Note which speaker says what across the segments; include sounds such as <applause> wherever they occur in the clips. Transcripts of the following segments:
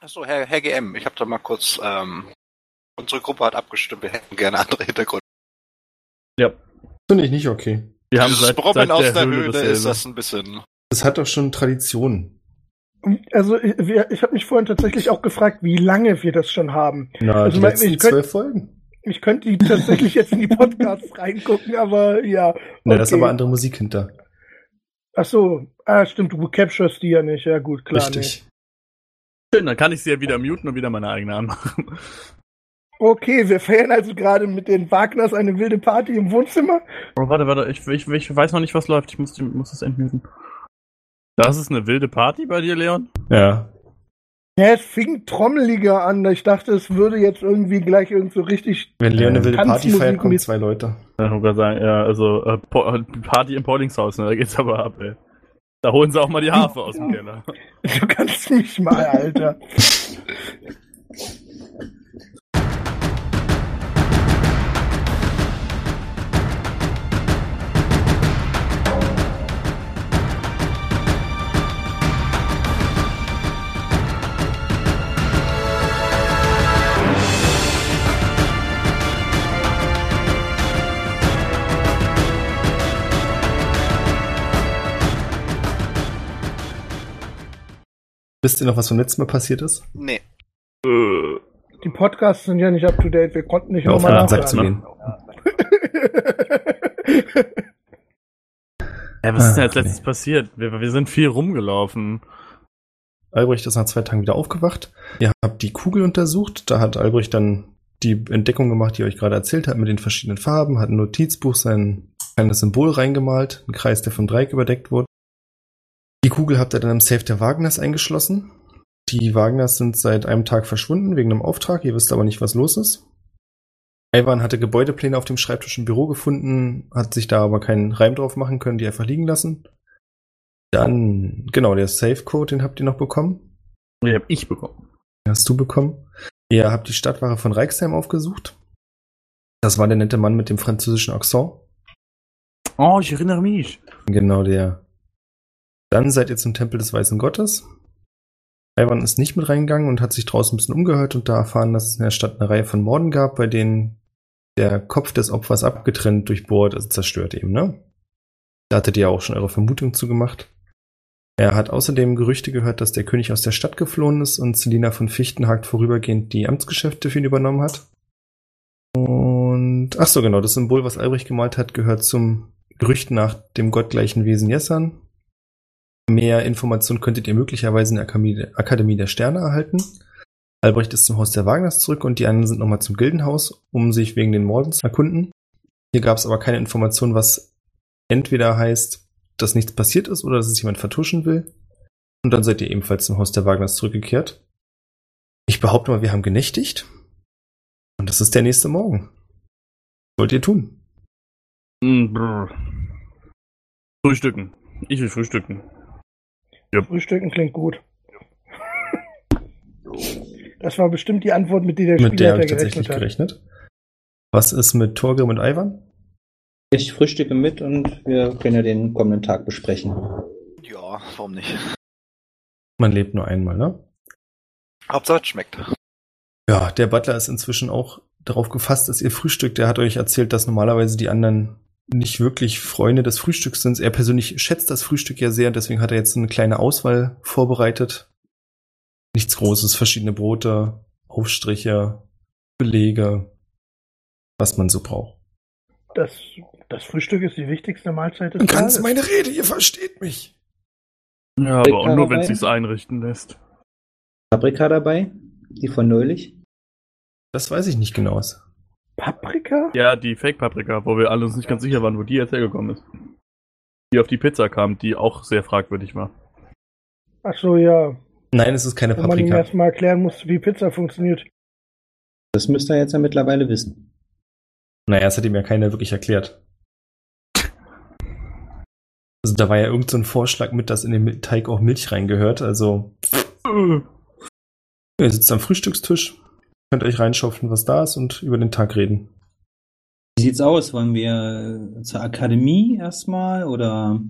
Speaker 1: Achso, Herr, Herr GM, ich habe da mal kurz. Ähm, unsere Gruppe hat abgestimmt, wir hätten gerne andere Hintergründe.
Speaker 2: Ja.
Speaker 3: Finde ich nicht okay.
Speaker 2: Wir haben
Speaker 1: Dieses
Speaker 2: seit,
Speaker 1: Brummen
Speaker 2: seit
Speaker 1: aus
Speaker 2: der,
Speaker 1: der,
Speaker 2: Höhle
Speaker 1: Höhle
Speaker 2: dasselbe.
Speaker 1: ist das ein bisschen.
Speaker 3: Das hat doch schon Tradition.
Speaker 4: Also ich, wir- ich habe mich vorhin tatsächlich auch gefragt, wie lange wir das schon haben.
Speaker 3: Na,
Speaker 4: Also
Speaker 3: die
Speaker 4: mein-
Speaker 3: letzten
Speaker 4: ich könnt-
Speaker 3: zwölf Folgen.
Speaker 4: Ich könnte die tatsächlich jetzt in die Podcasts reingucken, aber ja.
Speaker 3: Na, da ist
Speaker 4: okay.
Speaker 3: aber andere Musik hinter.
Speaker 4: Ach so, ah, stimmt, du capturest die ja nicht. Ja gut, klar.
Speaker 3: Richtig.
Speaker 2: Schön, dann kann ich sie ja wieder muten und wieder meine eigene anmachen.
Speaker 4: Nee. Okay, wir feiern also gerade mit den Wagners eine wilde Party im Wohnzimmer.
Speaker 2: Oh, warte, warte, ich, ich, ich weiß noch nicht, was läuft. Ich muss, die- muss das entmuten. Das ist eine wilde Party bei dir, Leon?
Speaker 3: Ja.
Speaker 4: Ja, es fing trommeliger an. Ich dachte, es würde jetzt irgendwie gleich irgend so richtig. <laughs>
Speaker 3: Wenn Leon eine wilde Party
Speaker 4: Tanzmusik
Speaker 3: feiert, kommen
Speaker 4: mit-
Speaker 3: zwei Leute.
Speaker 2: Ja, ich wollte gerade sagen, ja, also äh, Po- äh, Party im Paulingshaus, ne? Da geht's aber ab, ey. Da holen sie auch mal die Harfe aus dem Keller.
Speaker 4: Du kannst mich mal, Alter.
Speaker 3: Wisst ihr noch, was vom letzten Mal passiert ist?
Speaker 1: Nee.
Speaker 2: Äh,
Speaker 4: Die Podcasts sind ja nicht up to date. Wir konnten nicht
Speaker 3: Hör auf,
Speaker 4: nochmal
Speaker 3: mir auf den Sack zu
Speaker 4: nachladen.
Speaker 3: gehen.
Speaker 4: <laughs>
Speaker 2: Ja, was ist denn
Speaker 3: Ah,
Speaker 2: als letztes passiert? Wir, wir sind viel rumgelaufen.
Speaker 3: Albrecht ist nach zwei Tagen wieder aufgewacht. Ihr habt die Kugel untersucht. Da hat Albrecht dann die Entdeckung gemacht, die ihr euch gerade erzählt hat, mit den verschiedenen Farben, hat ein Notizbuch sein kleines Symbol reingemalt, ein Kreis, der vom Dreieck überdeckt wurde. Die Kugel habt ihr dann im Safe der Wagners eingeschlossen. Die Wagners sind seit einem Tag verschwunden wegen einem Auftrag. Ihr wisst aber nicht, was los ist. Ivan hatte Gebäudepläne auf dem Schreibtisch im Büro gefunden, hat sich da aber keinen Reim drauf machen können, die einfach liegen lassen. Dann, genau, der Safe Code, den habt ihr noch bekommen.
Speaker 2: Den hab ich bekommen.
Speaker 3: Hast du bekommen? Ihr habt die Stadtwache von Reichsheim aufgesucht. Das war der nette Mann mit dem französischen Akzent.
Speaker 2: Oh, ich erinnere mich.
Speaker 3: Genau der. Dann seid ihr zum Tempel des Weißen Gottes. Ivan ist nicht mit reingegangen und hat sich draußen ein bisschen umgehört und da erfahren, dass es in der Stadt eine Reihe von Morden gab, bei denen der Kopf des Opfers abgetrennt, durchbohrt, also zerstört eben, ne? Da hattet ihr auch schon eure Vermutung zugemacht. Er hat außerdem Gerüchte gehört, dass der König aus der Stadt geflohen ist und Selina von Fichtenhagt vorübergehend die Amtsgeschäfte für ihn übernommen hat. Und, ach so, genau, das Symbol, was Albrecht gemalt hat, gehört zum Gerücht nach dem gottgleichen Wesen Jessan. Mehr Informationen könntet ihr möglicherweise in der Akademie, Akademie der Sterne erhalten. Albrecht ist zum Haus der Wagners zurück und die anderen sind nochmal zum Gildenhaus, um sich wegen den Morden zu erkunden. Hier gab es aber keine Information, was entweder heißt, dass nichts passiert ist oder dass es jemand vertuschen will. Und dann seid ihr ebenfalls zum Haus der Wagners zurückgekehrt. Ich behaupte mal, wir haben genächtigt. Und das ist der nächste Morgen. Was wollt ihr tun?
Speaker 2: Mm, brr. Frühstücken. Ich will frühstücken.
Speaker 4: Frühstücken klingt gut. Das war bestimmt die Antwort, mit der der
Speaker 3: mit der
Speaker 4: Spieler
Speaker 3: habe ich
Speaker 4: gerechnet
Speaker 3: tatsächlich
Speaker 4: hat.
Speaker 3: gerechnet. Was ist mit Torgrim und Ivan?
Speaker 5: Ich frühstücke mit und wir können ja den kommenden Tag besprechen.
Speaker 1: Ja, warum nicht?
Speaker 3: Man lebt nur einmal, ne?
Speaker 1: Hauptsache es schmeckt.
Speaker 3: Ja, der Butler ist inzwischen auch darauf gefasst, dass ihr Frühstück, der hat euch erzählt, dass normalerweise die anderen nicht wirklich Freunde des Frühstücks sind. Er persönlich schätzt das Frühstück ja sehr, deswegen hat er jetzt eine kleine Auswahl vorbereitet. Nichts Großes, verschiedene Brote, Aufstriche, Belege, was man so braucht.
Speaker 4: Das, das Frühstück ist die wichtigste Mahlzeit des Tages.
Speaker 3: Rede, ihr versteht mich.
Speaker 2: Ja,
Speaker 5: Lecker
Speaker 2: aber auch nur, wenn
Speaker 5: dabei.
Speaker 2: es einrichten lässt.
Speaker 5: Paprika dabei, die von neulich.
Speaker 3: Das weiß ich nicht genau.
Speaker 4: Paprika?
Speaker 2: Ja, die Fake-Paprika, wo wir alle uns nicht ganz sicher waren, wo die jetzt hergekommen ist. Die auf die Pizza kam, die auch sehr fragwürdig war.
Speaker 4: Ach so, ja.
Speaker 3: Nein, es ist keine
Speaker 4: Wenn man ihm
Speaker 3: Paprika.
Speaker 4: erstmal erklären muss, wie Pizza funktioniert.
Speaker 5: Das müsst ihr jetzt ja mittlerweile wissen.
Speaker 3: Naja, das hat ihm ja keiner wirklich erklärt. Also da war ja irgendein so ein Vorschlag mit, dass in den Mi- Teig auch Milch reingehört. Also
Speaker 2: Äh,
Speaker 3: ihr sitzt am Frühstückstisch, könnt euch reinschaufeln, was da ist und über den Tag reden.
Speaker 5: Wie sieht's aus? Wollen wir äh, zur Akademie erstmal oder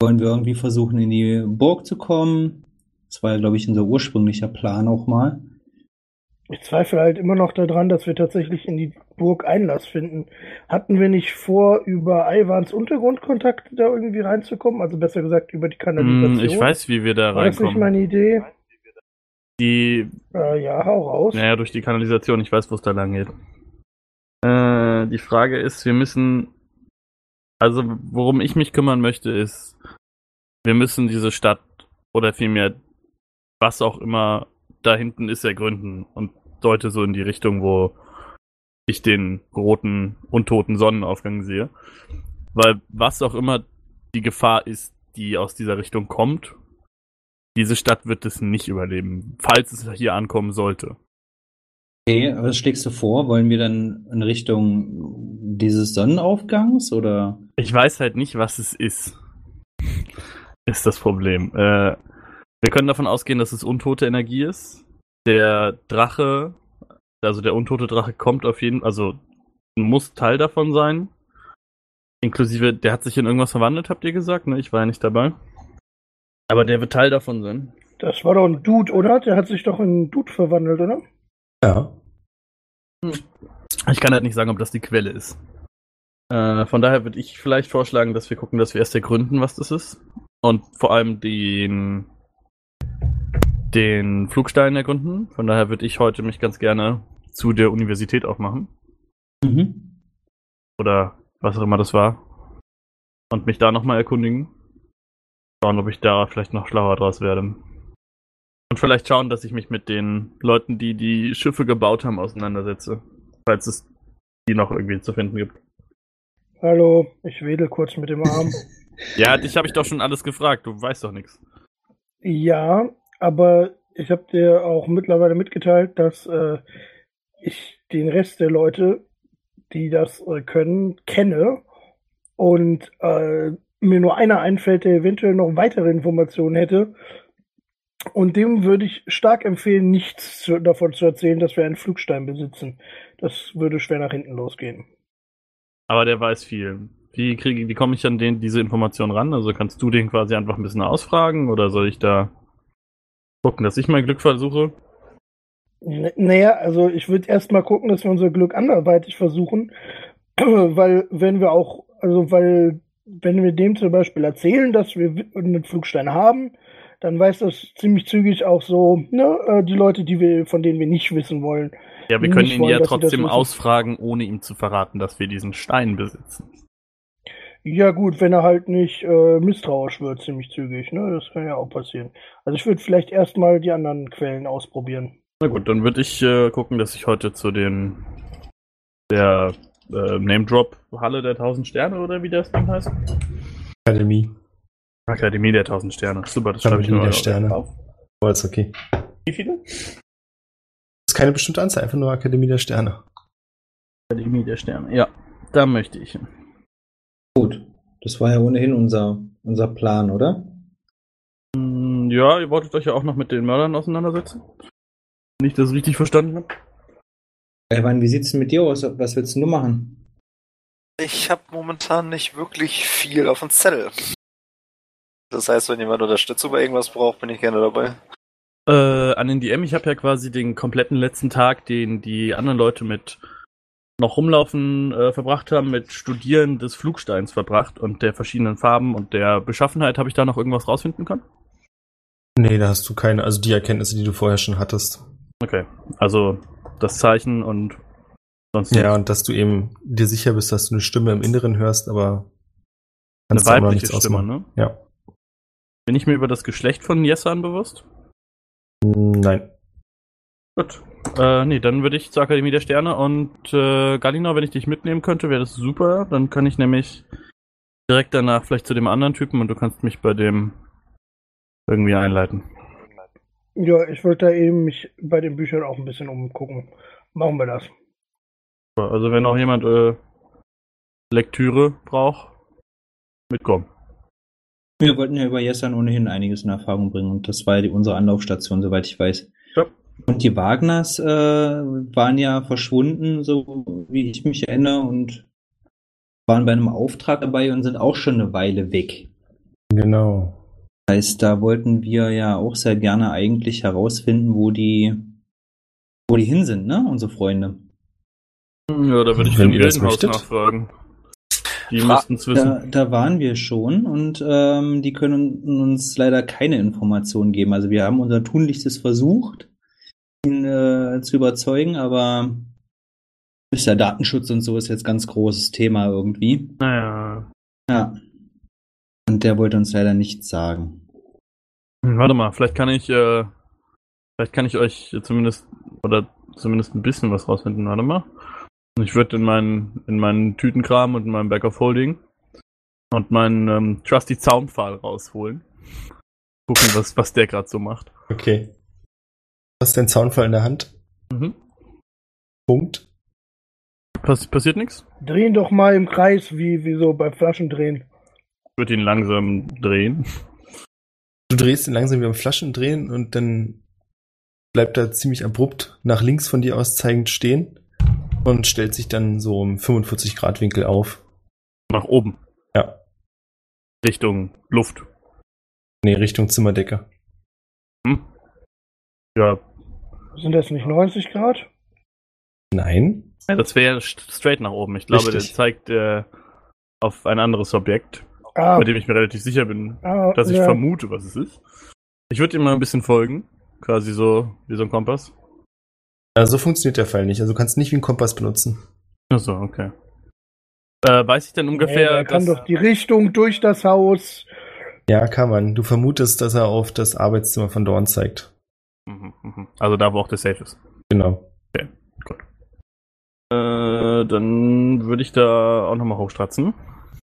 Speaker 5: wollen wir irgendwie versuchen, in die Burg zu kommen? Das war ja, glaube ich, unser ursprünglicher Plan auch mal.
Speaker 4: Ich zweifle halt immer noch daran, dass wir tatsächlich in die Burg Einlass finden. Hatten wir nicht vor, über Iwans Untergrundkontakte da irgendwie reinzukommen? Also besser gesagt, über die Kanalisation?
Speaker 2: Hm, ich weiß, wie wir da
Speaker 4: War das nicht
Speaker 2: reinkommen.
Speaker 4: meine Idee?
Speaker 2: Die,
Speaker 4: Äh, ja, hau raus.
Speaker 2: naja, durch die Kanalisation, ich weiß, wo es da lang geht. Äh, die Frage ist, wir müssen, also worum ich mich kümmern möchte, ist, wir müssen diese Stadt oder vielmehr was auch immer da hinten ist ergründen und deute so in die Richtung, wo ich den roten, untoten Sonnenaufgang sehe. Weil was auch immer die Gefahr ist, die aus dieser Richtung kommt, diese Stadt wird es nicht überleben, falls es hier ankommen sollte.
Speaker 5: Okay, was schlägst du vor? Wollen wir dann in Richtung dieses Sonnenaufgangs oder?
Speaker 2: Ich weiß halt nicht, was es ist. Ist das Problem. Äh, wir können davon ausgehen, dass es untote Energie ist. Der Drache, also der untote Drache kommt auf jeden also muss Teil davon sein. Inklusive, der hat sich in irgendwas verwandelt, habt ihr gesagt, ne? Ich war ja nicht dabei. Aber der wird Teil davon sein.
Speaker 4: Das war doch ein Dude, oder? Der hat sich doch in einen Dude verwandelt, oder?
Speaker 3: Ja.
Speaker 2: Ich kann halt nicht sagen, ob das die Quelle ist. Äh, von daher würde ich vielleicht vorschlagen, dass wir gucken, dass wir erst ergründen, was das ist. Und vor allem den, den Flugstein ergründen. Von daher würde ich heute mich ganz gerne zu der Universität aufmachen.
Speaker 5: Mhm.
Speaker 2: Oder was auch immer das war. Und mich da nochmal erkundigen. Schauen, ob ich da vielleicht noch schlauer draus werde. Und vielleicht schauen, dass ich mich mit den Leuten, die die Schiffe gebaut haben, auseinandersetze. Falls es die noch irgendwie zu finden gibt.
Speaker 4: Hallo, ich wedel kurz mit dem Arm.
Speaker 2: Ja, dich habe ich doch schon alles gefragt. Du weißt doch nichts.
Speaker 4: ja, aber ich habe dir auch mittlerweile mitgeteilt, dass äh, ich den Rest der Leute, die das äh, können, kenne und äh, mir nur einer einfällt, der eventuell noch weitere Informationen hätte. Und dem würde ich stark empfehlen, nichts zu, davon zu erzählen, dass wir einen Flugstein besitzen. Das würde schwer nach hinten losgehen.
Speaker 2: Aber der weiß viel. Wie kriege, wie komme ich an den diese Informationen ran? Also kannst du den quasi einfach ein bisschen ausfragen oder soll ich da gucken, dass ich mein Glück versuche?
Speaker 4: N- Naja, also ich würde erstmal gucken, dass wir unser Glück anderweitig versuchen, <clears throat> weil wenn wir auch, also weil wenn wir dem zum Beispiel erzählen, dass wir wi- einen Flugstein haben, dann weiß das ziemlich zügig auch so, ne, äh, die Leute, die wir, von denen wir nicht wissen wollen.
Speaker 2: Ja, wir
Speaker 4: Hm, Ich
Speaker 2: können ihn
Speaker 4: wollte,
Speaker 2: ja
Speaker 4: dass sie das
Speaker 2: trotzdem
Speaker 4: wissen.
Speaker 2: ausfragen, ohne ihm zu verraten, dass wir diesen Stein besitzen.
Speaker 4: Ja gut, wenn er halt nicht äh, misstrauisch wird, ziemlich zügig, ne, das kann ja auch passieren. Also ich würde vielleicht erstmal die anderen Quellen ausprobieren.
Speaker 2: Na gut, dann würde ich äh, gucken, dass ich heute zu den der äh, Name Drop Halle der 1000 Sterne oder wie das Ding heißt?
Speaker 3: Akademie.
Speaker 2: Akademie der 1000 Sterne. Super, das schreibe ich
Speaker 3: Akademie
Speaker 2: mir mal
Speaker 3: der Sterne.
Speaker 2: auf.
Speaker 3: Aber Oh, ist okay.
Speaker 2: Wie viele?
Speaker 3: Ist keine bestimmte Anzahl, einfach nur Akademie der Sterne.
Speaker 2: Akademie der Sterne. Ja, da möchte ich hin.
Speaker 5: Gut. Das war ja ohnehin unser, unser Plan, oder?
Speaker 2: Mm, Ja, ihr wolltet euch ja auch noch mit den Mördern auseinandersetzen. Wenn ich das richtig verstanden habe.
Speaker 5: Evan, Äh, wie sieht's denn mit dir aus? Was willst denn du machen?
Speaker 1: Ich habe momentan nicht wirklich viel auf dem Zettel. Das heißt, wenn jemand Unterstützung bei irgendwas braucht, bin ich gerne dabei.
Speaker 2: Äh, an den DM, ich habe ja quasi den kompletten letzten Tag, den die anderen Leute mit noch rumlaufen äh, verbracht haben, mit Studieren des Flugsteins verbracht und der verschiedenen Farben und der Beschaffenheit. Habe ich da noch irgendwas rausfinden können?
Speaker 3: Nee, da hast du keine, also die Erkenntnisse, die du vorher schon hattest.
Speaker 2: Okay, also das Zeichen und sonst
Speaker 3: Ja, und dass du eben dir sicher bist, dass du eine Stimme im Inneren hörst, aber
Speaker 2: eine
Speaker 3: da immer noch
Speaker 2: weibliche
Speaker 3: nichts
Speaker 2: Stimme,
Speaker 3: ausmachen.
Speaker 2: ne?
Speaker 3: Ja.
Speaker 2: Bin ich mir über das Geschlecht von Jessan bewusst? ne?
Speaker 3: Nein.
Speaker 2: Gut. Äh, nee, dann würde ich zur Akademie der Sterne und äh, Galina, wenn ich dich mitnehmen könnte, wäre das super. Dann kann ich nämlich direkt danach vielleicht zu dem anderen Typen und du kannst mich bei dem irgendwie einleiten.
Speaker 4: Ja, ich wollte da eben mich bei den Büchern auch ein bisschen umgucken. Machen wir das.
Speaker 2: So, Also wenn auch jemand äh, Lektüre braucht, mitkommen.
Speaker 5: Wir wollten ja über Jessan ohnehin einiges in Erfahrung bringen und das war ja die, unsere Anlaufstation, soweit ich weiß.
Speaker 2: Ja.
Speaker 5: Und die Wagners äh, waren ja verschwunden, so wie ich mich erinnere, und waren bei einem Auftrag dabei und sind auch schon eine Weile weg.
Speaker 3: Genau.
Speaker 5: heißt, da wollten wir ja auch sehr gerne eigentlich herausfinden, wo die, wo die hin sind, ne? Unsere Freunde.
Speaker 2: Ja, da würde ich
Speaker 3: Wenn
Speaker 2: im
Speaker 3: ihr das
Speaker 2: Gildenhaus
Speaker 3: möchtet.
Speaker 2: nachfragen. Die
Speaker 1: Fra-
Speaker 2: müssten es
Speaker 5: Da,
Speaker 2: wissen.
Speaker 5: da waren wir schon und ähm, die können uns leider keine Informationen geben. Also wir haben unser tunlichstes versucht, ihn äh, zu überzeugen, aber ist ja Datenschutz und so ist jetzt ganz großes Thema irgendwie.
Speaker 2: Naja.
Speaker 5: Ja. Und der wollte uns leider nichts sagen.
Speaker 2: Hm, Warte mal, vielleicht kann ich, äh, vielleicht kann ich euch zumindest oder zumindest ein bisschen was rausfinden. Warte mal. Und Ich würde in meinen in meinen Tütenkram und in meinem Back of Holding und meinen ähm, Trusty Zaunpfahl rausholen. Gucken, was was der gerade so macht.
Speaker 3: Okay. Du hast den Zaunfall in der Hand.
Speaker 2: Mhm.
Speaker 3: Punkt.
Speaker 2: Pass passiert nichts?
Speaker 4: Drehen doch mal im Kreis, wie, wie so beim Flaschendrehen.
Speaker 2: Ich würde ihn langsam drehen.
Speaker 3: Du drehst ihn langsam wie beim Flaschendrehen und dann bleibt er ziemlich abrupt nach links von dir aus zeigend stehen und stellt sich dann so im 45-Grad-Winkel auf.
Speaker 2: Nach oben.
Speaker 3: Ja.
Speaker 2: Richtung Luft.
Speaker 3: Nee, Richtung Zimmerdecke.
Speaker 2: Hm? Ja,
Speaker 4: Sind das nicht 90 Grad?
Speaker 3: Nein.
Speaker 2: Ja, das wäre st- straight nach oben. Ich glaube,
Speaker 3: Richtig.
Speaker 2: der zeigt äh, auf ein anderes Objekt,
Speaker 4: Ah,
Speaker 2: bei dem ich mir relativ sicher bin,
Speaker 4: ah,
Speaker 2: dass ich
Speaker 4: ja.
Speaker 2: vermute, was es ist. Ich würde ihm mal ein bisschen folgen, quasi so wie so ein Kompass.
Speaker 3: Also so funktioniert der Fall nicht. Also du kannst nicht wie einen Kompass benutzen.
Speaker 2: Achso, okay. Äh, weiß ich denn
Speaker 4: Nee,
Speaker 2: ungefähr,
Speaker 4: der kann
Speaker 2: dass,
Speaker 4: doch die Richtung durch das Haus.
Speaker 3: Ja, kann man. Du vermutest, dass er auf das Arbeitszimmer von Dorn zeigt.
Speaker 2: Mhm, mhm. also da, wo auch der Safe ist.
Speaker 3: Genau.
Speaker 2: Äh, dann würde ich da auch nochmal hochstratzen.
Speaker 3: Du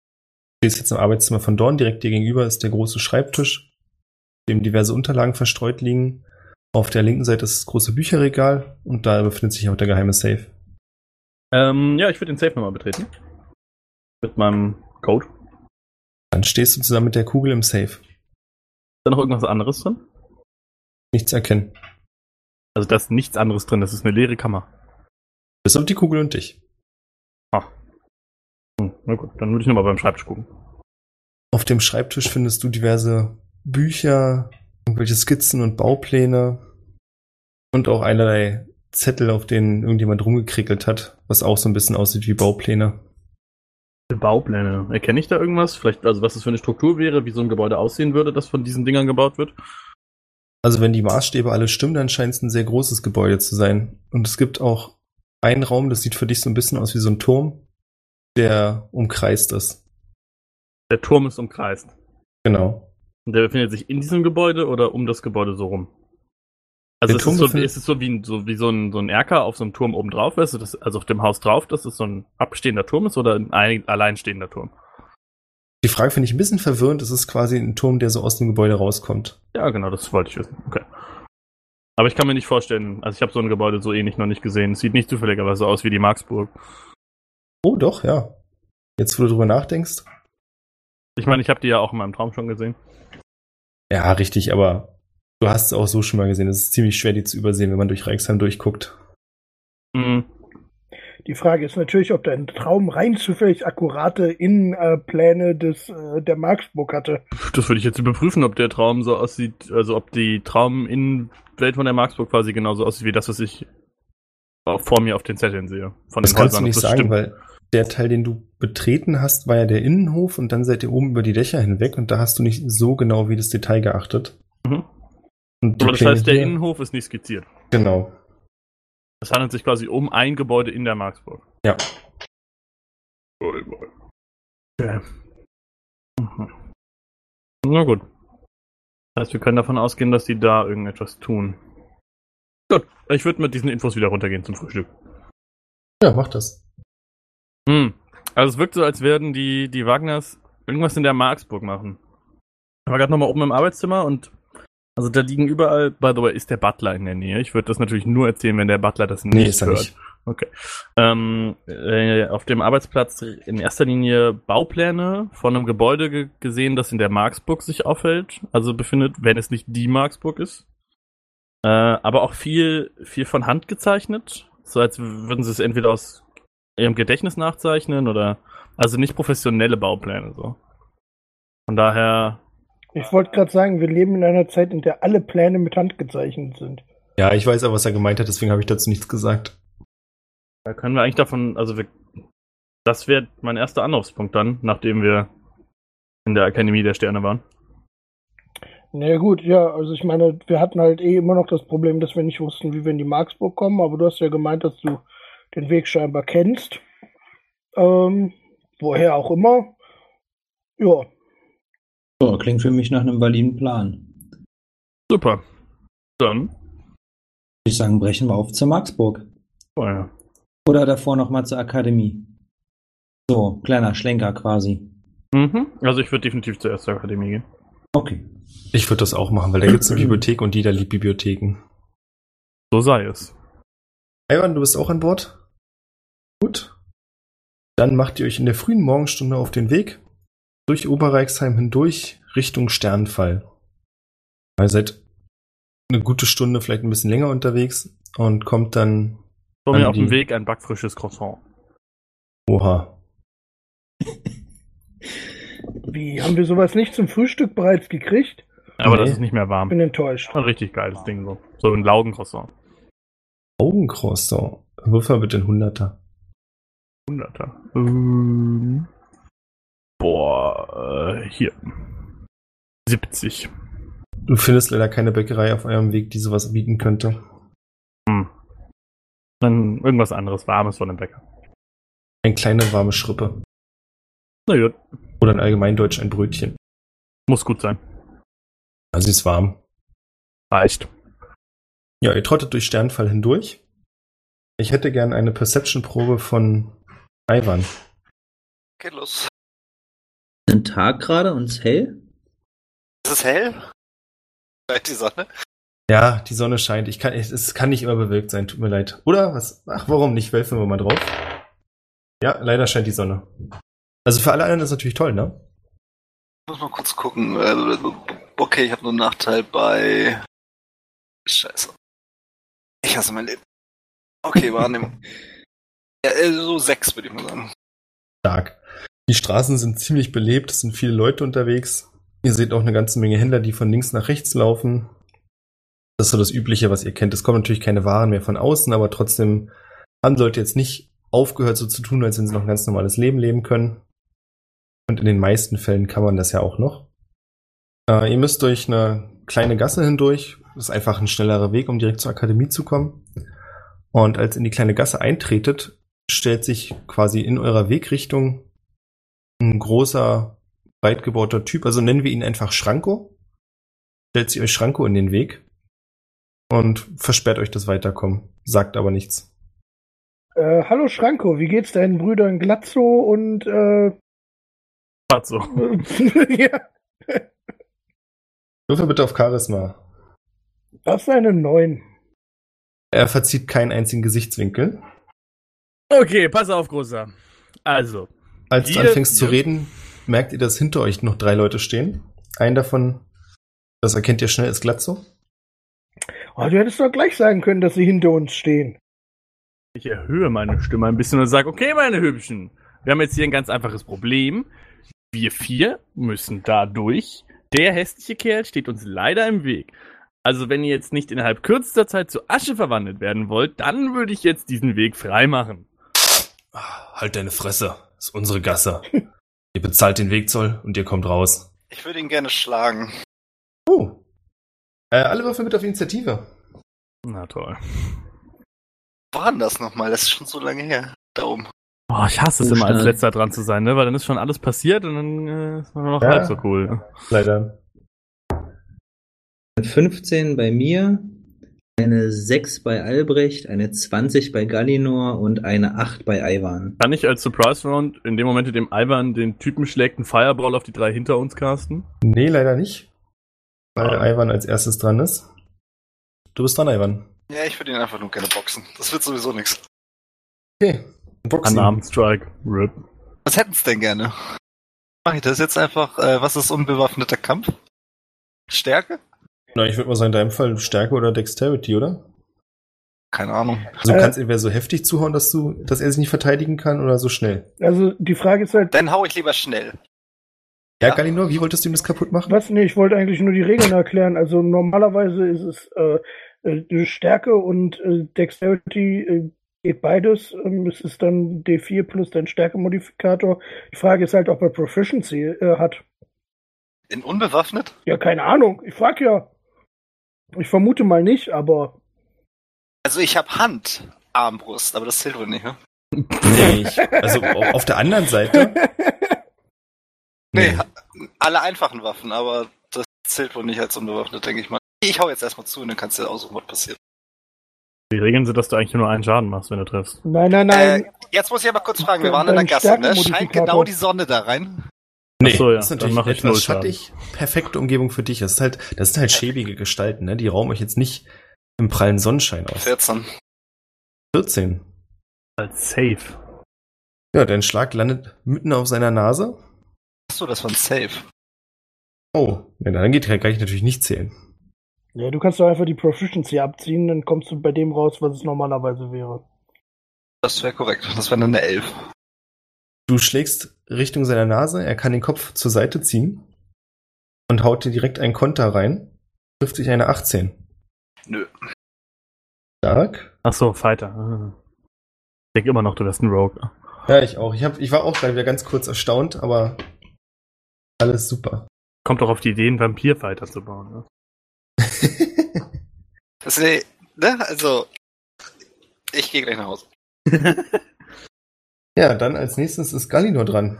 Speaker 3: stehst jetzt im Arbeitszimmer von Dorn. Direkt dir gegenüber ist der große Schreibtisch, auf dem diverse Unterlagen verstreut liegen. Auf der linken Seite ist das große Bücherregal und da befindet sich auch der geheime Safe.
Speaker 2: Ähm, ja, ich würde den Safe nochmal betreten. Mit meinem Code.
Speaker 3: Dann stehst du zusammen mit der Kugel im Safe.
Speaker 2: Ist da noch irgendwas anderes drin?
Speaker 3: Nichts erkennen.
Speaker 2: Also da ist nichts anderes drin, das ist eine leere Kammer.
Speaker 3: Bis auf die Kugel und dich.
Speaker 2: Hm, na gut, dann würde ich nochmal beim Schreibtisch gucken.
Speaker 3: Auf dem Schreibtisch findest du diverse Bücher, irgendwelche Skizzen und Baupläne und auch einerlei Zettel, auf denen irgendjemand rumgekriegelt hat, was auch so ein bisschen aussieht wie Baupläne.
Speaker 2: Baupläne. Erkenne ich da irgendwas? Vielleicht, also was das für eine Struktur wäre, wie so ein Gebäude aussehen würde, das von diesen Dingern gebaut wird?
Speaker 3: Also wenn die Maßstäbe alle stimmen, dann scheint es ein sehr großes Gebäude zu sein. Und es gibt auch einen Raum, das sieht für dich so ein bisschen aus wie so ein Turm, der umkreist ist.
Speaker 2: Der Turm ist umkreist.
Speaker 3: Genau.
Speaker 2: Und der befindet sich in diesem Gebäude oder um das Gebäude so rum? Also
Speaker 3: Der
Speaker 2: ist
Speaker 3: Turm
Speaker 2: es, so,
Speaker 3: befindet-
Speaker 2: ist es so wie, ein- so, wie so, ein, so ein Erker auf so einem Turm oben drauf, weißt du, das, also auf dem Haus drauf, dass es so ein abstehender Turm ist oder ein ein alleinstehender Turm?
Speaker 3: Die Frage finde ich ein bisschen verwirrend. Es ist quasi ein Turm, der so aus dem Gebäude rauskommt.
Speaker 2: Ja, genau, das wollte ich wissen. Okay. Aber ich kann mir nicht vorstellen, also ich habe so ein Gebäude so ähnlich noch nicht gesehen. Es sieht nicht zufälligerweise aus wie die Marksburg.
Speaker 3: Oh, doch, ja. Jetzt, wo du drüber nachdenkst.
Speaker 2: Ich meine, ich habe die ja auch in meinem Traum schon gesehen.
Speaker 3: Ja, richtig, aber du hast es auch so schon mal gesehen. Es ist ziemlich schwer, die zu übersehen, wenn man durch Reichsheim durchguckt.
Speaker 2: Mhm.
Speaker 4: Die Frage ist natürlich, ob dein Traum rein zufällig akkurate Innenpläne des äh, der Marksburg hatte.
Speaker 2: Das würde ich jetzt überprüfen, ob der Traum so aussieht, also ob die Trauminnenwelt von der Marksburg quasi genauso aussieht wie das, was ich auch vor mir auf den Zetteln sehe. Von
Speaker 3: Das
Speaker 2: den
Speaker 3: kannst du
Speaker 2: Häusern,
Speaker 3: nicht
Speaker 2: ob
Speaker 3: sagen,
Speaker 2: stimmt.
Speaker 3: weil der Teil, den du betreten hast, war ja der Innenhof und dann seid ihr oben über die Dächer hinweg und da hast du nicht so genau wie das Detail geachtet.
Speaker 2: Mhm.
Speaker 3: Und die
Speaker 2: Aber das
Speaker 3: Pläne
Speaker 2: heißt, der
Speaker 3: hier-
Speaker 2: Innenhof ist nicht skizziert.
Speaker 3: Genau.
Speaker 2: Es handelt sich quasi um ein Gebäude in der Marksburg.
Speaker 3: Ja.
Speaker 2: Okay. Mhm. Na gut. Das heißt, wir können davon ausgehen, dass die da irgendetwas tun. Gut, ich würde mit diesen Infos wieder runtergehen zum Frühstück.
Speaker 3: Ja, mach das.
Speaker 2: Hm. Also es wirkt so, als würden die, die Wagners irgendwas in der Marksburg machen. Ich war gerade nochmal oben im Arbeitszimmer und also da liegen überall, by the way, ist der Butler in der Nähe. Ich würde das natürlich nur erzählen, wenn der Butler das nicht
Speaker 3: Nee, ist er
Speaker 2: hört.
Speaker 3: nicht.
Speaker 2: Okay. Ähm, äh, auf dem Arbeitsplatz in erster Linie Baupläne von einem Gebäude ge gesehen, das in der Marksburg sich aufhält, also befindet, wenn es nicht die Marksburg ist. Äh, aber auch viel, viel von Hand gezeichnet, so als würden sie es entweder aus ihrem Gedächtnis nachzeichnen oder also nicht professionelle Baupläne so. Von daher
Speaker 4: Ich wollte gerade sagen, wir leben in einer Zeit, in der alle Pläne mit Hand gezeichnet sind.
Speaker 3: Ja, ich weiß aber, was er gemeint hat, deswegen habe ich dazu nichts gesagt.
Speaker 2: Da können wir eigentlich davon, also wir, das wäre mein erster Anlaufspunkt dann, nachdem wir in der Akademie der Sterne waren.
Speaker 4: Na ja, gut, ja, also ich meine, wir hatten halt eh immer noch das Problem, dass wir nicht wussten, wie wir in die Marksburg kommen, aber du hast ja gemeint, dass du den Weg scheinbar kennst. Ähm, woher auch immer. Ja,
Speaker 5: Ja, klingt für mich nach einem validen Plan.
Speaker 2: Super. Dann.
Speaker 5: Ich sagen, brechen wir auf zur Marksburg.
Speaker 2: Oh ja.
Speaker 5: Oder davor nochmal zur Akademie. So, kleiner Schlenker quasi.
Speaker 2: Mhm. Also ich würde definitiv zuerst zur Akademie gehen.
Speaker 5: Okay.
Speaker 3: Ich würde das auch machen, weil da gibt
Speaker 2: <clears throat>
Speaker 3: es eine Bibliothek und jeder liebt Bibliotheken.
Speaker 2: So sei es.
Speaker 3: Ivan, du bist auch an Bord? Gut. Dann macht ihr euch in der frühen Morgenstunde auf den Weg durch Oberreichsheim hindurch Richtung Sternfall. Ihr seid eine gute Stunde, vielleicht ein bisschen länger unterwegs und kommt dann,
Speaker 2: Vor
Speaker 3: An
Speaker 2: mir auf
Speaker 3: die-
Speaker 2: dem Weg ein backfrisches Croissant.
Speaker 3: oha,
Speaker 4: Wie haben wir sowas nicht zum Frühstück bereits gekriegt?
Speaker 2: Aber
Speaker 3: Nee.
Speaker 2: das ist nicht mehr warm.
Speaker 4: Bin enttäuscht.
Speaker 2: Ein richtig geiles Ding so. So ein Laugencroissant.
Speaker 3: Augencroissant. Wirf mal bitte ein Hunderter.
Speaker 2: Hunderter. Ähm, boah, äh, hier. 70.
Speaker 3: Du findest leider keine Bäckerei auf eurem Weg, die sowas bieten könnte.
Speaker 2: Hm. Dann irgendwas anderes Warmes von dem Bäcker.
Speaker 3: Eine kleine warme Schrippe.
Speaker 2: Na gut,
Speaker 3: Oder in Allgemeindeutsch ein Brötchen.
Speaker 2: muss gut sein.
Speaker 3: Also sie ist warm.
Speaker 2: Reicht.
Speaker 3: Ja, ihr trottet durch Sternfall hindurch. Ich hätte gern eine Perception-Probe von Ivan.
Speaker 1: Geht los.
Speaker 5: Ist ein Tag gerade und es hell?
Speaker 1: Ist es hell? Scheint die Sonne?
Speaker 3: Ja, die Sonne scheint. Ich kann, es- es kann nicht immer bewölkt sein. Tut mir leid. Oder was? Ach, warum nicht? Werfen wir mal drauf. Ja, leider scheint die Sonne. Also für alle anderen ist natürlich toll, ne?
Speaker 1: Muss mal kurz gucken. Äh, Okay, ich habe nur einen Nachteil bei. Scheiße. Ich hasse mein Leben. Okay, Wahrnehmung. ja, äh, so sechs würde ich mal sagen.
Speaker 3: Stark. Die Straßen sind ziemlich belebt. Es sind viele Leute unterwegs. Ihr seht auch eine ganze Menge Händler, die von links nach rechts laufen. Das ist so das Übliche, was ihr kennt. Es kommen natürlich keine Waren mehr von außen, aber trotzdem haben die Leute jetzt nicht aufgehört, so zu tun, als wenn sie noch ein ganz normales Leben leben können. Und in den meisten Fällen kann man das ja auch noch. Äh, ihr müsst durch eine kleine Gasse hindurch. Das ist einfach ein schnellerer Weg, um direkt zur Akademie zu kommen. Und als ihr in die kleine Gasse eintretet, stellt sich quasi in eurer Wegrichtung ein großer, breit gebauter Typ, also nennen wir ihn einfach Schranko. Stellt sich euch Schranko in den Weg und versperrt euch das Weiterkommen, sagt aber nichts.
Speaker 4: Äh, hallo Schranko, wie geht's deinen Brüdern Glatzo und äh, <laughs>
Speaker 2: Hat so.
Speaker 4: ja,
Speaker 3: Würfel bitte auf Charisma.
Speaker 4: das ist eine 9.
Speaker 3: Er verzieht keinen einzigen Gesichtswinkel.
Speaker 2: Okay, pass auf, Großer. Also,
Speaker 3: Als du
Speaker 2: Hier-
Speaker 3: anfängst zu
Speaker 2: hier.
Speaker 3: reden, merkt ihr, dass hinter euch noch drei Leute stehen. Einen davon, das erkennt ihr schnell, ist Glatzo.
Speaker 4: Oh, du hättest doch gleich sagen können, dass sie hinter uns stehen.
Speaker 2: Ich erhöhe meine Stimme ein bisschen und sage, okay, meine Hübschen, wir haben jetzt hier ein ganz einfaches Problem. Wir vier müssen da durch. Der hässliche Kerl steht uns leider im Weg. Also wenn ihr jetzt nicht innerhalb kürzester Zeit zu Asche verwandelt werden wollt, dann würde ich jetzt diesen Weg freimachen.
Speaker 3: Halt deine Fresse, ist unsere Gasse. <laughs> ihr bezahlt den Wegzoll und ihr kommt raus.
Speaker 1: Ich würde ihn gerne schlagen.
Speaker 3: Oh. Äh, alle Würfel mit auf Initiative.
Speaker 2: Na toll.
Speaker 1: Wo war denn das nochmal? Das ist schon so lange her. Da oben.
Speaker 2: Boah, ich hasse es
Speaker 5: So
Speaker 2: immer, als
Speaker 5: schnell.
Speaker 2: letzter dran zu sein, ne? Weil dann ist schon alles passiert und dann äh, ist man nur noch
Speaker 3: Ja.
Speaker 2: halb so cool.
Speaker 3: Leider.
Speaker 5: 15 bei mir, eine 6 bei Albrecht, eine 20 bei Gallinor und eine 8 bei Ivan.
Speaker 2: Kann ich als Surprise Round in dem Moment, in dem Ivan den Typen schlägt, einen Fireball auf die drei hinter uns casten?
Speaker 3: Nee, leider nicht. Weil
Speaker 2: Ah.
Speaker 3: Ivan als erstes dran ist. Du bist dran, Ivan.
Speaker 1: Ja, ich würde ihn einfach nur gerne boxen. Das wird sowieso nichts.
Speaker 3: Okay. Boxen.
Speaker 2: Unarmed-Strike. RIP.
Speaker 1: Was hätten's denn gerne? Mach ich das jetzt einfach, äh, was ist unbewaffneter Kampf? Stärke?
Speaker 3: Na, ich würde mal sagen, in deinem Fall Stärke oder Dexterity, oder?
Speaker 1: Keine Ahnung.
Speaker 3: Also du
Speaker 4: Äh.
Speaker 3: kannst entweder so heftig zuhauen, dass du, dass er sich nicht verteidigen kann, oder so schnell.
Speaker 4: Also die Frage ist halt,
Speaker 1: Dann hau ich lieber schnell.
Speaker 3: Ja, Galinor, wie wolltest du ihm das kaputt machen?
Speaker 4: Was? Nee, ich wollte eigentlich nur die Regeln erklären. Also normalerweise ist es äh, äh, Stärke und äh, Dexterity äh, geht beides. Ähm, es ist dann D4 plus dein Stärkemodifikator. Die Frage ist halt, ob er Proficiency äh, hat.
Speaker 1: In unbewaffnet?
Speaker 4: Ja, keine Ahnung. Ich frag ja. Ich vermute mal nicht, aber
Speaker 1: Also ich habe Hand, Armbrust, aber das zählt wohl nicht, ne?
Speaker 3: <laughs> Nee, ich, also au- auf der anderen Seite.
Speaker 1: Nee, ha- alle einfachen Waffen, aber das zählt wohl nicht als unbewaffnet, denke ich mal. Ich hau jetzt erstmal zu und dann kannst du aussuchen, was passiert.
Speaker 2: Die Regeln sind, dass du eigentlich nur einen Schaden machst, wenn du triffst.
Speaker 4: nein, nein, nein.
Speaker 1: Äh, jetzt muss ich aber kurz fragen, wir
Speaker 4: Dein-
Speaker 1: waren in der
Speaker 4: dein
Speaker 1: Gasse, ne? Scheint
Speaker 4: Stärkenmodifikator.
Speaker 1: genau die Sonne da rein.
Speaker 3: <laughs> Nee,
Speaker 2: Ach so, ja,
Speaker 3: das ist
Speaker 2: dann
Speaker 3: natürlich
Speaker 2: mach ich
Speaker 3: etwas
Speaker 2: null Schaden.
Speaker 3: schattig. Perfekte Umgebung für dich. Das, ist halt, das sind halt schäbige Gestalten, ne? Die raumen euch jetzt nicht im prallen Sonnenschein aus.
Speaker 1: 14.
Speaker 3: 14.
Speaker 2: Als safe.
Speaker 3: Ja, dein Schlag landet mitten auf seiner Nase.
Speaker 1: Achso, das war ein Safe.
Speaker 3: Oh, ja, dann geht kann ich natürlich nicht zählen.
Speaker 4: Ja, du kannst doch einfach die Proficiency abziehen, dann kommst du bei dem raus, was es normalerweise wäre.
Speaker 1: Das wäre korrekt. Das wäre dann eine 11.
Speaker 3: Du schlägst Richtung seiner Nase, er kann den Kopf zur Seite ziehen und haut dir direkt einen Konter rein. Trifft dich eine 18.
Speaker 1: Nö.
Speaker 3: Stark.
Speaker 2: Ach so, Fighter. Ah. Ich denke immer noch, du wärst ein Rogue.
Speaker 3: Ja, ich auch. Ich, hab, ich war auch gerade wieder ganz kurz erstaunt, aber alles super. <laughs>
Speaker 2: Kommt doch auf die Idee, einen Vampir-Fighter zu bauen. Ne?
Speaker 1: Das ist eine, ne? Also, ich gehe gleich nach Hause.
Speaker 3: ja, dann als nächstes ist Galinor dran.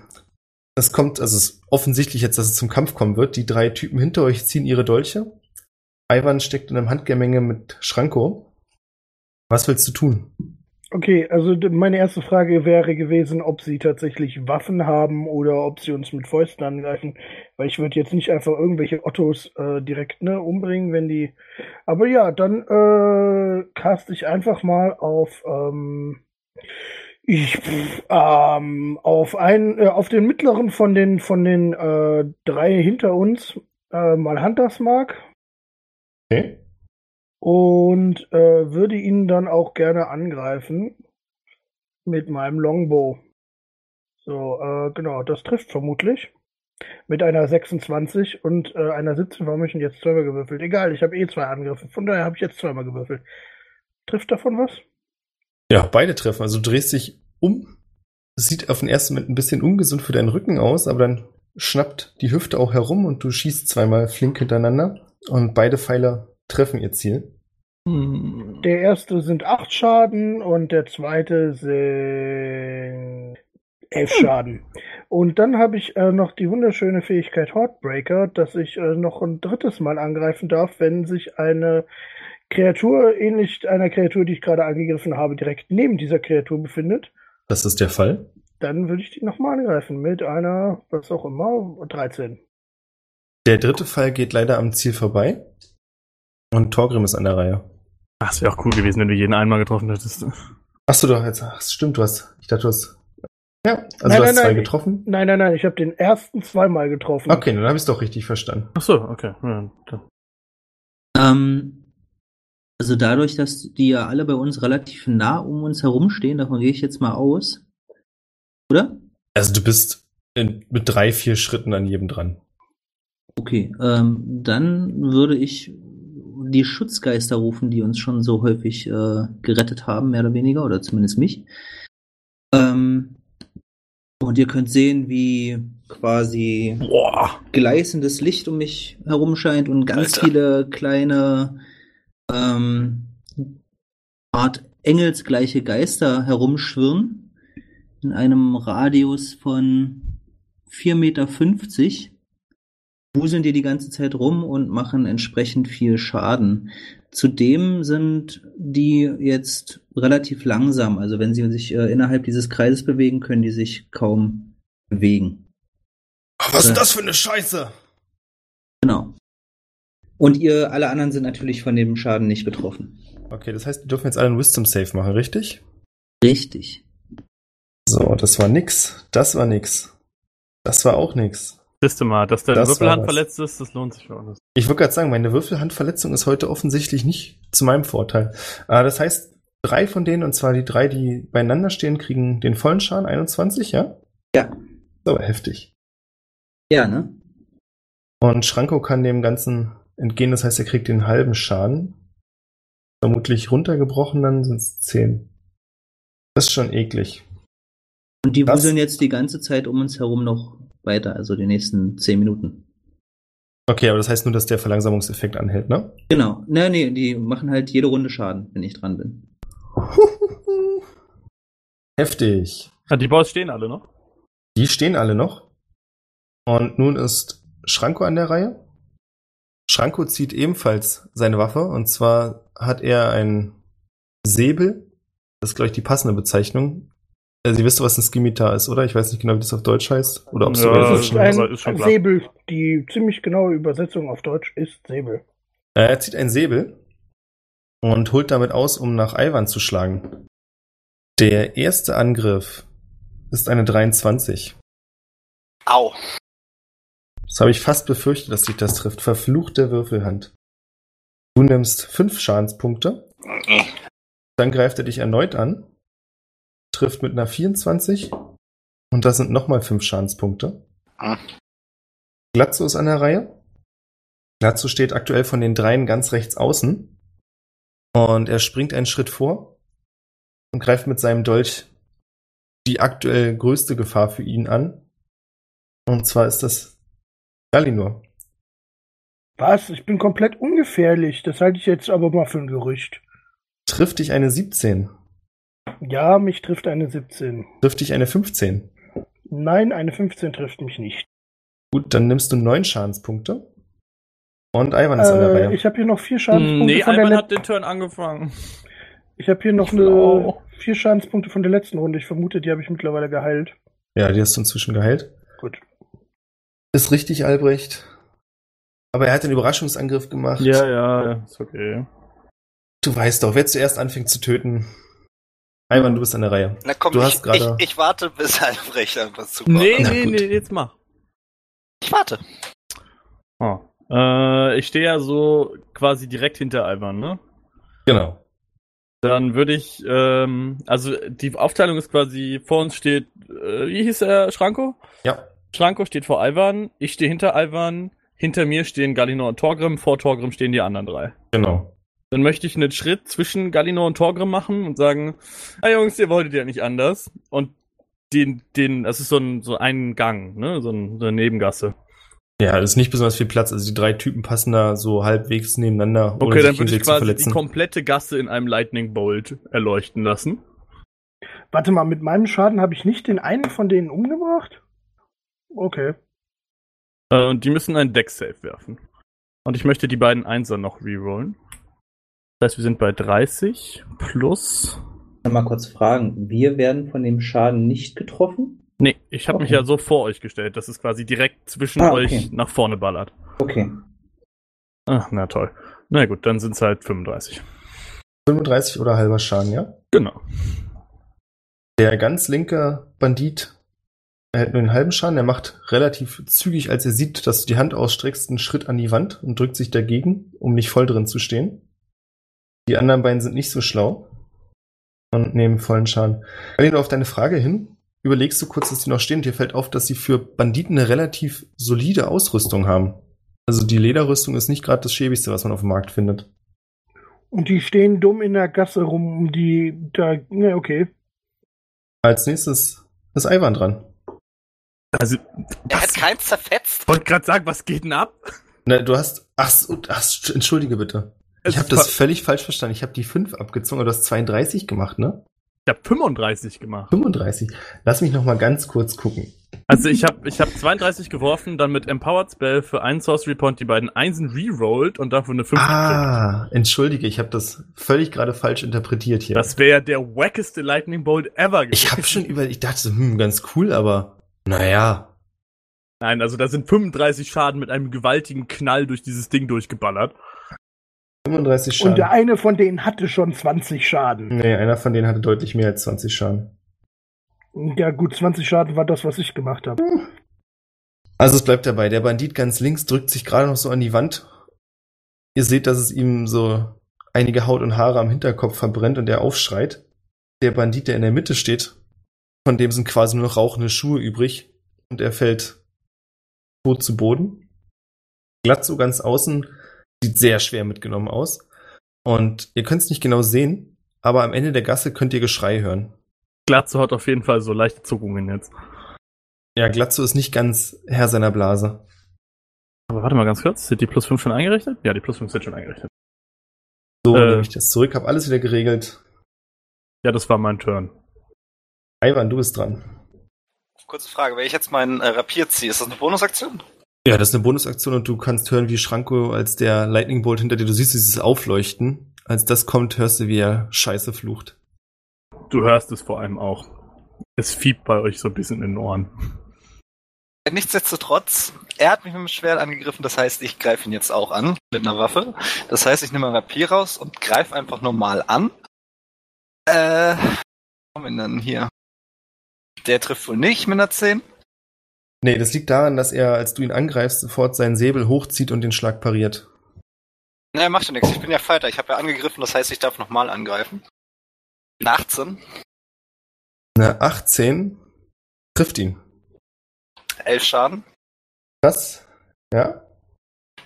Speaker 3: Es kommt, also es ist offensichtlich jetzt, dass es zum Kampf kommen wird. Die drei Typen hinter euch ziehen ihre Dolche. Ivan steckt in einem Handgemenge mit Schranko. Was willst du tun?
Speaker 4: Okay, also d- meine erste Frage wäre gewesen, ob sie tatsächlich Waffen haben oder ob sie uns mit Fäusten angreifen, weil ich würde jetzt nicht einfach irgendwelche Ottos äh, direkt ne, umbringen, wenn die. Aber ja, dann äh, cast ich einfach mal auf ähm, ich pff, ähm, auf einen äh, auf den mittleren von den von den äh, drei hinter uns äh, mal Hunters Mark
Speaker 3: Okay.
Speaker 4: und äh, würde ihn dann auch gerne angreifen mit meinem Longbow. So, äh, genau, das trifft vermutlich. Mit einer 26 und äh, einer 17 warum hab ich denn jetzt zweimal gewürfelt. Egal, ich habe eh zwei Angriffe. Von daher habe ich jetzt zweimal gewürfelt. Trifft davon was?
Speaker 3: Ja, beide treffen. Also du drehst dich um. Es sieht auf den ersten Moment ein bisschen ungesund für deinen Rücken aus, aber dann schnappt die Hüfte auch herum und du schießt zweimal flink hintereinander und beide Pfeile treffen ihr Ziel.
Speaker 4: Der erste sind 8 Schaden und der zweite sind 11
Speaker 2: Hm.
Speaker 4: Schaden. Und dann habe ich äh, noch die wunderschöne Fähigkeit Heartbreaker, dass ich äh, noch ein drittes Mal angreifen darf, wenn sich eine Kreatur ähnlich einer Kreatur, die ich gerade angegriffen habe, direkt neben dieser Kreatur befindet.
Speaker 3: Das ist der Fall.
Speaker 4: Dann würde ich die nochmal angreifen mit einer, was auch immer, 13.
Speaker 3: Der dritte Fall geht leider am Ziel vorbei. Und Torgrim ist an der Reihe.
Speaker 2: Ach, es wäre auch cool gewesen, wenn du jeden einmal getroffen hättest.
Speaker 3: Achso, du jetzt, ach, stimmt, du hast, ich dachte, du hast, ja, also
Speaker 4: Nein,
Speaker 3: du hast
Speaker 4: nein,
Speaker 3: zwei
Speaker 4: nein.
Speaker 3: getroffen.
Speaker 4: Nein, nein, nein, ich habe den ersten zweimal getroffen.
Speaker 3: Okay, dann habe ich es doch richtig verstanden.
Speaker 2: Ach so, okay. Ja, dann-
Speaker 5: Ähm, also dadurch, dass die ja alle bei uns relativ nah um uns herumstehen, davon gehe ich jetzt mal aus. Oder?
Speaker 3: Also du bist in, mit drei, vier Schritten an jedem dran.
Speaker 5: Okay, ähm, dann würde ich die Schutzgeister rufen, die uns schon so häufig äh, gerettet haben, mehr oder weniger, oder zumindest mich. Ähm, und ihr könnt sehen, wie quasi
Speaker 2: Boah.
Speaker 5: gleißendes Licht um mich herum scheint und ganz
Speaker 1: Alter.
Speaker 5: viele kleine ähm, Art engelsgleiche Geister herumschwirren in einem Radius von 4,50 Meter, wuseln die die ganze Zeit rum und machen entsprechend viel Schaden. Zudem sind die jetzt relativ langsam, also wenn sie sich äh, innerhalb dieses Kreises bewegen, können die sich kaum bewegen.
Speaker 3: Was
Speaker 5: ist das
Speaker 3: für eine Scheiße?
Speaker 5: Genau. Und ihr, alle anderen sind natürlich von dem Schaden nicht betroffen.
Speaker 3: Okay, das heißt, die dürfen jetzt alle einen Wisdom Save machen, richtig?
Speaker 5: Richtig.
Speaker 3: So, das war nix. Das war nix. Das war auch nix.
Speaker 2: Siehst du mal, dass deine
Speaker 3: Das war
Speaker 2: Würfelhand
Speaker 3: was.
Speaker 2: verletzt ist, das lohnt sich für uns.
Speaker 3: Ich würde gerade sagen, meine Würfelhandverletzung ist heute offensichtlich nicht zu meinem Vorteil. Aber das heißt, drei von denen, und zwar die drei, die beieinander stehen, kriegen den vollen Schaden, 21, ja?
Speaker 5: Ja.
Speaker 3: So, heftig.
Speaker 5: Ja, ne?
Speaker 3: Und Schranko kann dem Ganzen entgehen, das heißt, er kriegt den halben Schaden. Vermutlich runtergebrochen, dann sind es 10. Das ist schon eklig.
Speaker 5: Und die
Speaker 3: Das-
Speaker 5: wuseln jetzt die ganze Zeit um uns herum noch weiter, also die nächsten zehn Minuten.
Speaker 3: Okay, aber das heißt nur, dass der Verlangsamungseffekt anhält, ne?
Speaker 5: Genau. Nee, nee, die machen halt jede Runde Schaden, wenn ich dran bin.
Speaker 3: Heftig.
Speaker 2: Ah, die Boys stehen alle noch.
Speaker 3: Die stehen alle noch. Und nun ist Schranko an der Reihe. Schranko zieht ebenfalls seine Waffe. Und zwar hat er ein Säbel. Das ist, glaube ich, die passende Bezeichnung. Äh, Sie wissen, was ein Scimitar ist, oder? Ich weiß nicht genau, wie das auf Deutsch heißt. Oder ob es
Speaker 2: Ja,
Speaker 3: sogar
Speaker 4: Das
Speaker 2: ist
Speaker 4: ist
Speaker 2: schon-
Speaker 4: ein
Speaker 2: aber Äh, also, ist schon klar.
Speaker 4: Säbel. Die ziemlich genaue Übersetzung auf Deutsch ist Säbel.
Speaker 3: Äh, Er zieht ein Säbel und holt damit aus, um nach Ivan zu schlagen. Der erste Angriff ist eine 23.
Speaker 1: Au.
Speaker 3: Das habe ich fast befürchtet, dass dich das trifft. Verfluchte Würfelhand. Du nimmst fünf Schadenspunkte, dann greift er dich erneut an, trifft mit einer 24 und das sind nochmal fünf Schadenspunkte.
Speaker 1: Ah.
Speaker 3: Glatzo ist an der Reihe. Glatzo steht aktuell von den dreien ganz rechts außen und er springt einen Schritt vor und greift mit seinem Dolch die aktuell größte Gefahr für ihn an. Und zwar ist das Galinor.
Speaker 4: Was? Ich bin komplett ungefährlich. Das halte ich jetzt aber mal für ein Gerücht.
Speaker 3: Trifft dich eine 17?
Speaker 4: Ja, mich trifft eine 17.
Speaker 3: Trifft dich eine 15?
Speaker 4: Nein, eine 15 trifft mich nicht.
Speaker 3: Gut, dann nimmst du neun Schadenspunkte. Und Ivan ist an der
Speaker 4: Äh,
Speaker 3: Reihe.
Speaker 4: ich habe hier noch vier Schadenspunkte
Speaker 2: Mm, Nee,
Speaker 4: von der
Speaker 2: Alban
Speaker 4: letzten.
Speaker 2: hat den Turn angefangen.
Speaker 4: Ich habe hier noch eine,
Speaker 2: Genau.
Speaker 4: vier Schadenspunkte von der letzten Runde. Ich vermute, die habe ich mittlerweile geheilt.
Speaker 3: Ja, die hast du inzwischen geheilt.
Speaker 4: Gut.
Speaker 3: Ist richtig, Albrecht. Aber er hat den Überraschungsangriff
Speaker 2: <laughs>
Speaker 3: gemacht.
Speaker 2: Ja, ja, ist okay.
Speaker 3: Du weißt doch, wer zuerst anfängt zu töten. Ivan, du bist an der Reihe.
Speaker 1: Na komm,
Speaker 3: Du
Speaker 1: ich,
Speaker 3: hast gerade-
Speaker 1: ich, ich warte, bis Albrecht irgendwas zu
Speaker 2: Nee,
Speaker 3: Na
Speaker 2: nee,
Speaker 3: gut.
Speaker 2: nee, jetzt mach.
Speaker 1: Ich warte.
Speaker 2: Oh. Äh, ich stehe ja so quasi direkt hinter Alban, ne?
Speaker 3: Genau.
Speaker 2: Dann würde ich, ähm, also die Aufteilung ist quasi, vor uns steht, äh, wie hieß er, Schranko?
Speaker 3: Ja.
Speaker 2: Schranko steht vor Alvan, ich stehe hinter Alvan, hinter mir stehen Galinor und Torgrim, vor Torgrim stehen die anderen drei.
Speaker 3: Genau.
Speaker 2: Dann möchte ich einen Schritt zwischen Galinor und Torgrim machen und sagen, hey Jungs, ihr wolltet ja nicht anders. Und den, den, das ist so ein, so ein Gang, ne, so, ein, so eine Nebengasse.
Speaker 3: Ja, ist nicht besonders viel Platz. Also die drei Typen passen da so halbwegs nebeneinander, ohne
Speaker 2: Okay,
Speaker 3: sich
Speaker 2: dann würde ich
Speaker 3: gegenseitig zu
Speaker 2: quasi die
Speaker 3: verletzen.
Speaker 2: komplette Gasse in einem Lightning Bolt erleuchten lassen.
Speaker 4: Warte mal, mit meinem Schaden habe ich nicht den einen von denen umgebracht? Okay.
Speaker 2: Äh, und die müssen einen Deck-Save werfen. Und ich möchte die beiden Einser noch rerollen. Das heißt, wir sind bei 30 plus.
Speaker 5: Mal kurz fragen, wir werden von dem Schaden nicht getroffen?
Speaker 2: Nee, ich habe mich
Speaker 5: Okay.
Speaker 2: ja so vor euch gestellt, dass es quasi direkt zwischen
Speaker 5: Ah, okay.
Speaker 2: euch nach vorne ballert.
Speaker 5: Okay.
Speaker 2: Ach, na toll. Na gut, dann sind es halt 35.
Speaker 3: 35 oder halber Schaden, ja?
Speaker 2: Genau.
Speaker 3: Der ganz linke Bandit erhält nur den halben Schaden. Er macht relativ zügig, als er sieht, dass du die Hand ausstreckst, einen Schritt an die Wand und drückt sich dagegen, um nicht voll drin zu stehen. Die anderen beiden sind nicht so schlau und nehmen vollen Schaden. Aline, auf deine Frage hin, überlegst du kurz, dass die noch stehen. Dir fällt auf, dass sie für Banditen eine relativ solide Ausrüstung haben. Also die Lederrüstung ist nicht gerade das schäbigste, was man auf dem Markt findet.
Speaker 4: Und die stehen dumm in der Gasse rum, um die da. Ne, okay.
Speaker 3: Als nächstes ist Ivan dran.
Speaker 2: Also,
Speaker 1: Er hat
Speaker 2: was,
Speaker 1: keinen zerfetzt.
Speaker 2: wollte gerade sagen, was geht denn ab?
Speaker 3: Na, du hast. Ach, so, ach st- entschuldige bitte. Ich habe das völlig falsch verstanden. Ich habe die 5 abgezogen, aber du hast 32 gemacht, ne?
Speaker 2: Ich habe 35 gemacht.
Speaker 3: 35. Lass mich noch mal ganz kurz gucken.
Speaker 2: Also ich habe ich hab 32 geworfen, dann mit Empowered Spell für einen Sorcery Point die beiden Einsen rerollt und dafür eine 5 gekriegt.
Speaker 3: Ah, entschuldige, ich habe das völlig gerade falsch interpretiert hier.
Speaker 2: Das wäre der wackeste Lightning Bolt ever gewesen.
Speaker 3: ich
Speaker 2: <laughs>
Speaker 3: habe schon über, ich dachte, so, hm, ganz cool, aber naja.
Speaker 2: Nein, also da sind 35 Schaden mit einem gewaltigen Knall durch dieses Ding durchgeballert.
Speaker 3: 35
Speaker 4: Und der
Speaker 3: Schaden.
Speaker 4: eine von denen hatte schon 20 Schaden.
Speaker 3: Nee, einer von denen hatte deutlich mehr als 20 Schaden.
Speaker 4: Ja, gut, 20 Schaden war das, was ich gemacht habe.
Speaker 3: Also es bleibt dabei. Der Bandit ganz links drückt sich gerade noch so an die Wand. Ihr seht, dass es ihm so einige Haut und Haare am Hinterkopf verbrennt und er aufschreit. Der Bandit, der in der Mitte steht, von dem sind quasi nur noch rauchende Schuhe übrig und er fällt tot zu Boden. Glatt so ganz außen, sieht sehr schwer mitgenommen aus. Und ihr könnt es nicht genau sehen, aber am Ende der Gasse könnt ihr Geschrei hören.
Speaker 2: Glatze hat auf jeden Fall so leichte Zuckungen jetzt.
Speaker 3: Ja, Glatzo ist nicht ganz Herr seiner Blase.
Speaker 2: Aber warte mal ganz kurz, sind die plus 5 schon eingerichtet? Ja, die plus 5 sind schon eingerichtet.
Speaker 3: So
Speaker 2: Äh.
Speaker 3: nehme ich das zurück, habe alles wieder geregelt.
Speaker 2: Ja, das war mein Turn.
Speaker 3: Ivan, du bist dran.
Speaker 1: Kurze Frage, wenn ich jetzt meinen äh, Rapier ziehe, ist das eine Bonusaktion?
Speaker 3: Ja, das ist eine Bonusaktion und du kannst hören, wie Schranko, als der Lightning Bolt hinter dir, du siehst dieses Aufleuchten. Als das kommt, hörst du, wie er scheiße flucht.
Speaker 2: Du hörst es vor allem auch. Es fiebt bei euch so ein bisschen in den Ohren.
Speaker 1: Nichtsdestotrotz, er hat mich mit dem Schwert angegriffen, das heißt, ich greife ihn jetzt auch an mit einer Waffe. Das heißt, ich nehme mein Rapier raus und greife einfach normal an. Äh, komm ihn dann hier. Der trifft wohl nicht mit einer 10.
Speaker 3: Nee, das liegt daran, dass er, als du ihn angreifst, sofort seinen Säbel hochzieht und den Schlag pariert.
Speaker 1: Naja, macht ja nichts. Ich bin ja Fighter. Ich habe ja angegriffen, das heißt, ich darf nochmal angreifen. Mit 18.
Speaker 3: Eine 18 trifft ihn.
Speaker 1: 11 Schaden.
Speaker 3: Krass. Ja.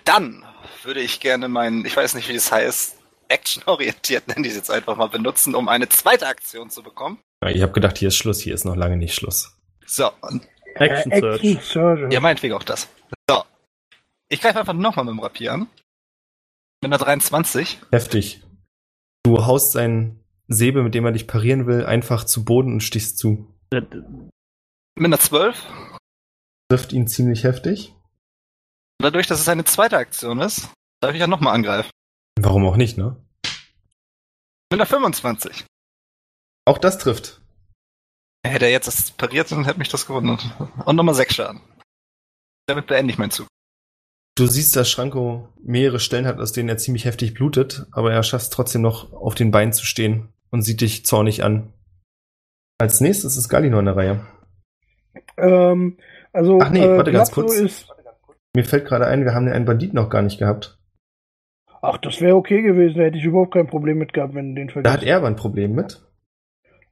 Speaker 1: Dann würde ich gerne meinen, ich weiß nicht, wie das heißt, actionorientiert, <laughs> nenne ich es jetzt einfach mal, benutzen, um eine zweite Aktion zu bekommen.
Speaker 3: Ja, Ich habe gedacht, hier ist Schluss, hier ist noch lange nicht Schluss.
Speaker 1: So, und
Speaker 2: Action
Speaker 4: Äh,
Speaker 2: Search.
Speaker 4: Surge.
Speaker 1: ja, meinetwegen auch das. So. Ich greife einfach nochmal mit dem Rapier an. Mit einer 23.
Speaker 3: Heftig. Du haust seinen Säbel, mit dem er dich parieren will, einfach zu Boden und stichst zu.
Speaker 2: Äh,
Speaker 1: Mit einer 12.
Speaker 3: Trifft ihn ziemlich heftig.
Speaker 1: Dadurch, dass es eine zweite Aktion ist, darf ich ja nochmal angreifen.
Speaker 3: Warum auch nicht, ne?
Speaker 1: Mit einer 25.
Speaker 3: Auch das trifft.
Speaker 1: Hätte er jetzt das pariert, dann hätte mich das gewundert. Und nochmal 6 Schaden. Damit beende ich meinen Zug.
Speaker 3: Du siehst, dass Schranko mehrere Stellen hat, aus denen er ziemlich heftig blutet, aber er schafft es trotzdem noch, auf den Beinen zu stehen und sieht dich zornig an. Als nächstes ist Galino in der Reihe.
Speaker 4: Ähm, also,
Speaker 3: Ach nee, warte ganz
Speaker 4: Glatzo
Speaker 3: kurz.
Speaker 4: Ist,
Speaker 3: Mir fällt gerade ein, wir haben ja einen Bandit noch gar nicht gehabt.
Speaker 4: ach, das wäre okay gewesen. Da hätte ich überhaupt kein Problem mit gehabt, wenn du den
Speaker 3: Da
Speaker 4: vergisst.
Speaker 3: hat er aber ein Problem mit.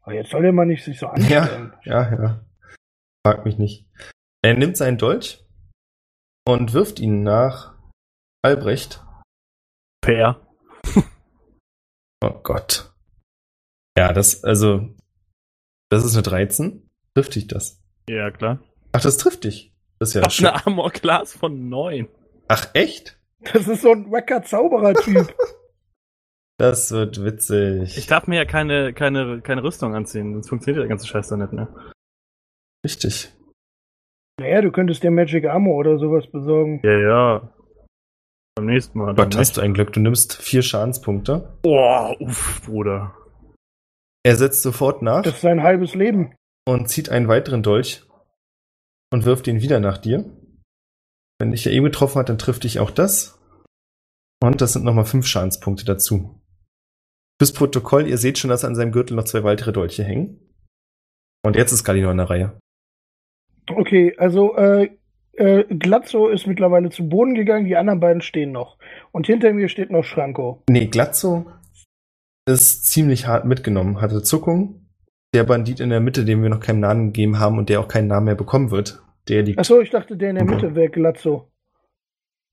Speaker 4: Aber jetzt soll der mal nicht sich so anstellen.
Speaker 3: Ja, ja, ja. Frag mich nicht. Er nimmt seinen Dolch und wirft ihn nach Albrecht.
Speaker 2: Fair.
Speaker 3: Oh Gott. Ja, das, also, das ist eine 13. Trifft dich das?
Speaker 2: Ja, klar.
Speaker 3: Ach, das trifft dich. Das ist ja
Speaker 2: Auf
Speaker 3: schön.
Speaker 2: eine Armor Class von 9.
Speaker 3: Ach, echt?
Speaker 4: Das ist so ein wacker
Speaker 3: <laughs>
Speaker 4: Zauberer-Typ.
Speaker 3: Das wird witzig.
Speaker 2: Ich darf mir ja keine, keine, keine Rüstung anziehen, sonst funktioniert der ganze Scheiß da nicht, ne?
Speaker 3: Richtig.
Speaker 4: naja, du könntest dir Magic Armor oder sowas besorgen.
Speaker 2: Ja, ja. Beim nächsten Mal.
Speaker 3: Gott,
Speaker 2: dann
Speaker 3: hast du ein Glück. Du nimmst vier Schadenspunkte.
Speaker 2: Boah, uff, Bruder.
Speaker 3: Er setzt sofort nach
Speaker 4: Das ist sein halbes Leben.
Speaker 3: und zieht einen weiteren Dolch und wirft ihn wieder nach dir. Wenn dich der eben getroffen hat, dann trifft dich auch das. Und das sind nochmal fünf Schadenspunkte dazu. Fürs Protokoll, ihr seht schon, dass an seinem Gürtel noch zwei weitere Dolche hängen. Und jetzt ist Galino an der Reihe.
Speaker 4: Okay, also äh, äh, Glatzo ist mittlerweile zu Boden gegangen, die anderen beiden stehen noch. Und hinter mir steht noch Schranko.
Speaker 3: Nee, Glatzo ist ziemlich hart mitgenommen, hatte Zuckung. Der Bandit in der Mitte, dem wir noch keinen Namen gegeben haben und der auch keinen Namen mehr bekommen wird, der liegt.
Speaker 4: Achso, ich dachte, der in der Mitte wäre Glatzo.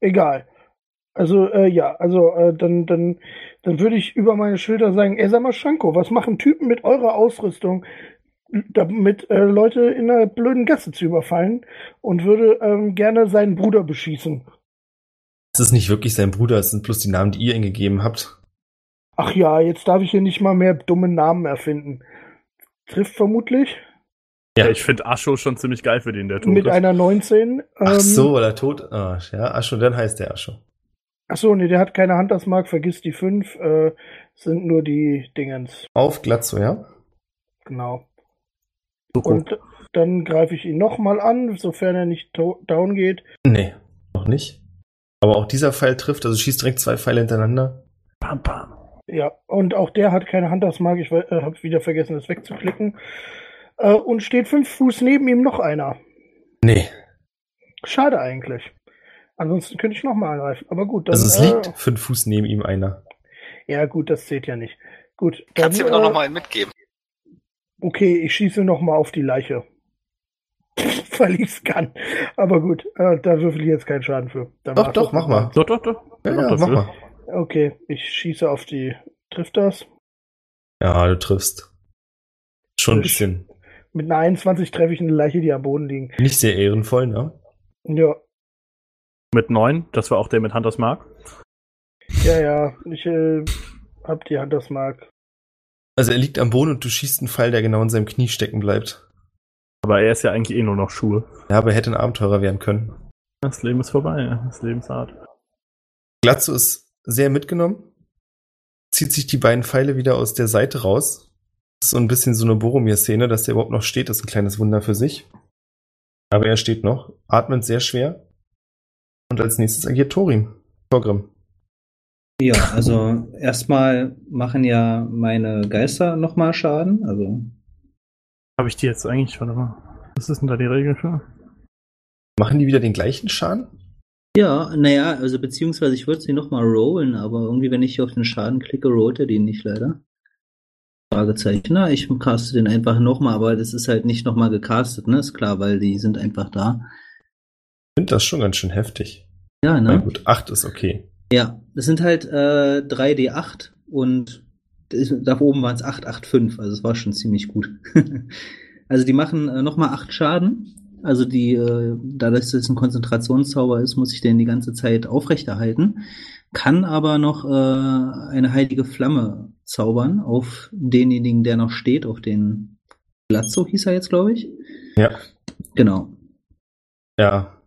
Speaker 4: Egal. Also, äh, ja, also, äh, dann, dann, dann würde ich über meine Schilder sagen, ey, sag mal, Schranko, was machen Typen mit eurer Ausrüstung, damit äh, Leute in einer blöden Gasse zu überfallen? Und würde ähm, gerne seinen Bruder beschießen.
Speaker 3: Es ist nicht wirklich sein Bruder, es sind bloß die Namen, die ihr ihm gegeben habt.
Speaker 4: Ach ja, jetzt darf ich hier nicht mal mehr dumme Namen erfinden. Trifft
Speaker 3: Ja.
Speaker 4: vermutlich
Speaker 2: Ja, ich finde Ascho schon ziemlich geil für den, der tot
Speaker 4: mit
Speaker 2: ist.
Speaker 4: einer 19.
Speaker 3: Ach
Speaker 4: ähm,
Speaker 3: so, weil er tot. Ah, ja, Ascho, dann heißt der Ascho.
Speaker 4: Ach so, nee, der hat keine Handtasmark, vergiss die 5. Äh, sind nur die Dingens.
Speaker 3: Auf Glatzo, ja?
Speaker 4: Genau.
Speaker 2: Zuckung.
Speaker 4: Und dann greife ich ihn nochmal an, sofern er nicht to- down geht.
Speaker 3: Nee, noch nicht. Aber auch dieser Pfeil trifft, also schießt direkt zwei Pfeile hintereinander.
Speaker 2: Bam, bam.
Speaker 4: Ja, und auch der hat keine Handtasmark. Ich we- äh, habe wieder vergessen, das wegzuklicken. Äh, und steht fünf Fuß neben ihm noch einer.
Speaker 3: Nee,
Speaker 4: Schade eigentlich. Ansonsten könnte ich nochmal angreifen. Aber gut, dann,
Speaker 3: also es
Speaker 4: äh,
Speaker 3: liegt fünf Fuß neben ihm einer.
Speaker 4: Ja, gut, das zählt ja nicht. Gut,
Speaker 1: Kannst du
Speaker 4: dann,
Speaker 1: mir doch
Speaker 4: äh,
Speaker 1: nochmal einen mitgeben.
Speaker 4: <laughs> Okay, ich schieße nochmal auf die Leiche. verliest kann. Aber gut, äh, da würfel ich jetzt keinen Schaden für. Dann
Speaker 3: Doch,
Speaker 4: war's
Speaker 3: doch,
Speaker 4: das.
Speaker 3: mach mal.
Speaker 2: Doch, doch, doch.
Speaker 3: Ja,
Speaker 2: Doch
Speaker 3: ja, mach
Speaker 2: dafür.
Speaker 3: mal.
Speaker 4: Okay, ich schieße auf die. Trifft das?
Speaker 3: Ja, du triffst. Schon ein
Speaker 4: Ich-
Speaker 3: bisschen.
Speaker 4: Mit einer 21 treffe ich eine Leiche, die am Boden liegen.
Speaker 3: Nicht sehr ehrenvoll, ne?
Speaker 4: Ja,
Speaker 2: Mit neun, das war auch der mit Hunters Mark.
Speaker 4: ja, ja. Ich äh, hab die Hand das Mark.
Speaker 3: Also er liegt am Boden und du schießt einen Pfeil, der genau in seinem Knie stecken bleibt.
Speaker 2: Aber er ist ja eigentlich eh nur noch Schuhe.
Speaker 3: Ja, aber er hätte ein Abenteurer werden können.
Speaker 2: Das Leben ist vorbei, das Leben ist hart.
Speaker 3: Glatzo ist sehr mitgenommen, zieht sich die beiden Pfeile wieder aus der Seite raus. Das ist so ein bisschen so eine Boromir-Szene, dass der überhaupt noch steht, ist ein kleines Wunder für sich. Aber er steht noch, atmet sehr schwer. Und als nächstes agiert Thorim. Torgrim.
Speaker 5: Ja, also erstmal machen ja meine Geister nochmal Schaden. Also
Speaker 2: Habe ich die jetzt eigentlich schon immer? Was ist denn da die Regel für?
Speaker 3: Machen die wieder den gleichen Schaden?
Speaker 5: ja, naja, also beziehungsweise ich würde sie nochmal rollen, aber irgendwie, wenn ich hier auf den Schaden klicke, rollt er den nicht leider. Fragezeichen. Na, ich caste den einfach nochmal, aber das ist halt nicht nochmal gecastet, ne? Ist klar, weil die sind einfach da.
Speaker 3: Ich finde das schon ganz schön heftig.
Speaker 5: Ja,
Speaker 3: Na
Speaker 5: ne?
Speaker 3: gut, 8 ist okay.
Speaker 5: Ja, das sind halt äh, 3D8 und das- da oben waren es 885, also es war schon ziemlich gut. <laughs> also die machen äh, nochmal 8 Schaden. Also die, äh, dadurch, dass es ein Konzentrationszauber ist, muss ich den die ganze Zeit aufrechterhalten. Kann aber noch äh, eine heilige Flamme zaubern auf denjenigen, der noch steht, auf den Glatzo hieß er jetzt, glaube ich.
Speaker 3: Ja.
Speaker 5: Genau.
Speaker 3: Ja.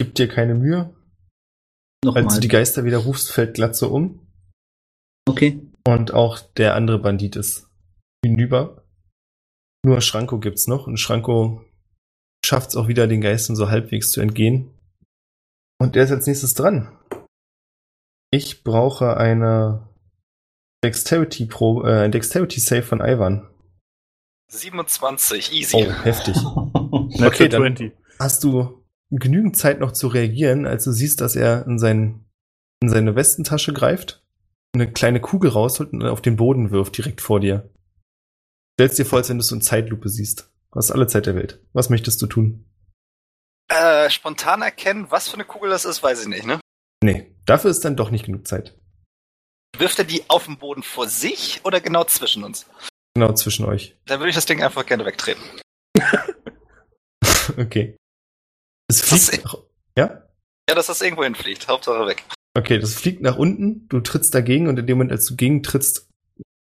Speaker 3: Gib dir keine Mühe.
Speaker 5: Nochmal.
Speaker 3: Als du die Geister wieder rufst, fällt Glatzo um.
Speaker 5: okay.
Speaker 3: Und auch der andere Bandit ist hinüber. Nur Schranko gibt's noch und Schranko schafft's auch wieder, den Geistern so halbwegs zu entgehen. Und der ist als nächstes dran. Ich brauche eine Dexterity Pro, äh, ein Dexterity Save von Ivan.
Speaker 1: 27, easy.
Speaker 3: Oh, heftig.
Speaker 2: Natural
Speaker 3: dann-
Speaker 2: 20.
Speaker 3: Hast du genügend Zeit noch zu reagieren, als du siehst, dass er in, seinen, in seine Westentasche greift, eine kleine Kugel rausholt und auf den Boden wirft, direkt vor dir. Stellst dir vor, als wenn du es in Zeitlupe siehst. Du hast alle Zeit der Welt. Was möchtest du tun?
Speaker 1: Äh, spontan erkennen, was für eine Kugel das ist, weiß ich nicht, ne?
Speaker 3: Nee, dafür ist dann doch nicht genug Zeit.
Speaker 1: Wirft er die auf den Boden vor sich oder genau zwischen uns?
Speaker 3: Genau zwischen euch. <laughs>
Speaker 1: Dann würde ich das Ding einfach gerne wegtreten.
Speaker 3: Okay. Es
Speaker 1: Was?
Speaker 3: fliegt nach, ja?
Speaker 1: Ja, dass das irgendwo hinfliegt. Hauptsache weg.
Speaker 3: Okay, das fliegt nach unten, du trittst dagegen und in dem Moment, als du gegentrittst,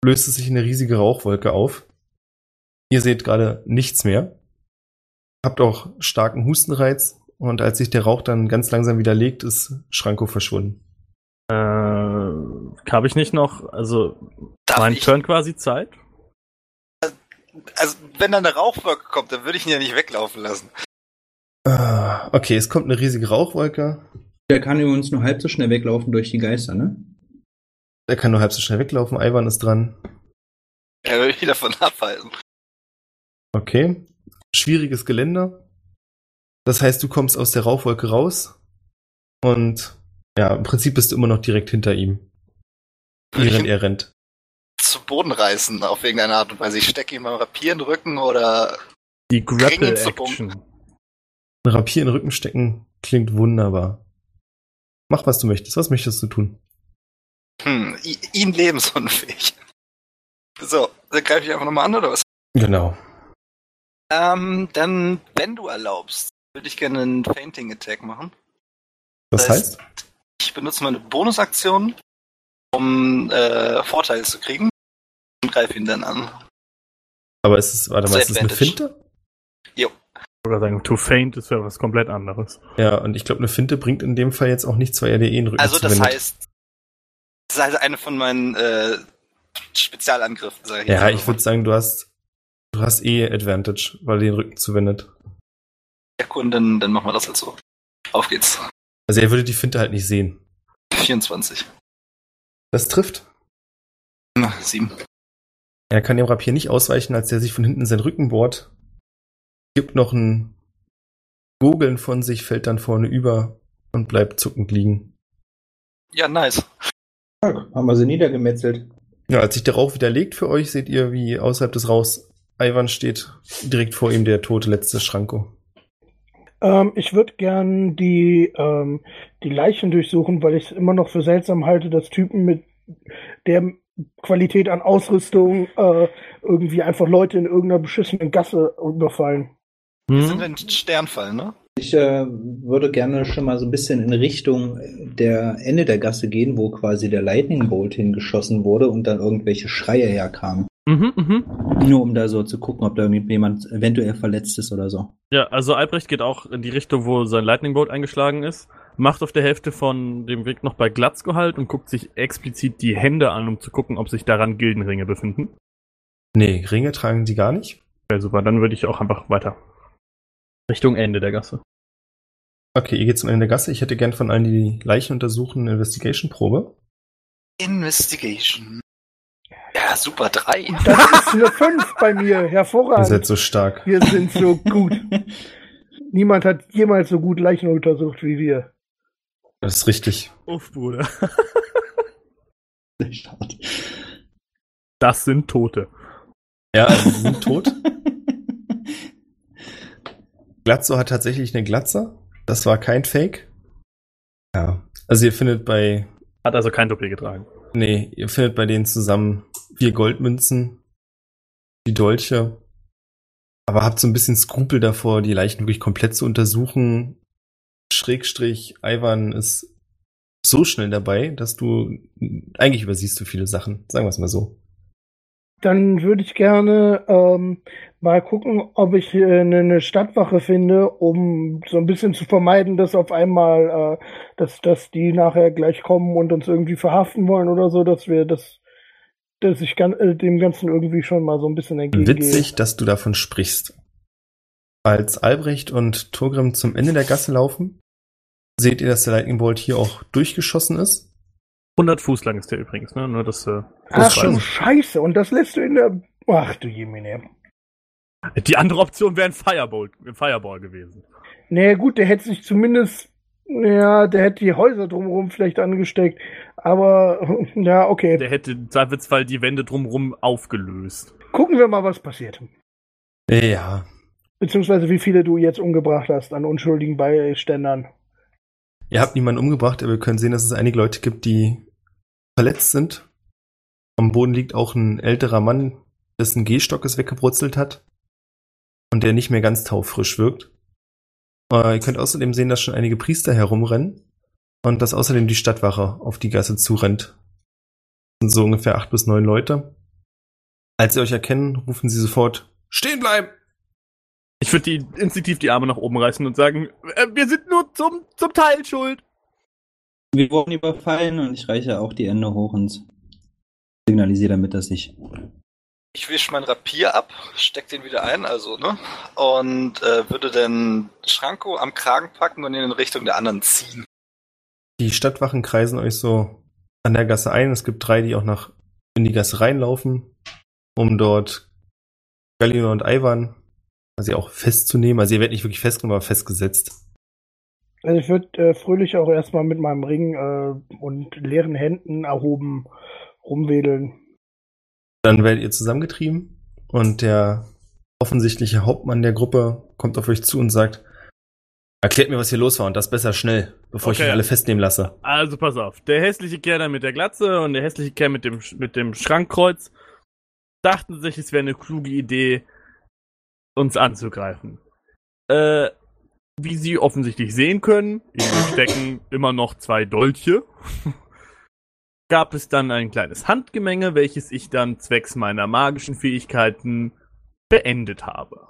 Speaker 3: löst es sich in eine riesige Rauchwolke auf. Ihr seht gerade nichts mehr. Habt auch starken Hustenreiz und als sich der Rauch dann ganz langsam widerlegt, ist Schranko verschwunden.
Speaker 2: Äh, habe Äh, ich nicht noch, also
Speaker 1: Darf
Speaker 2: mein
Speaker 1: ich,
Speaker 2: Turn quasi Zeit?
Speaker 1: also, wenn da eine Rauchwolke kommt, dann würde ich ihn ja nicht weglaufen lassen.
Speaker 3: Ah, Okay, es kommt eine riesige Rauchwolke.
Speaker 5: Der kann übrigens nur halb so schnell weglaufen durch die Geister, ne?
Speaker 3: Er kann nur halb so schnell weglaufen. Ivan ist dran.
Speaker 1: Er würde mich davon abhalten.
Speaker 3: Okay. Schwieriges Gelände. Das heißt, du kommst aus der Rauchwolke raus und ja, im Prinzip bist du immer noch direkt hinter ihm,
Speaker 1: Würde ich
Speaker 3: während
Speaker 1: ihn
Speaker 3: er rennt.
Speaker 1: zu Boden reißen, auf irgendeine Art und Weise. Ich stecke ihm beim Rapieren Rücken oder
Speaker 2: Die Grapple
Speaker 1: Ringen zu
Speaker 2: Action.
Speaker 3: Ein Rapier in den Rücken stecken klingt wunderbar. Mach, was du möchtest. Was möchtest du tun?
Speaker 1: hm, i- ihn lebensunfähig. So, dann greife ich einfach nochmal an, oder was?
Speaker 3: Genau.
Speaker 1: Ähm, dann, wenn du erlaubst, würde ich gerne einen Fainting Attack machen.
Speaker 3: Das
Speaker 1: Das
Speaker 3: heißt,
Speaker 1: Ich benutze meine Bonusaktion, um äh, Vorteil zu kriegen und greife ihn dann an.
Speaker 3: aber ist es, warte mal,
Speaker 1: Das
Speaker 3: ist es eine
Speaker 1: Advantage.
Speaker 3: Finte?
Speaker 2: Oder sagen, to faint ist ja was komplett anderes.
Speaker 3: Ja, und ich glaube, eine Finte bringt in dem Fall jetzt auch nichts, weil er dir eh in den Rücken
Speaker 1: Also das
Speaker 3: zuwendet.
Speaker 1: heißt, das ist also eine von meinen äh, Spezialangriffen, sage ich
Speaker 3: Ja,
Speaker 1: jetzt
Speaker 3: ich
Speaker 1: mal.
Speaker 3: würde sagen, du hast, du hast eh Advantage, weil er dir den Rücken zuwendet.
Speaker 1: Ja, cool, dann, dann machen wir das halt so. Auf geht's.
Speaker 3: Also er würde die Finte halt nicht sehen.
Speaker 1: 24.
Speaker 3: Das trifft.
Speaker 1: Na, 7.
Speaker 3: Er kann dem Rapier nicht ausweichen, als er sich von hinten in seinen Rücken bohrt. Gibt noch ein Gurgeln von sich, fällt dann vorne über und bleibt zuckend liegen.
Speaker 1: Ja, nice.
Speaker 5: Haben wir sie niedergemetzelt.
Speaker 3: Ja, als sich der Rauch widerlegt für euch, seht ihr, wie außerhalb des Rauchs Ivan steht, direkt vor ihm der tote letzte Schranko.
Speaker 4: Ähm, ich würde gern die, ähm, die Leichen durchsuchen, weil ich es immer noch für seltsam halte, dass Typen mit der Qualität an Ausrüstung äh, irgendwie einfach Leute in irgendeiner beschissenen Gasse überfallen.
Speaker 3: Hm?
Speaker 2: Mhm,
Speaker 1: Wir sind ein Sternfall, ne?
Speaker 5: Ich äh, würde gerne schon mal so ein bisschen in Richtung der Ende der Gasse gehen, wo quasi der Lightning Bolt hingeschossen wurde und dann irgendwelche Schreie herkamen.
Speaker 2: Mhm, mhm.
Speaker 5: Nur um da so zu gucken, ob da jemand eventuell verletzt ist oder so. <laughs>
Speaker 2: Ja, also Albrecht geht auch in die Richtung, wo sein Lightning Bolt eingeschlagen ist, macht auf der Hälfte von dem Weg noch bei Glatzko halt und guckt sich explizit die Hände an, um zu gucken, ob sich daran Gildenringe befinden.
Speaker 3: Nee, Ringe tragen die gar nicht.
Speaker 2: Ja, super, dann würde ich auch einfach weiter. Richtung Ende der Gasse.
Speaker 3: Okay, ihr geht zum Ende der Gasse. Ich hätte gern von allen, die die Leichen untersuchen, eine Investigation-Probe.
Speaker 1: Investigation. Ja, super, drei.
Speaker 4: Das ist eine 5 bei mir.
Speaker 3: Ihr
Speaker 4: Hervorragend.
Speaker 3: seid so stark.
Speaker 4: Wir sind so gut. Niemand hat jemals so gut Leichen untersucht wie wir.
Speaker 3: Das ist richtig.
Speaker 2: Uff, Bruder.
Speaker 5: Sehr schade.
Speaker 2: Das sind Tote.
Speaker 3: Ja, also sie sind tot. Glatzo hat tatsächlich eine Glatze. Das war kein Fake. Ja. Also ihr findet bei
Speaker 2: Hat also kein Doppel getragen.
Speaker 3: Nee, ihr findet bei denen zusammen vier Goldmünzen, die Dolche. Aber habt so ein bisschen Skrupel davor, die Leichen wirklich komplett zu untersuchen. Schrägstrich, Ivan ist so schnell dabei, dass du eigentlich übersiehst du viele Sachen. Sagen wir es mal so.
Speaker 4: Dann würde ich gerne ähm, mal gucken, ob ich äh, eine eine Stadtwache finde, um so ein bisschen zu vermeiden, dass auf einmal, äh, dass, dass die nachher gleich kommen und uns irgendwie verhaften wollen oder so, dass wir das, dass ich gan äh, dem Ganzen irgendwie schon mal so ein bisschen entgegengehe.
Speaker 3: Witzig, dass du davon sprichst. Als Albrecht und Turgrim zum Ende der Gasse laufen, seht ihr, dass der Lightning Bolt hier auch durchgeschossen ist.
Speaker 2: 100 Fuß lang ist der übrigens, ne? Nur das, äh,
Speaker 4: Ach
Speaker 3: das
Speaker 4: du
Speaker 3: weiß.
Speaker 4: Scheiße, und das lässt du in der. Ach du Jemine.
Speaker 2: Die andere Option wäre ein Fireball, ein Fireball gewesen.
Speaker 4: Naja, gut, der hätte sich zumindest. Ja, der hätte die Häuser drumherum vielleicht angesteckt. Aber, <laughs> ja, okay.
Speaker 2: Der hätte im Zweifelsfall die Wände drumrum aufgelöst.
Speaker 4: Gucken wir mal, was passiert.
Speaker 3: Ja,
Speaker 4: Beziehungsweise wie viele du jetzt umgebracht hast an unschuldigen Beiständern.
Speaker 3: Ihr habt niemanden umgebracht, aber wir können sehen, dass es einige Leute gibt, die verletzt sind. Am Boden liegt auch ein älterer Mann, dessen Gehstock es weggebrutzelt hat und der nicht mehr ganz taufrisch wirkt. Äh, ihr könnt außerdem sehen, dass schon einige Priester herumrennen und dass außerdem die Stadtwache auf die Gasse zurennt. Das sind so ungefähr acht bis neun Leute. Als sie euch erkennen, rufen sie sofort Stehen bleiben!
Speaker 2: Ich würde die instinktiv die Arme nach oben reißen und sagen, äh, wir sind nur zum, zum Teil schuld.
Speaker 5: Wir wurden überfallen und ich reiche auch die Hände hoch und signalisiere damit, dass ich.
Speaker 1: Ich wisch mein Rapier ab, steck den wieder ein, also, ne? Und äh, würde dann Schranko am Kragen packen und ihn in Richtung der anderen ziehen.
Speaker 3: Die Stadtwachen kreisen euch so an der Gasse ein. Es gibt drei, die auch nach in die Gasse reinlaufen, um dort Galina und Ivan quasi auch festzunehmen. Also ihr werdet nicht wirklich festgenommen, aber festgesetzt.
Speaker 4: Also ich würde äh, fröhlich auch erstmal mit meinem Ring äh, und leeren Händen erhoben rumwedeln.
Speaker 3: Dann werdet ihr zusammengetrieben und der offensichtliche Hauptmann der Gruppe kommt auf euch zu und sagt, erklärt mir, was hier los war und das besser schnell, bevor ich
Speaker 2: Okay.
Speaker 3: euch alle festnehmen lasse.
Speaker 2: Also pass auf, der hässliche Kerl da mit der Glatze und der hässliche Kerl mit dem, Sch- mit dem Schrankkreuz dachten sich, es wäre eine kluge Idee, uns anzugreifen. Äh, wie Sie offensichtlich sehen können, in ihm stecken immer noch zwei Dolche. <laughs> Gab es dann ein kleines Handgemenge, welches ich dann zwecks meiner magischen Fähigkeiten beendet habe.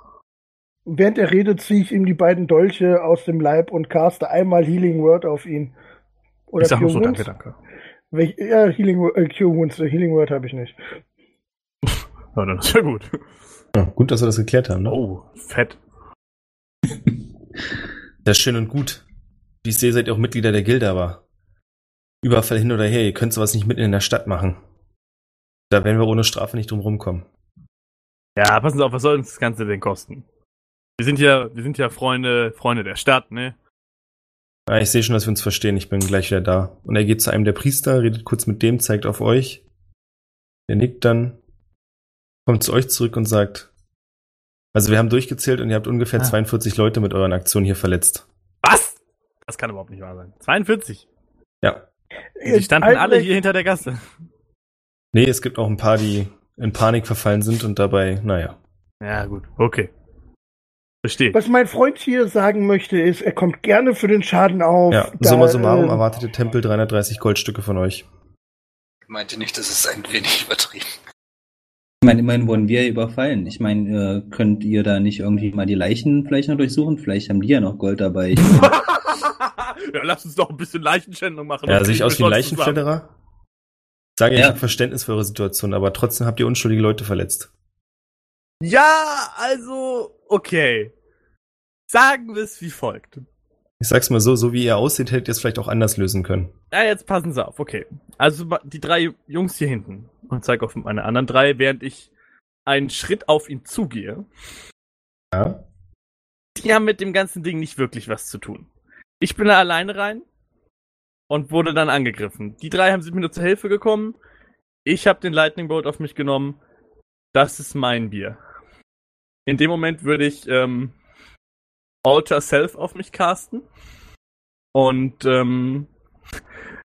Speaker 4: Während er redet, ziehe ich ihm die beiden Dolche aus dem Leib und caste einmal Healing Word auf ihn. Oder
Speaker 2: ich sag nur so,
Speaker 4: Cure Wounds?
Speaker 2: danke, danke.
Speaker 4: Welch, ja, Healing, Wo- äh, Cure Wounds, äh, Healing Word habe ich nicht.
Speaker 2: Ja, dann ist ja gut.
Speaker 3: Ja, gut, dass wir das geklärt haben. Ne?
Speaker 2: Oh, fett.
Speaker 3: Das ist schön und gut. Wie ich sehe, seid ihr auch Mitglieder der Gilde, aber Überfall hin oder her, ihr könnt sowas nicht mitten in der Stadt machen. Da werden wir ohne Strafe nicht drum rumkommen.
Speaker 2: Ja, passen Sie auf, was soll uns das Ganze denn kosten? Wir sind ja, wir sind ja Freunde, Freunde der Stadt, ne?
Speaker 3: Ah, ich sehe schon, dass wir uns verstehen, ich bin gleich wieder da. Und er geht zu einem der Priester, redet kurz mit dem, zeigt auf euch. Der nickt dann, kommt zu euch zurück und sagt, Also wir haben durchgezählt und ihr habt ungefähr
Speaker 2: Ah.
Speaker 3: 42 Leute mit euren Aktionen hier verletzt.
Speaker 2: Was? Das kann überhaupt nicht wahr sein. 42.
Speaker 3: Ja.
Speaker 4: Äh,
Speaker 2: Die standen alle
Speaker 4: Albrecht-
Speaker 2: hier hinter der Gasse.
Speaker 3: Nee, es gibt auch ein paar, die in Panik verfallen sind und dabei, naja.
Speaker 2: Ja, gut. Okay. Verstehe.
Speaker 4: Was mein Freund hier sagen möchte, ist, er kommt gerne für den Schaden auf.
Speaker 3: Ja,
Speaker 4: Da,
Speaker 3: summa summarum
Speaker 4: ähm,
Speaker 3: erwartet der Tempel 330 Goldstücke von euch.
Speaker 1: Meint ihr nicht, das ist ein wenig übertrieben? <laughs>
Speaker 5: Ich meine, immerhin wurden wir überfallen. Ich meine, äh, könnt ihr da nicht irgendwie mal die Leichen vielleicht noch durchsuchen? Vielleicht haben die ja noch Gold dabei. Ich
Speaker 2: <laughs> ja, lass uns doch ein bisschen Leichenschändung machen.
Speaker 3: Ja,
Speaker 2: Das
Speaker 3: sehe ich
Speaker 2: kriegen
Speaker 3: aus wie
Speaker 2: wir
Speaker 3: ein
Speaker 2: sonst zusammen.
Speaker 3: Leichenfledderer? Ich Sage ja, ich
Speaker 5: Ja.
Speaker 3: habe Verständnis für eure Situation, aber trotzdem habt ihr unschuldige Leute verletzt.
Speaker 2: Ja, also, okay. Sagen wir es wie folgt.
Speaker 3: Ich sag's mal so, so wie ihr aussieht, hättet ihr es vielleicht auch anders lösen können.
Speaker 2: Ja, jetzt passen Sie auf, okay. Also ma- die drei Jungs hier hinten und zeig auf meine anderen drei, während ich einen Schritt auf ihn zugehe.
Speaker 3: Ja?
Speaker 2: Die haben mit dem ganzen Ding nicht wirklich was zu tun. Ich bin da alleine rein und wurde dann angegriffen. Die drei haben sind mir nur zur Hilfe gekommen. Ich habe den Lightning Bolt auf mich genommen. Das ist mein Bier. In dem Moment würde ich ähm, Alter Self auf mich casten und ähm,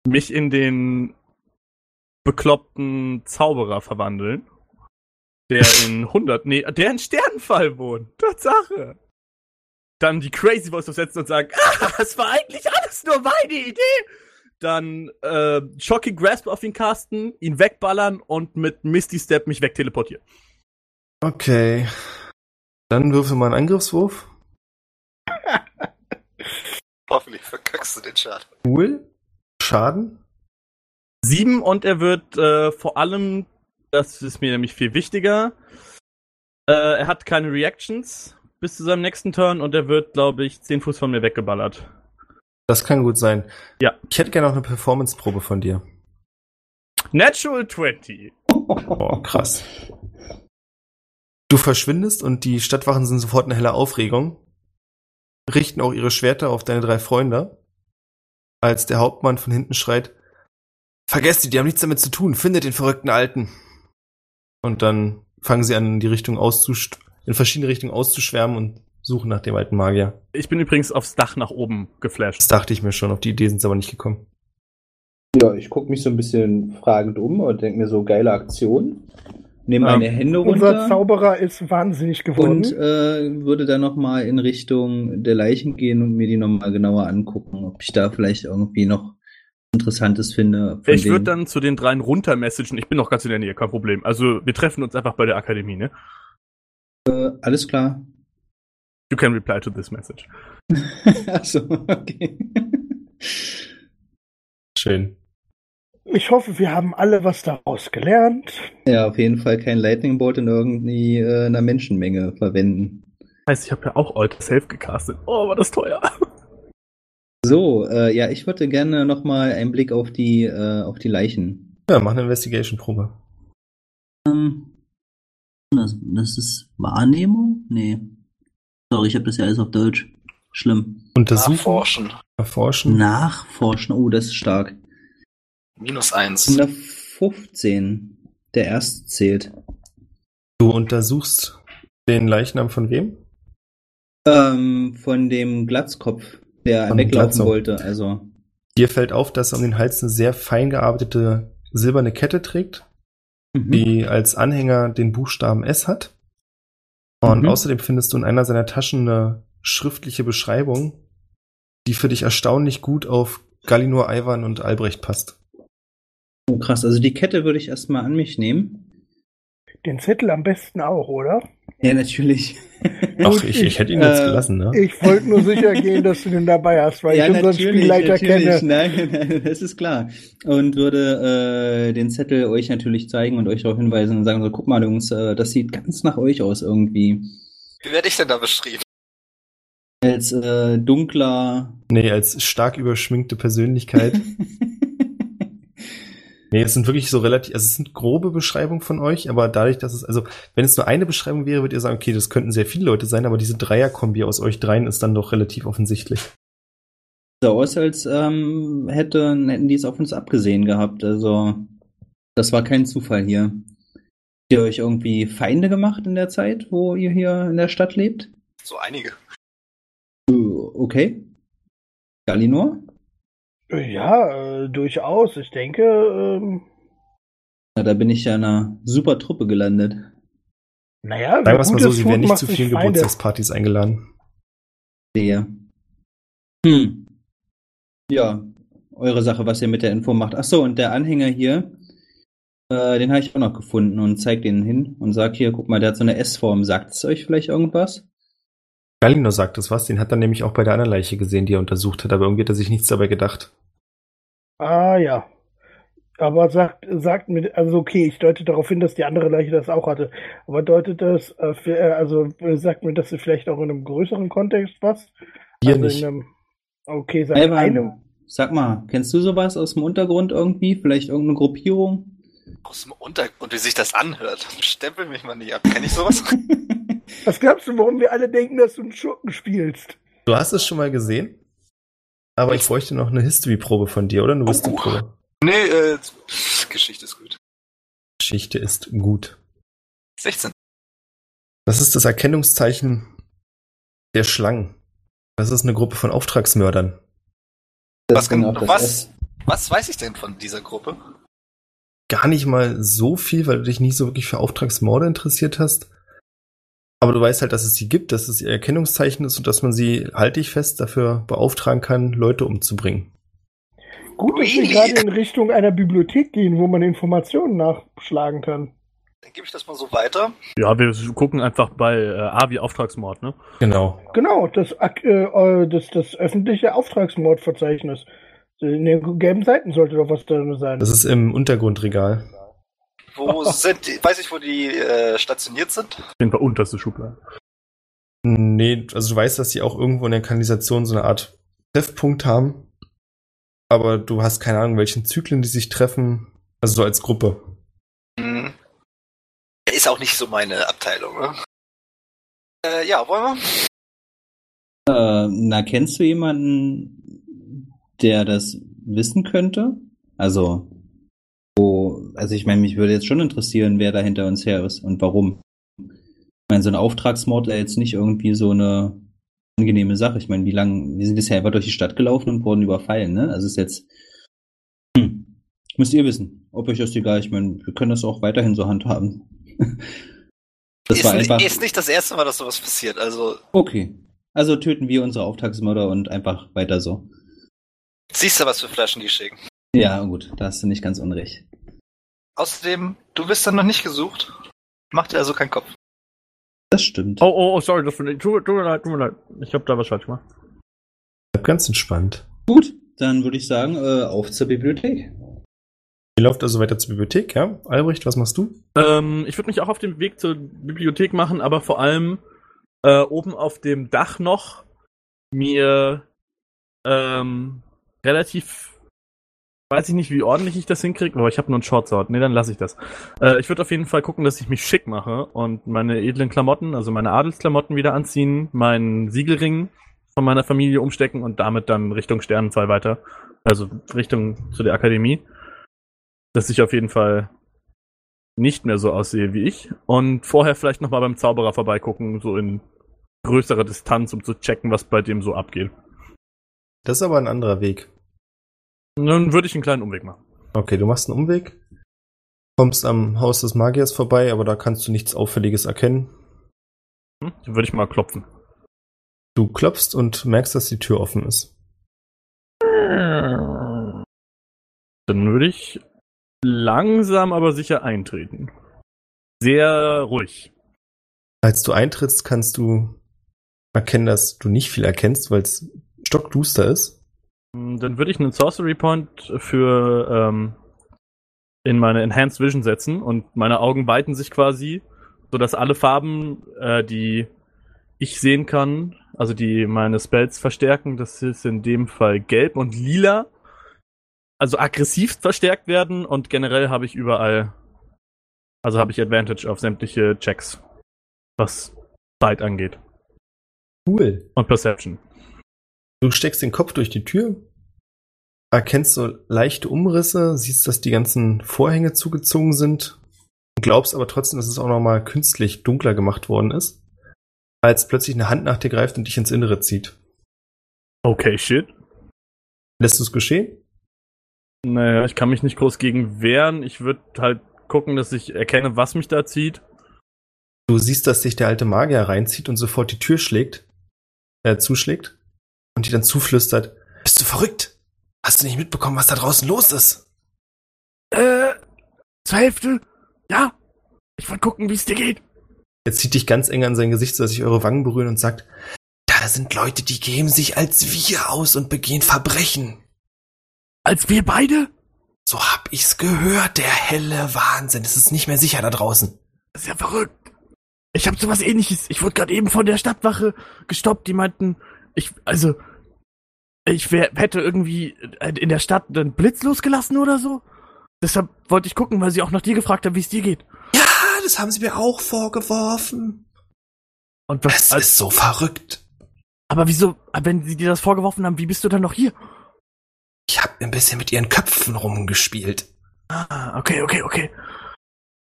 Speaker 2: mich in den bekloppten Zauberer verwandeln, der in 100, nee, der in Sternenfall wohnt. Tatsache. Dann die Crazy Voice aufsetzen und sagen, ah, das war eigentlich alles nur meine Idee. Dann äh, Shocking Grasp auf ihn casten, ihn wegballern und mit Misty Step mich wegteleportieren.
Speaker 3: Okay. Dann würfel mal einen Angriffswurf.
Speaker 1: Hoffentlich verkackst du den Schaden.
Speaker 3: Cool. Schaden.
Speaker 2: Sieben und er wird äh, vor allem, das ist mir nämlich viel wichtiger, äh, er hat keine Reactions bis zu seinem nächsten Turn und er wird, glaube ich, zehn Fuß von mir weggeballert.
Speaker 3: Das kann gut sein.
Speaker 2: Ja.
Speaker 3: Ich hätte gerne auch eine Performance-Probe von dir.
Speaker 2: Natural 20.
Speaker 3: Oh, krass. Du verschwindest und die Stadtwachen sind sofort in heller Aufregung, richten auch ihre Schwerter auf deine drei Freunde, als der Hauptmann von hinten schreit, Vergesst die, die haben nichts damit zu tun, findet den verrückten Alten. Und dann fangen sie an, in die Richtung auszusch in verschiedene Richtungen auszuschwärmen und suchen nach dem alten Magier.
Speaker 2: Ich bin übrigens aufs Dach nach oben geflasht.
Speaker 3: Das dachte ich mir schon, auf die Idee sind sie aber nicht gekommen.
Speaker 5: Ja, ich gucke mich so ein bisschen fragend um und denke mir so, geile Aktion. Nehme
Speaker 2: Ähm,
Speaker 5: meine Hände
Speaker 4: Unser
Speaker 5: runter
Speaker 4: Zauberer ist wahnsinnig geworden.
Speaker 5: und äh, würde dann nochmal in Richtung der Leichen gehen und mir die nochmal genauer angucken, ob ich da vielleicht irgendwie noch Interessantes finde. von
Speaker 2: Ich würde
Speaker 5: denen.
Speaker 2: dann zu den dreien runter messagen. Ich bin noch ganz in der Nähe, kein Problem. Also wir treffen uns einfach bei der Akademie, ne?
Speaker 5: Äh, alles klar. <laughs>
Speaker 2: You can reply to this message.
Speaker 5: Achso, okay. <laughs>
Speaker 3: Schön.
Speaker 4: ich hoffe, wir haben alle was daraus gelernt.
Speaker 5: Ja, auf jeden Fall kein Lightning Bolt in irgendwie äh, einer Menschenmenge verwenden.
Speaker 2: Heißt, ich habe ja auch Alt Self gecastet. Oh, war das teuer.
Speaker 5: So, äh, ja, ich würde gerne nochmal einen Blick auf die, äh, auf die Leichen.
Speaker 3: Ja, mach eine Investigation-Probe.
Speaker 5: Ähm, das, ist Wahrnehmung? Nee. Sorry, ich habe das ja alles auf Deutsch. Schlimm.
Speaker 3: Untersuchen,
Speaker 1: Nachforschen.
Speaker 3: erforschen.
Speaker 5: Nachforschen. Oh, das ist stark.
Speaker 1: Minus eins.
Speaker 5: 115. Der erste zählt.
Speaker 3: Du untersuchst den Leichnam von wem?
Speaker 5: Ähm, von dem Glatzkopf, der
Speaker 3: Von dem
Speaker 5: weglaufen
Speaker 3: Glatzkopf.
Speaker 5: wollte. Also,
Speaker 3: Dir fällt auf, dass er um den Hals eine sehr fein gearbeitete silberne Kette trägt,
Speaker 5: mhm.
Speaker 3: die als Anhänger den Buchstaben S hat. Und
Speaker 5: Mhm.
Speaker 3: außerdem findest du in einer seiner Taschen eine schriftliche Beschreibung, die für dich erstaunlich gut auf Gallinor, Ivan und Albrecht passt.
Speaker 5: oh, krass. Also, die Kette würde ich erstmal an mich nehmen.
Speaker 4: Den Zettel am besten auch, oder?
Speaker 5: Ja, natürlich.
Speaker 4: Ach, ich- ich
Speaker 3: hätte
Speaker 5: ihn jetzt äh, gelassen,
Speaker 3: ne?
Speaker 4: Ich wollte nur sicher gehen, dass du den dabei hast, weil ich unseren Spielleiter kenne.
Speaker 5: <laughs> Nein, nein, das ist klar. Und würde äh, den Zettel euch natürlich zeigen und euch darauf hinweisen und sagen so, guck mal, Jungs, äh, das sieht ganz nach euch aus irgendwie.
Speaker 1: Wie werde ich denn da beschrieben?
Speaker 5: Als äh, dunkler. <laughs>
Speaker 3: Nee, als stark überschminkte Persönlichkeit. Nee, es sind wirklich so relativ, also es sind grobe Beschreibungen von euch, aber dadurch, dass es, also wenn es nur eine Beschreibung wäre, würdet ihr sagen, okay, das könnten sehr viele Leute sein, aber diese Dreierkombi aus euch dreien ist dann doch relativ offensichtlich.
Speaker 5: so aus, als ähm, hätte, hätten die es auf uns abgesehen gehabt. Also, das war kein Zufall hier. ihr euch irgendwie Feinde gemacht in der Zeit, wo ihr hier in der Stadt lebt?
Speaker 1: So einige.
Speaker 5: Äh, Okay. Galinor?
Speaker 4: Ja, äh, durchaus. Ich denke, ähm,
Speaker 5: Na, da bin ich ja in einer super Truppe gelandet.
Speaker 4: naja,
Speaker 3: Sagen wir es mal so,
Speaker 4: Gutes
Speaker 3: sie
Speaker 4: tut,
Speaker 3: werden nicht
Speaker 4: macht
Speaker 3: zu
Speaker 4: sich
Speaker 3: vielen
Speaker 4: Feinde.
Speaker 3: Geburtstagspartys eingeladen.
Speaker 5: Sehe. Hm. Ja, eure Sache, was ihr mit der Info macht. Ach so, und der Anhänger hier, äh, den habe ich auch noch gefunden und zeig den hin und sag hier, guck mal, der hat so eine S-Form. Sagt es euch vielleicht irgendwas?
Speaker 3: Galino sagt das was, den hat er nämlich auch bei der anderen Leiche gesehen, die er untersucht hat, aber irgendwie hat er sich nichts dabei gedacht.
Speaker 4: Ah ja. Aber sagt, sagt mir, also okay, ich deute darauf hin, dass die andere Leiche das auch hatte. Aber deutet das, äh, für, äh, also äh, sagt mir das vielleicht auch in einem größeren Kontext was?
Speaker 3: Dir
Speaker 4: also
Speaker 3: nicht.
Speaker 4: in einem, okay, sagt
Speaker 5: Ivan,
Speaker 4: einem.
Speaker 5: Sag mal, kennst du sowas aus dem Untergrund irgendwie? Vielleicht irgendeine Gruppierung?
Speaker 1: Aus dem Untergrund, wie sich das anhört. Stempel mich mal nicht ab. Kenn ich sowas?
Speaker 4: Was glaubst du, warum wir alle denken, dass du einen Schurken spielst?
Speaker 3: Du hast es schon mal gesehen, aber ich bräuchte noch eine History-Probe von dir, oder?
Speaker 4: Oh,
Speaker 3: Eine Wisdom-Probe.
Speaker 1: <laughs> nee, äh, Geschichte ist gut.
Speaker 3: Geschichte ist gut.
Speaker 1: 16.
Speaker 3: Das ist das Erkennungszeichen der Schlangen. Das ist eine Gruppe von Auftragsmördern.
Speaker 1: Was
Speaker 5: ist dann
Speaker 1: genau-
Speaker 5: auch das
Speaker 1: was?
Speaker 5: S.
Speaker 1: Was weiß ich denn von dieser Gruppe?
Speaker 3: Gar nicht mal so viel, weil du dich nicht so wirklich für Auftragsmorde interessiert hast. Aber du weißt halt, dass es sie gibt, dass es ihr Erkennungszeichen ist und dass man sie, halte ich fest, dafür beauftragen kann, Leute umzubringen.
Speaker 4: Gut, dass wir
Speaker 1: Really?
Speaker 4: gerade in Richtung einer Bibliothek gehen, wo man Informationen nachschlagen kann.
Speaker 1: Dann gebe ich das mal so weiter.
Speaker 2: Ja, wir gucken einfach bei äh, A wie Auftragsmord, ne?
Speaker 3: Genau.
Speaker 4: Genau, das, Ak- äh, äh, das, das öffentliche Auftragsmordverzeichnis. Äh, In den gelben Seiten sollte doch was drin sein.
Speaker 3: Das ist im Untergrundregal.
Speaker 1: <laughs> Wo sind die, weiß ich, wo die äh, stationiert sind?
Speaker 2: Auf jeden Fall unterste Schublade.
Speaker 3: Nee, also du weißt, dass sie auch irgendwo in der Kanalisation so eine Art Treffpunkt haben. Aber du hast keine Ahnung, welchen Zyklen die sich treffen. Also so als Gruppe.
Speaker 1: Hm. Ist auch nicht so meine Abteilung, ne? Äh, ja, wollen wir?
Speaker 5: Äh, na, kennst du jemanden, der das wissen könnte? Also, wo, also ich meine, mich würde jetzt schon interessieren, wer da hinter uns her ist und warum. Ich meine, so ein Auftragsmord wäre jetzt nicht irgendwie so eine angenehme Sache. Ich meine, wie lange, wir sind jetzt ja einfach durch die Stadt gelaufen und wurden überfallen, ne? Also ist jetzt, hm, müsst ihr wissen, ob euch das egal, ich meine, wir können das auch weiterhin so handhaben. <laughs> Das
Speaker 1: ist,
Speaker 5: war
Speaker 1: nicht,
Speaker 5: einfach.
Speaker 1: ist nicht das erste Mal, dass sowas passiert. Also,
Speaker 5: Okay. Also töten wir unsere Auftragsmörder und einfach weiter so.
Speaker 1: siehst du, was für Flaschen die schicken.
Speaker 5: Ja, gut, da hast du nicht ganz unrecht.
Speaker 1: Außerdem, du bist dann noch nicht gesucht. Mach dir also keinen Kopf.
Speaker 5: Das stimmt.
Speaker 2: Oh, oh, oh, sorry, das tut, tut, tut mir leid, tut mir leid. Ich hab da was falsch gemacht.
Speaker 3: Bleib ganz entspannt.
Speaker 5: Gut, dann würde ich sagen, äh, auf zur Bibliothek.
Speaker 3: Ihr lauft also weiter zur Bibliothek, ja? Albrecht, was machst du?
Speaker 2: Ähm, ich würde mich auch auf den Weg zur Bibliothek machen, aber vor allem äh, oben auf dem Dach noch mir ähm, relativ, weiß ich nicht, wie ordentlich ich das hinkriege, aber ich habe nur einen Shortsword. Nee, dann lasse ich das. Äh, ich würde auf jeden Fall gucken, dass ich mich schick mache und meine edlen Klamotten, also meine Adelsklamotten wieder anziehen, meinen Siegelring von meiner Familie umstecken und damit dann Richtung Sternenfall weiter, also Richtung zu der Akademie, dass ich auf jeden Fall nicht mehr so aussehe wie ich und vorher vielleicht nochmal beim Zauberer vorbeigucken, so in größerer Distanz, um zu checken, was bei dem so abgeht.
Speaker 3: Das ist aber ein anderer Weg.
Speaker 2: Dann würde ich einen kleinen Umweg machen.
Speaker 3: Okay, du machst einen Umweg, kommst am Haus des Magiers vorbei, aber da kannst du nichts Auffälliges erkennen.
Speaker 2: Hm? Dann würde ich mal klopfen.
Speaker 3: Du klopfst und merkst, dass die Tür offen ist.
Speaker 2: Dann würde ich langsam aber sicher eintreten. Sehr ruhig.
Speaker 3: Als du eintrittst, kannst du erkennen, dass du nicht viel erkennst, weil es stockduster ist.
Speaker 2: Hm, Dann würde ich einen Sorcery Point für ähm, in meine Enhanced Vision setzen und meine Augen weiten sich quasi, sodass alle Farben, äh, die ich sehen kann, also die meine Spells verstärken, das ist in dem Fall gelb und lila, also aggressiv verstärkt werden und generell habe ich überall, also habe ich Advantage auf sämtliche Checks, was Zeit angeht
Speaker 3: Cool.
Speaker 2: und Perception.
Speaker 3: Du steckst den Kopf durch die Tür, erkennst so leichte Umrisse, siehst, dass die ganzen Vorhänge zugezogen sind und glaubst aber trotzdem, dass es auch nochmal künstlich dunkler gemacht worden ist, als plötzlich eine Hand nach dir greift und dich ins Innere zieht.
Speaker 2: Okay, shit.
Speaker 3: Lässt du es geschehen?
Speaker 2: Naja, ich kann mich nicht groß gegen wehren. Ich würde halt gucken, dass ich erkenne, was mich da zieht.
Speaker 3: Du siehst, dass sich der alte Magier reinzieht und sofort die Tür schlägt, äh, zuschlägt und dir dann zuflüstert, bist du verrückt? Hast du nicht mitbekommen, was da draußen los ist?
Speaker 2: Äh, zur Hälfte. Ja. Ich wollte gucken, wie es dir geht.
Speaker 3: Er zieht dich ganz eng an sein Gesicht, sodass sich eure Wangen berühren und sagt, da sind Leute, die geben sich als wir aus und begehen Verbrechen.
Speaker 2: Als wir beide?
Speaker 3: So hab ich's gehört, der helle Wahnsinn. Es ist nicht mehr sicher da draußen.
Speaker 2: Das ist ja verrückt. Ich hab sowas ähnliches. Ich wurde gerade eben von der Stadtwache gestoppt. Die meinten, ich, also, ich wär, hätte irgendwie in der Stadt einen Blitz losgelassen oder so. Deshalb wollte ich gucken, weil sie auch nach dir gefragt haben, wie es dir geht.
Speaker 3: Ja, das haben sie mir auch vorgeworfen.
Speaker 2: Und was,
Speaker 3: Es
Speaker 2: als-
Speaker 3: ist so verrückt.
Speaker 2: aber wieso, wenn sie dir das vorgeworfen haben, wie bist du dann noch hier?
Speaker 3: Ich hab ein bisschen mit ihren Köpfen rumgespielt.
Speaker 2: Ah, okay, okay, okay.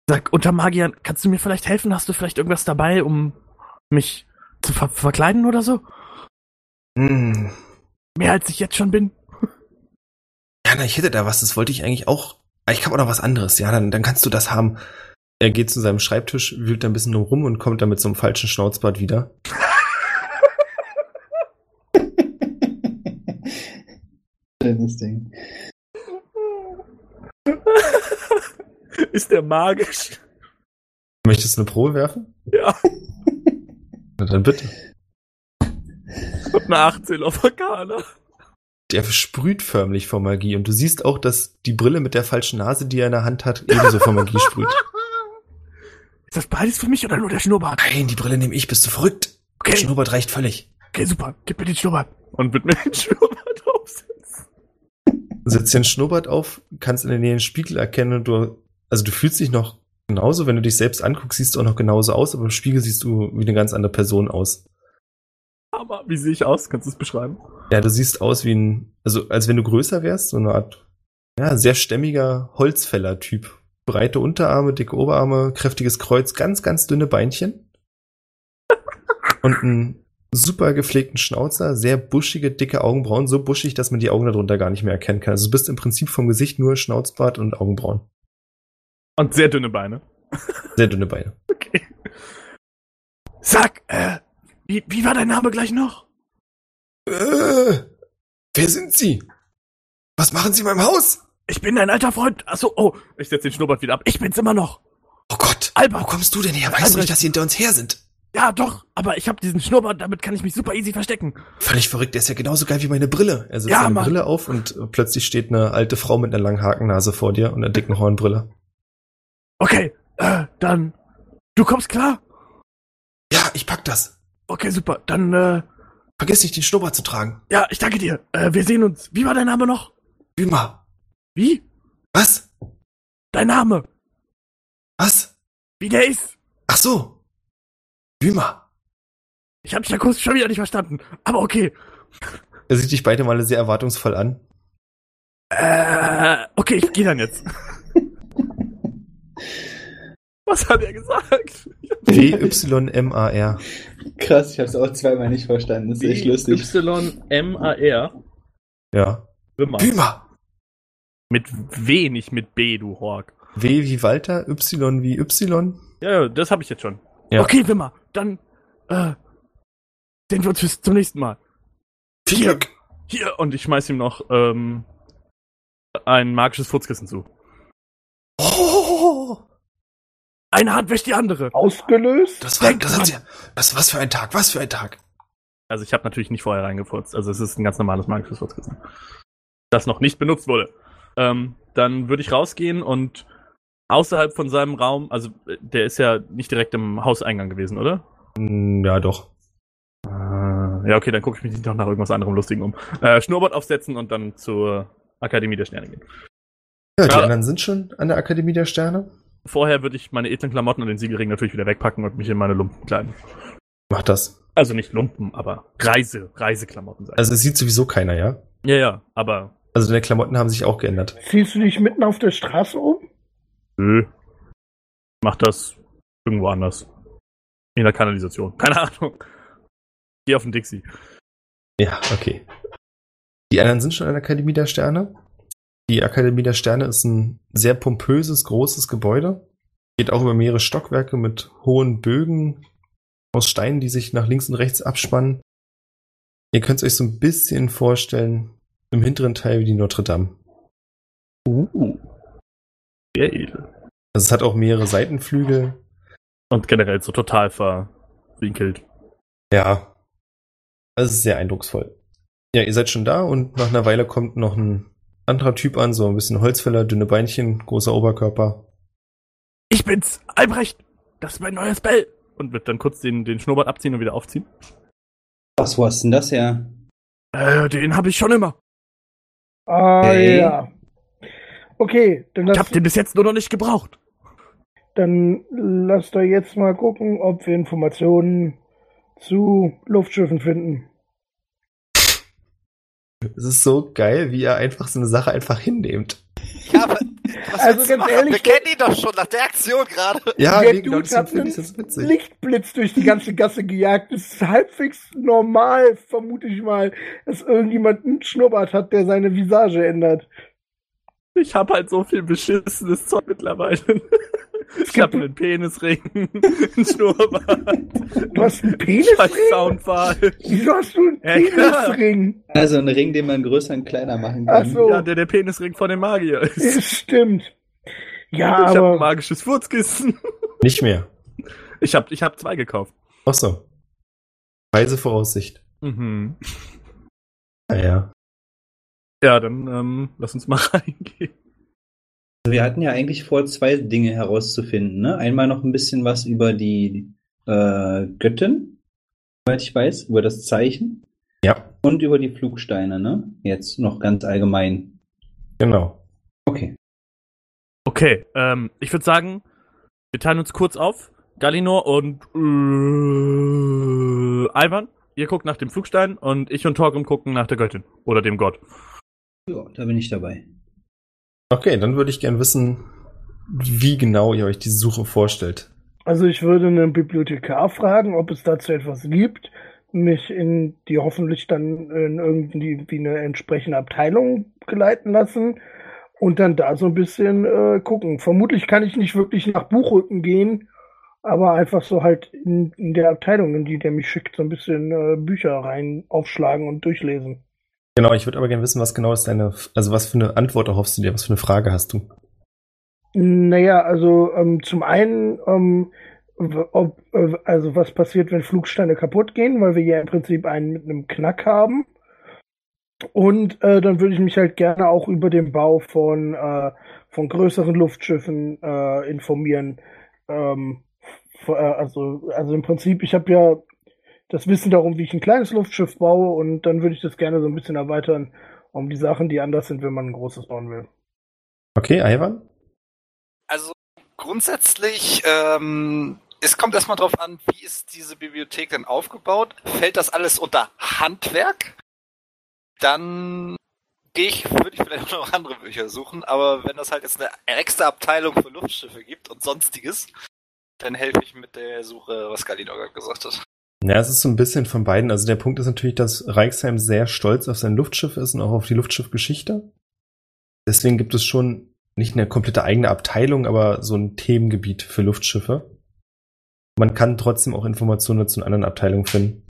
Speaker 2: Sag, unter Magiern, kannst du mir vielleicht helfen? Hast du vielleicht irgendwas dabei, um mich zu ver verkleiden oder so?
Speaker 3: Hm.
Speaker 2: Mehr als ich jetzt schon bin? <laughs>
Speaker 3: Jana, ich hätte da was, das wollte ich eigentlich auch. Ah, Ich habe auch noch was anderes, ja, dann, dann kannst du das haben. Er geht zu seinem Schreibtisch, wühlt da ein bisschen rum und kommt dann mit so einem falschen Schnauzbart wieder.
Speaker 5: Schönes Ding.
Speaker 2: Ist der magisch?
Speaker 3: Möchtest du eine Probe werfen?
Speaker 2: Ja.
Speaker 3: <laughs> Na dann bitte.
Speaker 2: Und eine 18 auf Akala.
Speaker 3: Der sprüht förmlich vor Magie und du siehst auch, dass die Brille mit der falschen Nase, die er in der Hand hat, ebenso vor Magie <laughs> sprüht.
Speaker 2: Ist das beides für mich oder nur der Schnurrbart?
Speaker 3: Ah, Nein, die Brille nehme ich, bist du verrückt? Der
Speaker 2: Okay,
Speaker 3: Schnurrbart reicht völlig.
Speaker 2: okay, super. Gib mir den Schnurrbart. Und wird mir den Schnurrbart aufsetzen.
Speaker 3: setzt dir einen Schnurrbart auf, kannst in der Nähe einen Spiegel erkennen und du, also du fühlst dich noch genauso, wenn du dich selbst anguckst, siehst du auch noch genauso aus, aber im Spiegel siehst du wie eine ganz andere Person aus.
Speaker 2: Aber Ah, wie sehe ich aus? Kannst du es beschreiben?
Speaker 3: Ja, du siehst aus wie ein, also als wenn du größer wärst, so eine Art, ja, sehr stämmiger Holzfäller-Typ. Breite Unterarme, dicke Oberarme, kräftiges Kreuz, ganz, ganz dünne Beinchen. <laughs> Und einen super gepflegten Schnauzer, sehr buschige, dicke Augenbrauen, so buschig, dass man die Augen darunter gar nicht mehr erkennen kann. Also du bist im Prinzip vom Gesicht nur Schnauzbart und Augenbrauen.
Speaker 2: Und sehr dünne Beine.
Speaker 3: Sehr dünne Beine.
Speaker 2: Okay. Sag, äh, wie, wie war dein Name gleich noch?
Speaker 3: Äh, wer sind Sie? Was machen Sie in meinem Haus?
Speaker 2: Ich bin dein alter Freund. Achso, oh, ich setze den Schnurrbart wieder ab. <laughs> Ich bin's immer noch.
Speaker 3: Oh Gott,
Speaker 2: Albert.
Speaker 3: kommst du denn her?
Speaker 2: Albrecht.
Speaker 3: Sie hinter uns her sind?
Speaker 2: Ja, doch, aber ich habe diesen Schnurrbart, damit kann ich mich super easy verstecken.
Speaker 3: Völlig verrückt, der ist ja genauso geil wie meine Brille. Er setzt
Speaker 2: Ja,
Speaker 3: seine
Speaker 2: Mann.
Speaker 3: Brille auf und äh, plötzlich steht eine alte Frau mit einer langen Hakennase vor dir und einer dicken Hornbrille.
Speaker 2: Okay, äh, dann. Du kommst klar?
Speaker 3: Ja, ich pack das.
Speaker 2: Okay, super. Dann, äh,
Speaker 3: Vergiss nicht, den Schnurrbart zu tragen.
Speaker 2: ja, ich danke dir. Äh, wir sehen uns. Wie war dein Name noch?
Speaker 3: Üma.
Speaker 2: Wie?
Speaker 3: Was?
Speaker 2: Dein Name?
Speaker 3: Was?
Speaker 2: Wie der ist?
Speaker 3: Ach so. Üma.
Speaker 2: Ich hab dich ja kurz schon wieder nicht verstanden. Aber okay.
Speaker 3: Er sieht dich beide Male sehr erwartungsvoll an. <laughs>
Speaker 2: Äh, okay, ich geh dann jetzt. Was hat er gesagt?
Speaker 3: W-Y-M-A-R.
Speaker 5: Krass, ich hab's auch zweimal nicht verstanden. Das ist echt lustig.
Speaker 2: Y-M-A-R.
Speaker 3: Ja. Üma.
Speaker 2: Mit W, nicht mit B, du Hork.
Speaker 3: W wie Walter, Y wie Y.
Speaker 2: Ja, das habe ich jetzt schon.
Speaker 3: Ja.
Speaker 2: Okay, Wimmer, dann äh, sehen wir uns fürs zum nächsten Mal.
Speaker 3: Viel Glück.
Speaker 2: Hier, und ich schmeiß ihm noch ähm, ein magisches Furzkissen zu.
Speaker 3: Oh,
Speaker 2: Eine Hand wäscht die andere.
Speaker 4: Ausgelöst?
Speaker 3: das war,
Speaker 2: Denk
Speaker 3: das hat
Speaker 2: dran.
Speaker 3: sie, was, was für ein Tag, was für ein Tag.
Speaker 2: Also ich habe natürlich nicht vorher reingefurzt. Also es ist ein ganz normales magisches Furzkissen. Das noch nicht benutzt wurde. Ähm, dann würde ich rausgehen und außerhalb von seinem Raum, also äh, der ist ja nicht direkt im Hauseingang gewesen, oder?
Speaker 3: Hm, Ja, doch.
Speaker 2: Ah, Ja, okay, dann gucke ich mich nicht noch nach irgendwas anderem Lustigem um. Äh, Schnurrbart aufsetzen und dann zur Akademie der Sterne gehen.
Speaker 3: Ja, die
Speaker 2: Ja.
Speaker 3: anderen sind schon an der Akademie der Sterne.
Speaker 2: Vorher würde ich meine edlen Klamotten und den Siegelring natürlich wieder wegpacken und mich in meine Lumpen kleiden.
Speaker 3: Mach das.
Speaker 2: Also nicht Lumpen, aber Reise, Reiseklamotten sein.
Speaker 3: Also es sieht sowieso keiner, ja?
Speaker 2: ja, ja, aber.
Speaker 3: Also deine Klamotten haben sich auch geändert.
Speaker 4: Ziehst du dich mitten auf der Straße um?
Speaker 2: Nö. Mach das irgendwo anders. In der Kanalisation. <laughs> Keine Ahnung. Geh auf den Dixie.
Speaker 3: Ja, okay. Die anderen sind schon in der Akademie der Sterne. Die Akademie der Sterne ist ein sehr pompöses, großes Gebäude. Geht auch über mehrere Stockwerke mit hohen Bögen aus Steinen, die sich nach links und rechts abspannen. Ihr könnt es euch so ein bisschen vorstellen, im hinteren Teil wie die Notre Dame.
Speaker 2: Uh. Sehr edel.
Speaker 3: Also es hat auch mehrere Seitenflügel.
Speaker 2: Und generell so total verwinkelt.
Speaker 3: Ja. Also es ist sehr eindrucksvoll. Ja, ihr seid schon da und nach einer Weile kommt noch ein anderer Typ an, so ein bisschen Holzfäller, dünne Beinchen, großer Oberkörper.
Speaker 2: Ich bin's, Albrecht! Das ist mein neues Bell! Und wird dann kurz den, den Schnurrbart abziehen und wieder aufziehen.
Speaker 5: Was, wo hast denn das her?
Speaker 2: Äh, den habe ich schon immer.
Speaker 4: Ah
Speaker 5: Hey.
Speaker 4: ja. Okay, dann
Speaker 2: Ich
Speaker 4: lass,
Speaker 2: habe den bis jetzt nur noch nicht gebraucht.
Speaker 4: dann lass da jetzt mal gucken, ob wir Informationen zu Luftschiffen finden.
Speaker 3: Es ist so geil, wie er einfach so eine Sache einfach hinnehmt.
Speaker 1: Ja, aber was
Speaker 4: Also
Speaker 1: willst du
Speaker 4: ganz
Speaker 1: machen?
Speaker 4: ehrlich,
Speaker 1: wir kennen ihn doch schon nach der Aktion gerade.
Speaker 3: Ja, genau
Speaker 4: Der
Speaker 3: wegen
Speaker 4: Dude
Speaker 3: Johnson
Speaker 4: hat
Speaker 3: finde
Speaker 4: einen
Speaker 3: ich das witzig.
Speaker 4: Lichtblitz durch die ganze Gasse gejagt. Das ist halbwegs normal, vermute ich mal, dass irgendjemand einen Schnurrbart hat, der seine Visage ändert.
Speaker 2: Ich habe halt so viel beschissenes Zeug mittlerweile. Ich habe einen Penisring, <laughs> einen Schnurrbart,
Speaker 4: Du hast einen
Speaker 2: scheiß
Speaker 4: Penisring?
Speaker 2: Soundfall.
Speaker 4: Wieso hast du einen
Speaker 2: Ja, klar.
Speaker 4: Penisring?
Speaker 5: Also ein Ring, den man größer und kleiner machen
Speaker 4: Ach
Speaker 5: kann.
Speaker 4: so,
Speaker 2: Ja, der der Penisring von dem Magier ist.
Speaker 4: ist stimmt. Ja,
Speaker 2: ich habe ein
Speaker 4: aber
Speaker 2: magisches Furzkissen.
Speaker 3: Nicht mehr.
Speaker 2: Ich habe ich hab zwei gekauft.
Speaker 3: Ach so. Weise Voraussicht. Ah,
Speaker 2: Mhm.
Speaker 3: Naja.
Speaker 2: Ja, dann ähm, lass uns mal <laughs> reingehen.
Speaker 5: Also Wir hatten ja eigentlich vor, zwei Dinge herauszufinden. Ne? Einmal noch ein bisschen was über die äh, Göttin, soweit ich weiß, über das Zeichen
Speaker 3: Ja,
Speaker 5: und über die Flugsteine. Ne? Jetzt noch ganz allgemein.
Speaker 3: genau.
Speaker 5: Okay.
Speaker 2: Okay, ähm, ich würde sagen, wir teilen uns kurz auf. Galinor und äh, Ivan, ihr guckt nach dem Flugstein und ich und Torgrim gucken nach der Göttin oder dem Gott.
Speaker 5: Ja, da bin ich dabei.
Speaker 3: Okay, dann würde ich gern wissen, wie genau ihr euch diese Suche vorstellt.
Speaker 4: also ich würde einen Bibliothekar fragen, ob es dazu etwas gibt, mich in die hoffentlich dann in irgendwie wie eine entsprechende Abteilung geleiten lassen und dann da so ein bisschen äh, gucken. Vermutlich kann ich nicht wirklich nach Buchrücken gehen, aber einfach so halt in, in der Abteilung, in die der mich schickt, so ein bisschen äh, Bücher rein aufschlagen und durchlesen.
Speaker 3: Genau, ich würde aber gern wissen, was genau ist deine, also was für eine Antwort erhoffst du dir, was für eine Frage hast du?
Speaker 4: Naja, also ähm, zum einen, ähm, w- ob, äh, also was passiert, wenn Flugsteine kaputt gehen, weil wir ja im Prinzip einen mit einem Knack haben. Und äh, dann würde ich mich halt gerne auch über den Bau von, äh, von größeren Luftschiffen äh, informieren. Ähm, f- äh, also, also im Prinzip, ich habe ja das Wissen darum, wie ich ein kleines Luftschiff baue und dann würde ich das gerne so ein bisschen erweitern um die Sachen, die anders sind, wenn man ein großes bauen will.
Speaker 3: Okay, Ivan?
Speaker 1: Also grundsätzlich, ähm, es kommt erstmal drauf an, wie ist diese Bibliothek denn aufgebaut? Fällt das alles unter Handwerk? Dann gehe ich, würde ich vielleicht <laughs> auch noch andere Bücher suchen, aber wenn das halt jetzt eine extra Abteilung für Luftschiffe gibt und sonstiges, dann helfe ich mit der Suche, was Galino gerade gesagt hat.
Speaker 3: Ja, es ist so ein bisschen von beiden. Also der Punkt ist natürlich, dass Reichsheim sehr stolz auf sein Luftschiff ist und auch auf die Luftschiffgeschichte. Deswegen gibt es schon nicht eine komplette eigene Abteilung, aber so ein Themengebiet für Luftschiffe. Man kann trotzdem auch Informationen dazu in anderen Abteilungen finden.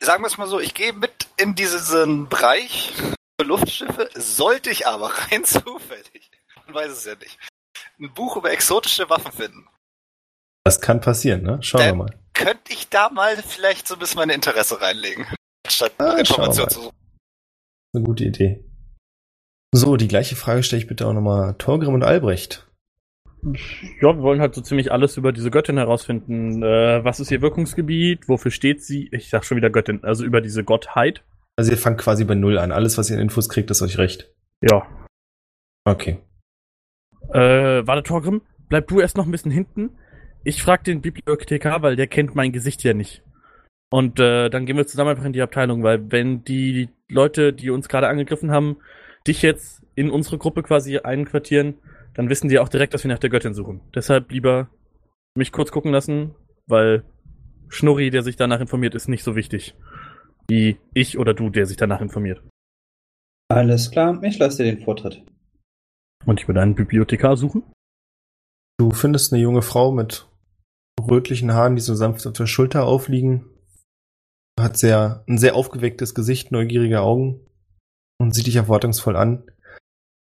Speaker 1: Sagen wir es mal so, ich gehe mit in diesen Bereich für Luftschiffe, sollte ich aber <laughs> rein zufällig, man weiß es ja nicht, ein Buch über exotische Waffen finden.
Speaker 3: Das kann passieren, ne? Schauen wir
Speaker 1: Ähm,
Speaker 3: mal.
Speaker 1: könnte ich da mal vielleicht so ein bisschen mein Interesse reinlegen. Statt
Speaker 3: Ah,
Speaker 1: nach
Speaker 3: schau
Speaker 1: Informationen
Speaker 3: mal.
Speaker 1: zu suchen.
Speaker 3: Eine gute Idee. So, die gleiche Frage stelle ich bitte auch nochmal Torgrim und Albrecht.
Speaker 2: Ja, wir wollen halt so ziemlich alles über diese Göttin herausfinden. Äh, was ist ihr Wirkungsgebiet? Wofür steht sie? Ich sag schon wieder Göttin, also über diese Gottheit.
Speaker 3: Also ihr fangt quasi bei Null an. Alles, was ihr an Infos kriegt, ist euch recht.
Speaker 2: Ja.
Speaker 3: Okay.
Speaker 2: Äh, warte, Torgrim, bleib du erst noch ein bisschen hinten. Ich frag den Bibliothekar, weil der kennt mein Gesicht ja nicht. Und äh, dann gehen wir zusammen einfach in die Abteilung, weil wenn die Leute, die uns gerade angegriffen haben, dich jetzt in unsere Gruppe quasi einquartieren, dann wissen die auch direkt, dass wir nach der Göttin suchen. Deshalb lieber mich kurz gucken lassen, weil Schnurri, der sich danach informiert, ist nicht so wichtig wie ich oder du, der sich danach informiert.
Speaker 5: Alles klar, ich lasse dir den Vortritt.
Speaker 2: Und ich würde einen Bibliothekar suchen.
Speaker 3: Du findest eine junge Frau mit rötlichen Haaren, die so sanft auf der Schulter aufliegen. Hat sehr, ein sehr aufgewecktes Gesicht, neugierige Augen und sieht dich erwartungsvoll an.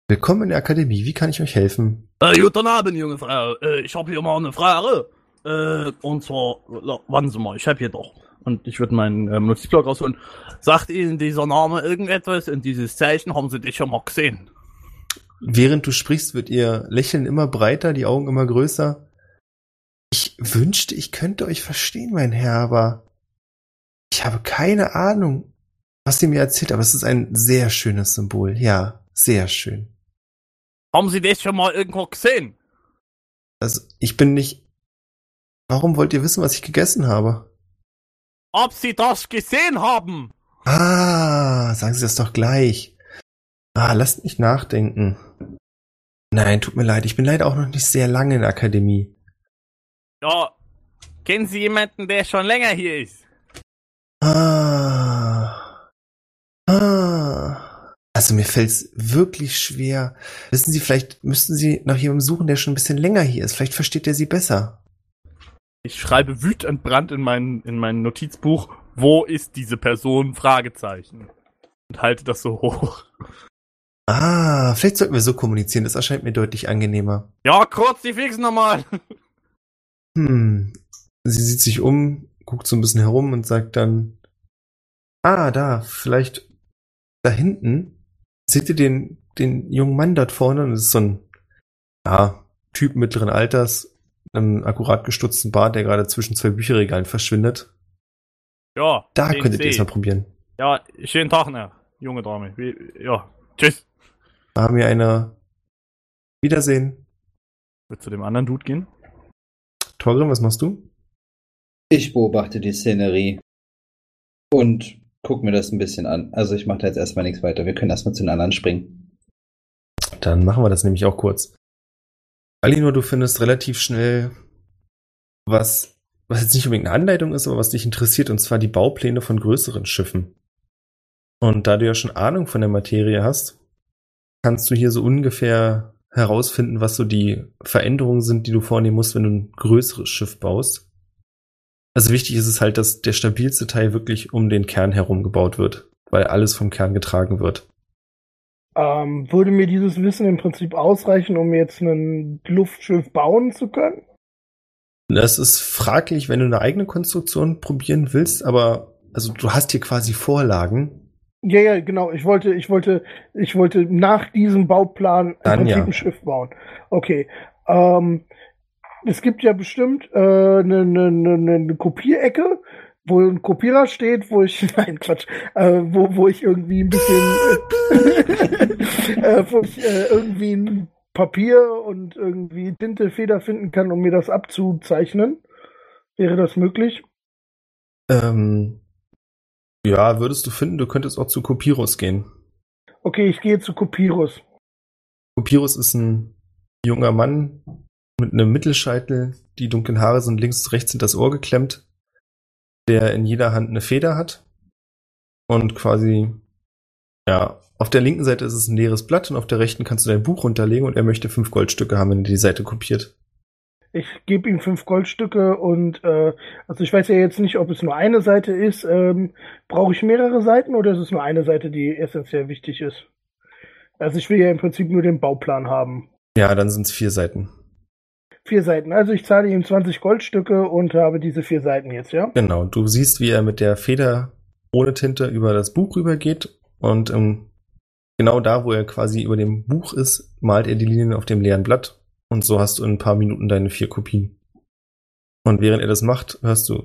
Speaker 3: Willkommen in der Akademie, wie kann ich euch helfen?
Speaker 6: Äh, guten Abend, junge Frau. Äh, ich habe hier mal eine Frage. Äh, und zwar, la- warten Sie mal, ich habe hier doch.
Speaker 2: Und ich würde meinen ähm, Notizblock rausholen.
Speaker 6: Sagt Ihnen dieser Name irgendetwas? Und dieses Zeichen haben Sie dich schon mal gesehen.
Speaker 3: Während du sprichst, wird ihr Lächeln immer breiter, die Augen immer größer. Ich wünschte, ich könnte euch verstehen, mein Herr, aber ich habe keine Ahnung, was ihr mir erzählt, aber es ist ein sehr schönes Symbol. Ja, sehr schön.
Speaker 6: Haben Sie das schon mal irgendwo gesehen?
Speaker 3: Also, ich bin nicht. Warum wollt ihr wissen, was ich gegessen habe?
Speaker 6: Ob Sie das gesehen haben?
Speaker 3: Ah, sagen Sie das doch gleich. Ah, lasst mich nachdenken. Nein, tut mir leid, ich bin leider auch noch nicht sehr lange in der Akademie.
Speaker 6: Ja. Kennen Sie jemanden, der schon länger hier ist?
Speaker 3: Ah. Ah. Also mir fällt's wirklich schwer. Wissen Sie, vielleicht müssten Sie nach jemandem suchen, der schon ein bisschen länger hier ist. Vielleicht versteht er Sie besser.
Speaker 2: Ich schreibe wütentbrannt in mein, in mein Notizbuch, wo ist diese Person? Fragezeichen. Und halte das so hoch.
Speaker 3: Ah, vielleicht sollten wir so kommunizieren. Das erscheint mir deutlich angenehmer.
Speaker 6: Ja, kurz, die fixen nochmal.
Speaker 3: Hm. Sie sieht sich um, guckt so ein bisschen herum und sagt dann, ah, da, vielleicht da hinten. Seht ihr den, den jungen Mann dort vorne? Und es ist so ein, ja, Typ mittleren Alters, einem akkurat gestutzten Bart, der gerade zwischen zwei Bücherregalen verschwindet.
Speaker 2: Ja.
Speaker 3: Da
Speaker 2: den
Speaker 3: könntet
Speaker 2: seh
Speaker 3: ihr es mal
Speaker 2: ich.
Speaker 3: probieren.
Speaker 2: Ja, schönen Tag noch, junge Dame. Wie, ja, tschüss.
Speaker 3: Da haben wir eine Wiedersehen.
Speaker 2: Wird zu dem anderen Dude gehen?
Speaker 3: Torgrim, was machst du?
Speaker 5: Ich beobachte die Szenerie und guck mir das ein bisschen an. Also ich mache da jetzt erstmal nichts weiter. Wir können erstmal zu den anderen springen.
Speaker 3: Dann machen wir das nämlich auch kurz. Alinor, du findest relativ schnell was, was jetzt nicht unbedingt eine Anleitung ist, aber was dich interessiert, und zwar die Baupläne von größeren Schiffen. Und da du ja schon Ahnung von der Materie hast, kannst du hier so ungefähr herausfinden, was so die Veränderungen sind, die du vornehmen musst, wenn du ein größeres Schiff baust. Also wichtig ist es halt, dass der stabilste Teil wirklich um den Kern herum gebaut wird, weil alles vom Kern getragen wird.
Speaker 4: Ähm, würde mir dieses Wissen im Prinzip ausreichen, um jetzt ein Luftschiff bauen zu können?
Speaker 3: Das ist fraglich, wenn du eine eigene Konstruktion probieren willst, aber also du hast hier quasi Vorlagen.
Speaker 4: Ja, ja, genau. Ich wollte, ich wollte, ich wollte nach diesem Bauplan im
Speaker 3: Dann
Speaker 4: Prinzip
Speaker 3: ja.
Speaker 4: ein Schiff bauen. Okay. Ähm, es gibt ja bestimmt äh, eine, eine, eine, eine ne, Kopierecke, wo ein Kopierer steht, wo ich, <laughs> nein, Quatsch, äh, wo, wo ich irgendwie ein bisschen, <laughs> äh, wo ich äh, irgendwie ein Papier und irgendwie Tinte, Feder finden kann, um mir das abzuzeichnen. Wäre das möglich?
Speaker 3: Ähm, ja, würdest du finden, du könntest auch zu Kopirus gehen.
Speaker 4: Okay, ich gehe zu Kopirus.
Speaker 3: Kopirus ist ein junger Mann mit einem Mittelscheitel, die dunklen Haare sind links und rechts in das Ohr geklemmt, der in jeder Hand eine Feder hat und quasi, ja, auf der linken Seite ist es ein leeres Blatt und auf der rechten kannst du dein Buch runterlegen und er möchte fünf Goldstücke haben, wenn er die Seite kopiert.
Speaker 4: Ich gebe ihm fünf Goldstücke und äh, also ich weiß ja jetzt nicht, ob es nur eine Seite ist. Ähm, Brauche ich mehrere Seiten oder ist es nur eine Seite, die essentiell wichtig ist? Also ich will ja im Prinzip nur den Bauplan haben.
Speaker 3: Ja, dann sind es vier Seiten.
Speaker 4: Vier Seiten. Also ich zahle ihm 20 Goldstücke und habe diese vier Seiten jetzt, ja?
Speaker 3: Genau. Du siehst, wie er mit der Feder ohne Tinte über das Buch rübergeht und ähm, genau da, wo er quasi über dem Buch ist, malt er die Linien auf dem leeren Blatt und so hast du in ein paar Minuten deine vier Kopien. Und während er das macht, hörst du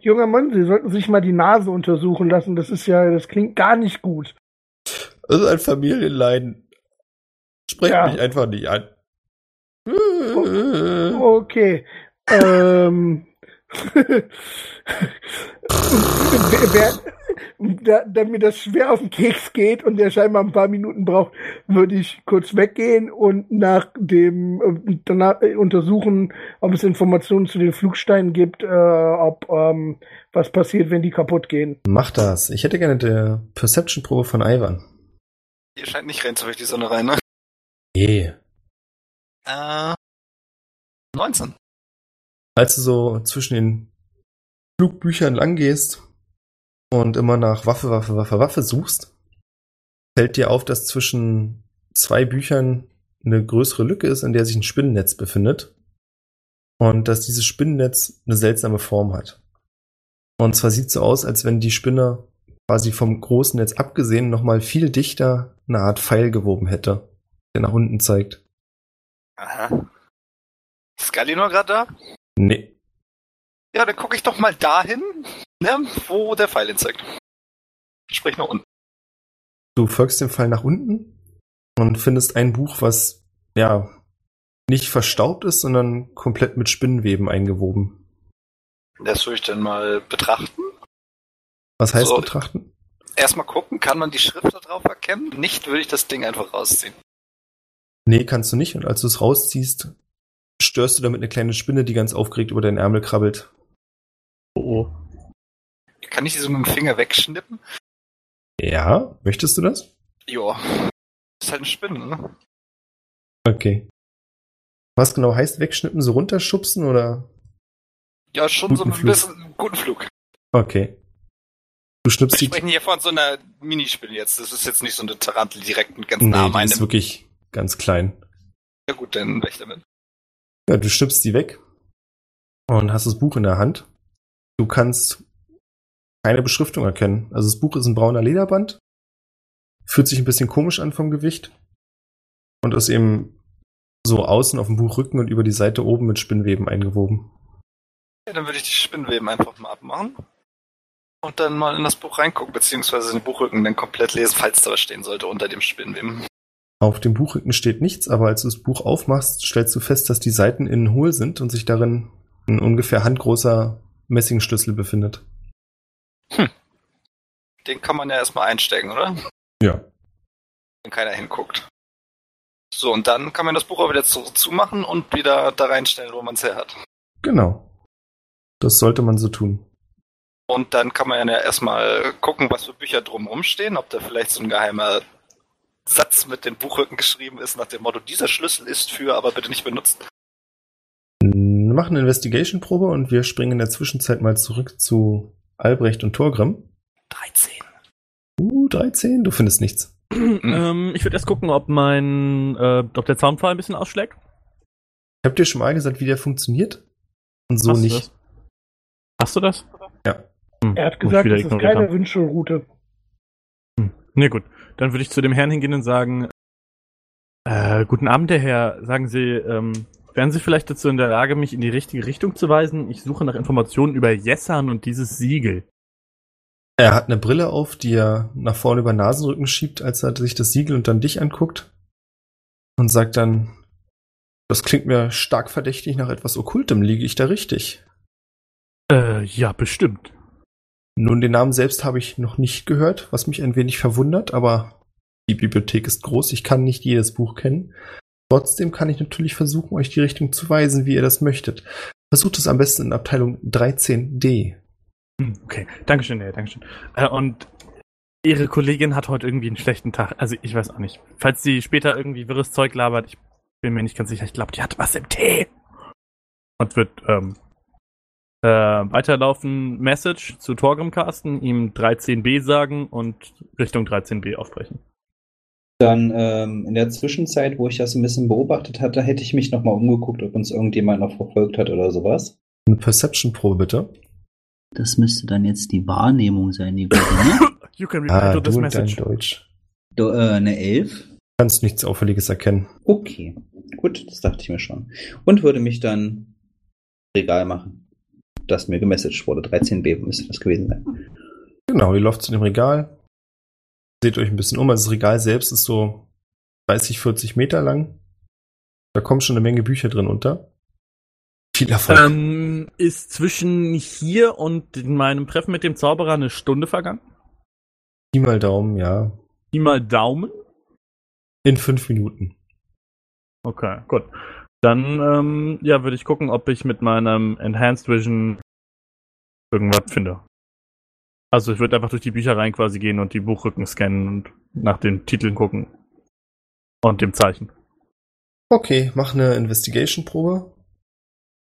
Speaker 4: Junger Mann, Sie sollten sich mal die Nase untersuchen lassen. Das ist ja, das klingt gar nicht gut.
Speaker 3: das ist ein Familienleiden. Sprecht
Speaker 4: Ja.
Speaker 3: mich einfach nicht an.
Speaker 4: Okay. <laughs> Ähm. wer, da, da mir das schwer auf den Keks geht und der scheinbar ein paar Minuten braucht, würde ich kurz weggehen und nach dem äh, danach äh, untersuchen, ob es Informationen zu den Flugsteinen gibt, äh, ob ähm, was passiert, wenn die kaputt gehen.
Speaker 3: Mach das. Ich hätte gerne eine Perception-Probe von Ivan.
Speaker 1: Ihr scheint nicht rein, so richtig die Sonne rein, ne?
Speaker 3: Yeah.
Speaker 1: Äh, 19.
Speaker 3: Als du so zwischen den Flugbüchern langgehst und immer nach Waffe, Waffe, Waffe, Waffe suchst, fällt dir auf, dass zwischen zwei Büchern eine größere Lücke ist, in der sich ein Spinnennetz befindet. Und dass dieses Spinnennetz eine seltsame Form hat. Und zwar sieht so aus, als wenn die Spinne quasi vom großen Netz abgesehen nochmal viel dichter eine Art Pfeil gewoben hätte, der nach unten zeigt.
Speaker 1: Aha. Ist Galinor gerade da?
Speaker 3: Nee.
Speaker 1: Ja, dann gucke ich doch mal dahin, ne, wo der Pfeil hin zeigt. Sprich nach unten.
Speaker 3: Du folgst dem Fall nach unten und findest ein Buch, was ja nicht verstaubt ist, sondern komplett mit Spinnenweben eingewoben.
Speaker 1: Das würde ich dann mal betrachten.
Speaker 3: Was heißt
Speaker 1: So.
Speaker 3: betrachten?
Speaker 1: Erstmal gucken, kann man die Schrift da drauf erkennen? Nicht, würde ich das Ding einfach rausziehen.
Speaker 3: Nee, kannst du nicht. Und als du es rausziehst, störst du damit eine kleine Spinne, die ganz aufgeregt über deinen Ärmel krabbelt.
Speaker 2: Oh, oh.
Speaker 1: Kann ich die so mit dem Finger wegschnippen?
Speaker 3: Ja, möchtest du das?
Speaker 1: Joa. Ist halt eine Spinne, ne?
Speaker 3: Okay. Was genau heißt wegschnippen, so runterschubsen oder?
Speaker 1: Ja, schon so ein
Speaker 3: Guten Flug.
Speaker 1: bisschen guten Flug.
Speaker 3: Okay. Du schnippst
Speaker 1: Wir
Speaker 3: die.
Speaker 1: sprechen hier von so einer Minispinne jetzt. Das ist jetzt nicht so eine Tarantel direkt und ganz
Speaker 3: Nee,
Speaker 1: nah an
Speaker 3: die ist
Speaker 1: meinem.
Speaker 3: wirklich ganz klein.
Speaker 1: Ja gut, dann weg damit.
Speaker 3: Ja, du schnippst die weg und hast das Buch in der Hand. Du kannst keine Beschriftung erkennen. Also das Buch ist ein brauner Lederband. Fühlt sich ein bisschen komisch an vom Gewicht. Und ist eben so außen auf dem Buchrücken und über die Seite oben mit Spinnweben eingewoben.
Speaker 1: Ja, dann würde ich die Spinnweben einfach mal abmachen. Und dann mal in das Buch reingucken, beziehungsweise den Buchrücken dann komplett lesen, falls da was stehen sollte unter dem Spinnweben.
Speaker 3: Auf dem Buchrücken steht nichts, aber als du das Buch aufmachst, stellst du fest, dass die Seiten innen hohl sind und sich darin ein ungefähr handgroßer Messingschlüssel befindet.
Speaker 1: Den kann man ja erstmal einstecken, oder?
Speaker 3: Ja.
Speaker 1: wenn keiner hinguckt. So, und dann kann man das Buch auch wieder zu, zumachen und wieder da reinstellen, wo man es her hat.
Speaker 3: Genau. Das sollte man so tun.
Speaker 1: Und dann kann man ja erstmal gucken, was für Bücher drumherum stehen, ob da vielleicht so ein geheimer Satz mit dem Buchrücken geschrieben ist, nach dem Motto, dieser Schlüssel ist für, aber bitte nicht benutzt.
Speaker 3: Wir machen eine Investigation-Probe und wir springen in der Zwischenzeit mal zurück zu Albrecht und Torgrim.
Speaker 1: 13.
Speaker 3: Uh, 13, du findest nichts.
Speaker 2: ähm, ich würde erst gucken, ob mein, äh, ob der Zaunpfahl ein bisschen ausschlägt.
Speaker 3: Ich hab dir schon mal gesagt, wie der funktioniert. Und so
Speaker 2: Hast
Speaker 3: nicht.
Speaker 2: Du das? Hast du das?
Speaker 3: Ja.
Speaker 2: Hm,
Speaker 4: Er
Speaker 2: muss
Speaker 4: hat
Speaker 2: ich
Speaker 4: gesagt,
Speaker 2: wieder
Speaker 4: es ist
Speaker 2: ignoriert
Speaker 4: keine
Speaker 2: haben.
Speaker 4: Wünschelroute.
Speaker 2: Na gut, dann würde ich zu dem Herrn hingehen und sagen, äh, guten Abend, der Herr. Sagen Sie, ähm, wären Sie vielleicht dazu in der Lage, mich in die richtige Richtung zu weisen? Ich suche nach Informationen über Jessan und dieses Siegel.
Speaker 3: Er hat eine Brille auf, die er nach vorne über den Nasenrücken schiebt, als er sich das Siegel und dann dich anguckt. Und sagt dann, das klingt mir stark verdächtig nach etwas Okkultem, liege ich da richtig?
Speaker 2: Äh, ja, bestimmt.
Speaker 3: Nun, den Namen selbst habe ich noch nicht gehört, was mich ein wenig verwundert, aber die Bibliothek ist groß, ich kann nicht jedes Buch kennen. Trotzdem kann ich natürlich versuchen, euch die Richtung zu weisen, wie ihr das möchtet. Versucht es am besten in Abteilung 13d.
Speaker 2: Hm, Okay, Dankeschön, Herr, Dankeschön. Äh, und Ihre Kollegin hat heute irgendwie einen schlechten Tag. Also, ich weiß auch nicht. Falls sie später irgendwie wirres Zeug labert, ich bin mir nicht ganz sicher. Ich glaube, die hat was im Tee. Und wird ähm, äh, weiterlaufen, Message zu Torgrim casten, ihm 13b sagen und Richtung 13b aufbrechen.
Speaker 5: Dann ähm, in der Zwischenzeit, wo ich das ein bisschen beobachtet hatte, hätte ich mich nochmal umgeguckt, ob uns irgendjemand noch verfolgt hat oder sowas.
Speaker 3: Eine Perception-Probe bitte.
Speaker 7: Das müsste dann jetzt die Wahrnehmung sein, die gute, ne?
Speaker 2: You can reply
Speaker 3: Ah,
Speaker 2: to this
Speaker 3: du und dein
Speaker 2: message.
Speaker 3: Deutsch.
Speaker 5: <laughs> Do, äh, eine Elf?
Speaker 3: Kannst nichts Auffälliges erkennen.
Speaker 5: Okay, gut, das dachte ich mir schon. Und würde mich dann Regal machen, das mir gemessaged wurde. 13b müsste das gewesen sein.
Speaker 3: Genau, ihr lauft zu dem Regal. Seht euch ein bisschen um. Also das Regal selbst ist so 30, 40 Meter lang. Da kommen schon eine Menge Bücher drin unter. Viel Erfolg.
Speaker 2: Ähm, ist zwischen hier und meinem Treffen mit dem Zauberer eine Stunde vergangen?
Speaker 3: Pi mal Daumen, ja.
Speaker 2: Pi mal Daumen.
Speaker 3: In fünf Minuten.
Speaker 2: Okay, gut. Dann ähm, ja, würde ich gucken, ob ich mit meinem Enhanced Vision irgendwas finde. Also ich würde einfach durch die Büchereien quasi gehen und die Buchrücken scannen und nach den Titeln gucken. Und dem Zeichen.
Speaker 3: Okay, mach eine Investigation-Probe.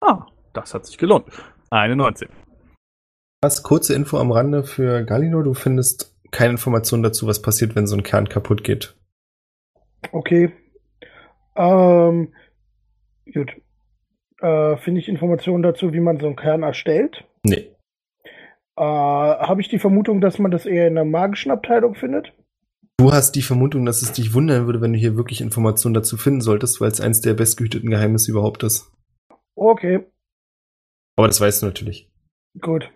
Speaker 2: Ah, das hat sich gelohnt. Eine 19.
Speaker 3: Als kurze Info am Rande für Galino, du findest keine Informationen dazu, was passiert, wenn so ein Kern kaputt geht.
Speaker 4: Okay. Ähm, gut. Äh, Finde ich Informationen dazu, wie man so einen Kern erstellt?
Speaker 3: Nee.
Speaker 4: Äh, Habe ich die Vermutung, dass man das eher in der magischen Abteilung findet?
Speaker 3: Du hast die Vermutung, dass es dich wundern würde, wenn du hier wirklich Informationen dazu finden solltest, weil es eins der bestgehüteten Geheimnisse überhaupt ist.
Speaker 4: Okay,
Speaker 3: Aber das weißt du natürlich.
Speaker 4: gut.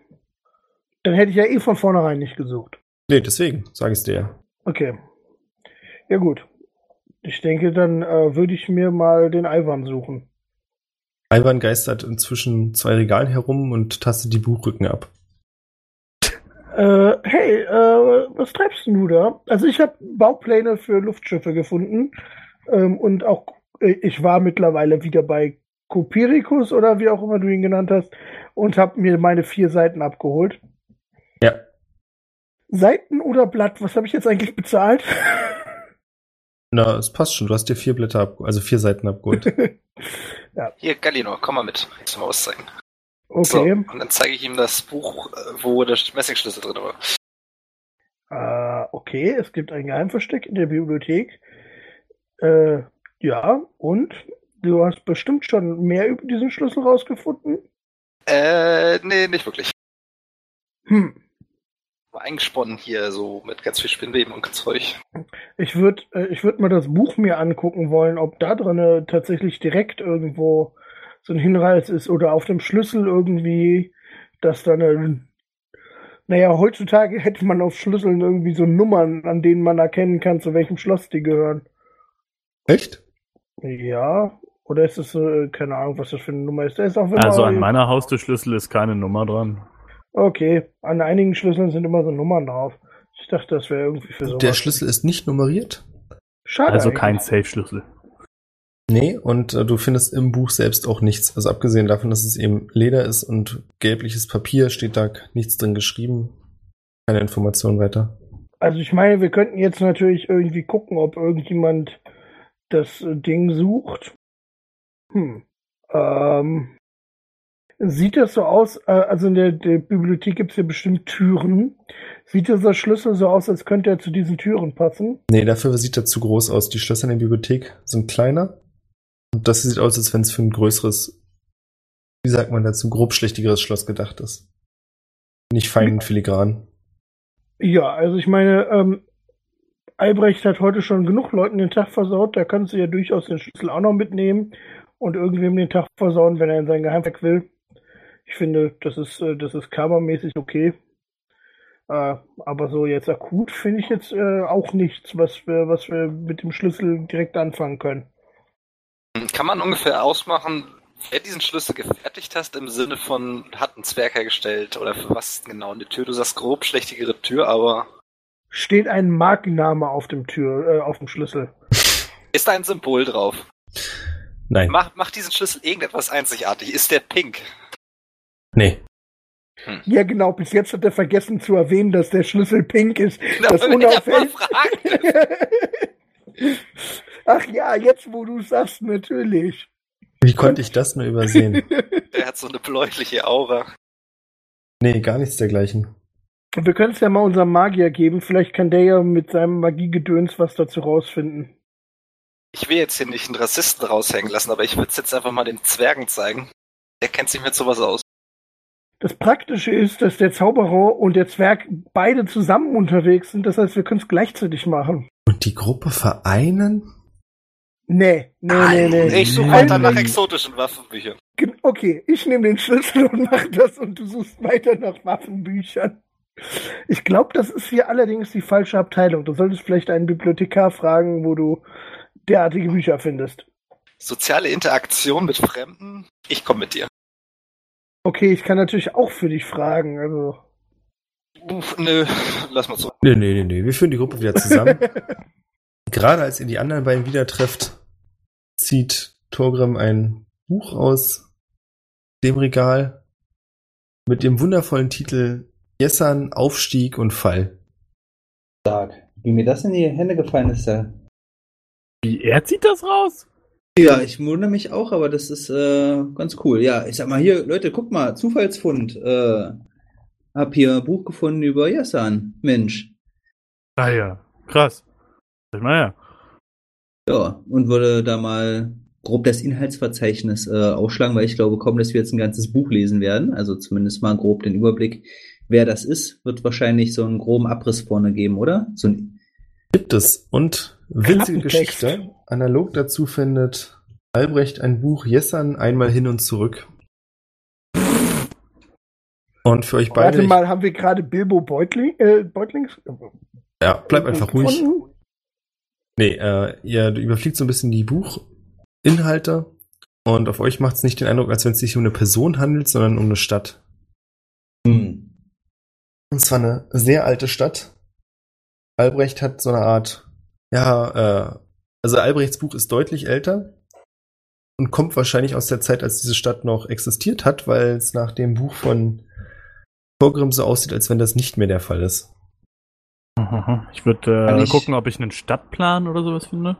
Speaker 4: Dann hätte ich ja eh von vornherein nicht gesucht.
Speaker 3: Nee, deswegen, sage ich es dir ja.
Speaker 4: Okay. Ja, gut. Ich denke, dann äh, würde ich mir mal den Ivan suchen.
Speaker 3: Alban geistert inzwischen zwei Regalen herum und tastet die Buchrücken ab.
Speaker 4: Äh, hey, äh, was treibst denn du da? Also ich habe Baupläne für Luftschiffe gefunden ähm, und auch äh, ich war mittlerweile wieder bei Copiricus oder wie auch immer du ihn genannt hast und habe mir meine vier Seiten abgeholt.
Speaker 3: Ja.
Speaker 4: Seiten oder Blatt? Was habe ich jetzt eigentlich bezahlt?
Speaker 3: Na, es passt schon. Du hast dir vier Blätter ab, also vier Seiten <laughs> abgeholt.
Speaker 1: Hier, Galino, komm mal mit. Ich soll mal was zeigen. So,
Speaker 4: Okay.
Speaker 1: und dann zeige ich ihm das Buch, äh, wo der Messingschlüssel drin war.
Speaker 4: Äh, okay, es gibt ein Geheimversteck in der Bibliothek. Äh, ja, und du hast bestimmt schon mehr über diesen Schlüssel rausgefunden.
Speaker 1: Äh, nee, nicht wirklich.
Speaker 4: Hm.
Speaker 1: War eingesponnen hier, so mit ganz viel Spinnweben und Zeug.
Speaker 4: Ich würde äh, ich würd mal das Buch mir angucken wollen, ob da drin tatsächlich direkt irgendwo so ein Hinweis ist oder auf dem Schlüssel irgendwie, dass da eine. Naja, heutzutage <laughs> hätte man auf Schlüsseln irgendwie so Nummern, an denen man erkennen kann, zu welchem Schloss die gehören.
Speaker 3: Echt?
Speaker 4: Ja, oder ist es, äh, keine Ahnung, was das für eine Nummer ist. Da ist auch immer
Speaker 2: Also an meiner Haustürschlüssel ist keine Nummer dran.
Speaker 4: Okay, an einigen Schlüsseln sind immer so Nummern drauf. Ich dachte, das wäre irgendwie für so.
Speaker 3: Der Schlüssel ist nicht nummeriert.
Speaker 4: Schade.
Speaker 2: Also
Speaker 4: eigentlich.
Speaker 2: kein Safe-Schlüssel.
Speaker 3: Nee, und äh, du findest im Buch selbst auch nichts. Also abgesehen davon, dass es eben Leder ist und gelbliches Papier, steht da nichts drin geschrieben. Keine Information weiter.
Speaker 4: Also ich meine, wir könnten jetzt natürlich irgendwie gucken, ob irgendjemand das äh, Ding sucht. Hm. Ähm. Sieht das so aus, äh, also in der, der Bibliothek gibt es ja bestimmt Türen. Sieht dieser Schlüssel so aus, als könnte er zu diesen Türen passen?
Speaker 3: Nee, dafür sieht er zu groß aus. Die Schlösser in der Bibliothek sind kleiner. Und das sieht aus, als wenn es für ein größeres, wie sagt man dazu, grobschlächtigeres Schloss gedacht ist. Nicht fein und filigran.
Speaker 4: Ja, also ich meine, ähm, Albrecht hat heute schon genug Leuten den Tag versaut. Da kannst du ja durchaus den Schlüssel auch noch mitnehmen und irgendwem den Tag versauen, wenn er in sein Geheimwerk will. Ich finde, das ist, äh, das ist karmamäßig okay. Äh, aber so jetzt akut finde ich jetzt äh, auch nichts, was wir, was wir mit dem Schlüssel direkt anfangen können.
Speaker 1: Kann man ungefähr ausmachen, wer diesen Schlüssel gefertigt hast, im Sinne von, hat ein Zwerg hergestellt oder für was genau eine Tür? Du sagst grob schlechtigere Tür, aber
Speaker 4: Steht ein Markenname auf dem Tür, äh, auf dem Schlüssel.
Speaker 1: ist da ein Symbol drauf?
Speaker 3: Nein.
Speaker 1: Macht mach diesen Schlüssel irgendetwas einzigartig? Ist der pink? <laughs>
Speaker 3: Nee.
Speaker 4: Ja, genau. Bis jetzt hat er vergessen zu erwähnen, dass der Schlüssel pink ist. Das
Speaker 1: Da will ich aber
Speaker 4: unauffällig-
Speaker 1: fragen.
Speaker 4: <laughs> Ach ja, jetzt wo du sagst, natürlich.
Speaker 3: Wie konnte ich das nur übersehen?
Speaker 1: Der hat so eine bläuliche Aura.
Speaker 3: Nee, gar nichts dergleichen.
Speaker 4: Und wir können es ja mal unserem Magier geben. Vielleicht kann der ja mit seinem Magiegedöns was dazu rausfinden.
Speaker 1: Ich will jetzt hier nicht einen Rassisten raushängen lassen, aber ich würde es jetzt einfach mal den Zwergen zeigen. Der kennt sich mit sowas aus.
Speaker 4: Das Praktische ist, dass der Zauberer und der Zwerg beide zusammen unterwegs sind. Das heißt, wir können es gleichzeitig machen.
Speaker 3: Und die Gruppe vereinen?
Speaker 4: Nee, nee, nee, nee.
Speaker 1: Ich suche
Speaker 4: Nein,
Speaker 1: weiter nach
Speaker 4: nein.
Speaker 1: exotischen Waffenbüchern.
Speaker 4: Gen- Okay, ich nehme den Schlüssel und mach das und du suchst weiter nach Waffenbüchern. Ich glaube, das ist hier allerdings die falsche Abteilung. Du solltest vielleicht einen Bibliothekar fragen, wo du derartige Bücher findest.
Speaker 1: Soziale Interaktion mit Fremden? Ich komme mit dir.
Speaker 4: Okay, ich kann natürlich auch für dich fragen. Also,
Speaker 1: Uff, nö, lass mal so.
Speaker 3: Nee, nee, nee, nee. Wir führen die Gruppe wieder
Speaker 4: <laughs>
Speaker 3: zusammen. Gerade als ihr die anderen beiden wieder trefft, zieht Torgrim ein Buch aus dem Regal mit dem wundervollen Titel Jessan, Aufstieg und Fall.
Speaker 5: Stark. Wie mir das in die Hände gefallen ist, da.
Speaker 2: Wie, er zieht das raus?
Speaker 5: Ja, ich wundere mich auch, aber das ist äh, ganz cool. Ja, ich sag mal hier, Leute, guck mal, Zufallsfund. Äh, hab hier ein Buch gefunden über Yassan. Mensch.
Speaker 2: Ah ja, krass. Ich meine,
Speaker 5: Ja, und würde da mal grob das Inhaltsverzeichnis äh, aufschlagen, weil ich glaube kaum, dass wir jetzt ein ganzes Buch lesen werden. Also zumindest mal grob den Überblick, wer das ist, wird wahrscheinlich so einen groben Abriss vorne geben, oder? So ein
Speaker 3: Gibt es. Und witzige
Speaker 4: Klappentext.
Speaker 3: Geschichte. Analog dazu findet Albrecht ein Buch Jessan einmal hin und zurück. Und für euch beide.
Speaker 4: Warte mal, haben wir gerade Bilbo Beutling, äh, Beutlings?
Speaker 3: ja, bleibt einfach ruhig.
Speaker 4: gefunden?
Speaker 3: Nee, äh, ihr überfliegt so ein bisschen die Buchinhalte und auf euch macht es nicht den Eindruck, als wenn es sich um eine Person handelt, sondern um eine Stadt.
Speaker 5: hm.
Speaker 3: Und zwar eine sehr alte Stadt. Albrecht hat so eine Art, ja, äh, also Albrechts Buch ist deutlich älter und kommt wahrscheinlich aus der Zeit, als diese Stadt noch existiert hat, weil es nach dem Buch von Vorgrim so aussieht, als wenn das nicht mehr der Fall ist.
Speaker 2: ja. <laughs> Ich würde
Speaker 5: Kann
Speaker 2: äh,
Speaker 5: ich-
Speaker 2: gucken, ob ich einen Stadtplan oder sowas finde.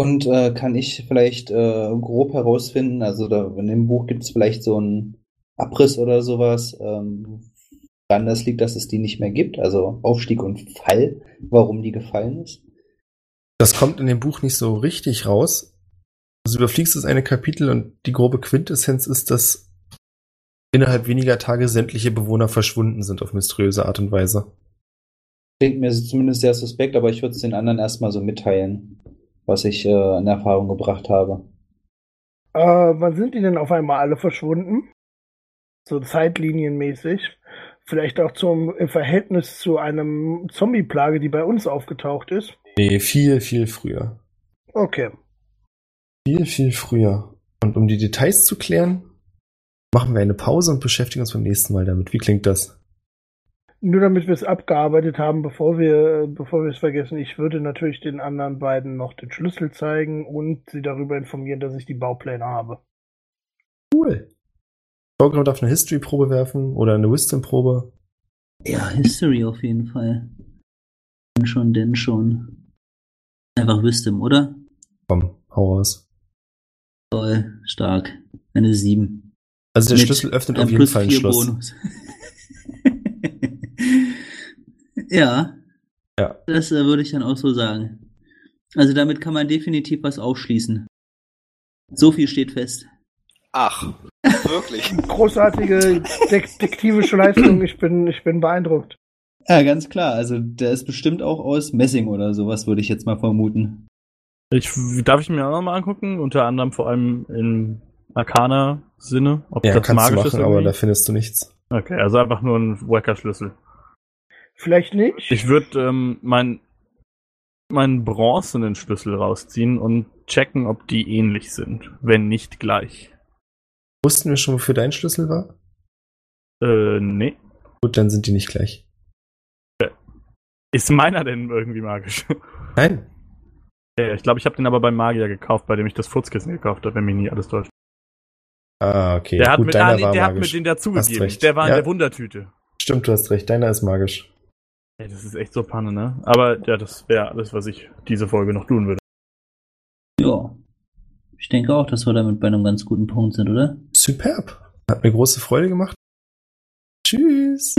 Speaker 5: Und äh, kann ich vielleicht äh, grob herausfinden, also da, in dem Buch gibt es vielleicht so einen Abriss oder sowas, ähm, woran das liegt, dass es die nicht mehr gibt, also Aufstieg und Fall, warum die gefallen ist.
Speaker 3: Das kommt in dem Buch nicht so richtig raus. Also du überfliegst das eine Kapitel und die grobe Quintessenz ist, dass innerhalb weniger Tage sämtliche Bewohner verschwunden sind auf mysteriöse Art und Weise.
Speaker 5: Klingt mir zumindest sehr suspekt, aber ich würde es den anderen erstmal so mitteilen, was ich äh, an Erfahrung gebracht habe.
Speaker 4: Äh, wann sind die denn auf einmal alle verschwunden? So zeitlinienmäßig. Vielleicht auch zum im Verhältnis zu einem Zombie-Plage, die bei uns aufgetaucht ist.
Speaker 3: Nee, viel, viel früher.
Speaker 4: Okay.
Speaker 3: Viel, viel früher. Und um die Details zu klären, machen wir eine Pause und beschäftigen uns beim nächsten Mal damit. Wie klingt das?
Speaker 4: Nur damit wir es abgearbeitet haben, bevor wir, bevor wir es vergessen, ich würde natürlich den anderen beiden noch den Schlüssel zeigen und sie darüber informieren, dass ich die Baupläne habe.
Speaker 3: Cool. Vorgenommen darf eine History-Probe werfen oder eine Wisdom-Probe.
Speaker 7: Ja, History auf jeden Fall. Denn schon, denn schon. Einfach Wisdom, oder?
Speaker 3: Komm, hau raus.
Speaker 7: Toll, stark. Eine 7.
Speaker 3: Also der
Speaker 7: Mit
Speaker 3: Schlüssel öffnet
Speaker 7: einem
Speaker 3: auf jeden
Speaker 7: plus
Speaker 3: Fall ein
Speaker 7: vier
Speaker 3: Schloss.
Speaker 7: Bonus. <laughs> ja.
Speaker 3: Ja.
Speaker 7: Das äh, würde ich dann auch so sagen. Also damit kann man definitiv was aufschließen. So viel steht fest.
Speaker 1: Ach, wirklich.
Speaker 4: Großartige detektivische Leistung, ich bin, ich bin beeindruckt.
Speaker 5: Ja, ganz klar. Also der ist bestimmt auch aus Messing oder sowas, würde ich jetzt mal vermuten.
Speaker 2: Ich, darf ich mir auch nochmal angucken, unter anderem vor allem in Arcana-Sinne, ob
Speaker 3: Ja,
Speaker 2: das
Speaker 3: kannst du
Speaker 2: magisch ist.
Speaker 3: machen, aber da
Speaker 2: irgendwie.
Speaker 3: findest du nichts.
Speaker 2: okay, also einfach nur ein Wacker-Schlüssel.
Speaker 4: Vielleicht nicht.
Speaker 2: Ich würde ähm, mein, meinen bronzenen Schlüssel rausziehen und checken, ob die ähnlich sind, wenn nicht gleich.
Speaker 3: Wussten wir schon, wofür dein Schlüssel war?
Speaker 2: Äh, nee.
Speaker 3: Gut, dann sind die nicht gleich.
Speaker 2: Ist meiner denn irgendwie magisch? <laughs>
Speaker 3: Nein.
Speaker 2: Ja, ich glaube, ich habe den aber beim Magier gekauft, bei dem ich das Furzkissen gekauft habe, wenn mich nicht alles täuscht.
Speaker 3: Ah, okay.
Speaker 2: Der hat,
Speaker 3: Gut,
Speaker 2: mit,
Speaker 3: deiner
Speaker 2: ah, nee,
Speaker 3: war
Speaker 2: der hat
Speaker 3: magisch.
Speaker 2: mit den dazugegeben.
Speaker 3: recht.
Speaker 2: Der war
Speaker 3: Ja.
Speaker 2: in der Wundertüte.
Speaker 3: Stimmt, du hast recht. Deiner ist magisch.
Speaker 2: Ey, das ist echt so Panne, ne? Aber ja, das wäre alles, was ich diese Folge noch tun würde.
Speaker 7: Ja. Ich denke auch, dass wir damit bei einem ganz guten Punkt sind, oder?
Speaker 4: <laughs>
Speaker 3: Superb. Hat mir große Freude gemacht. Tschüss.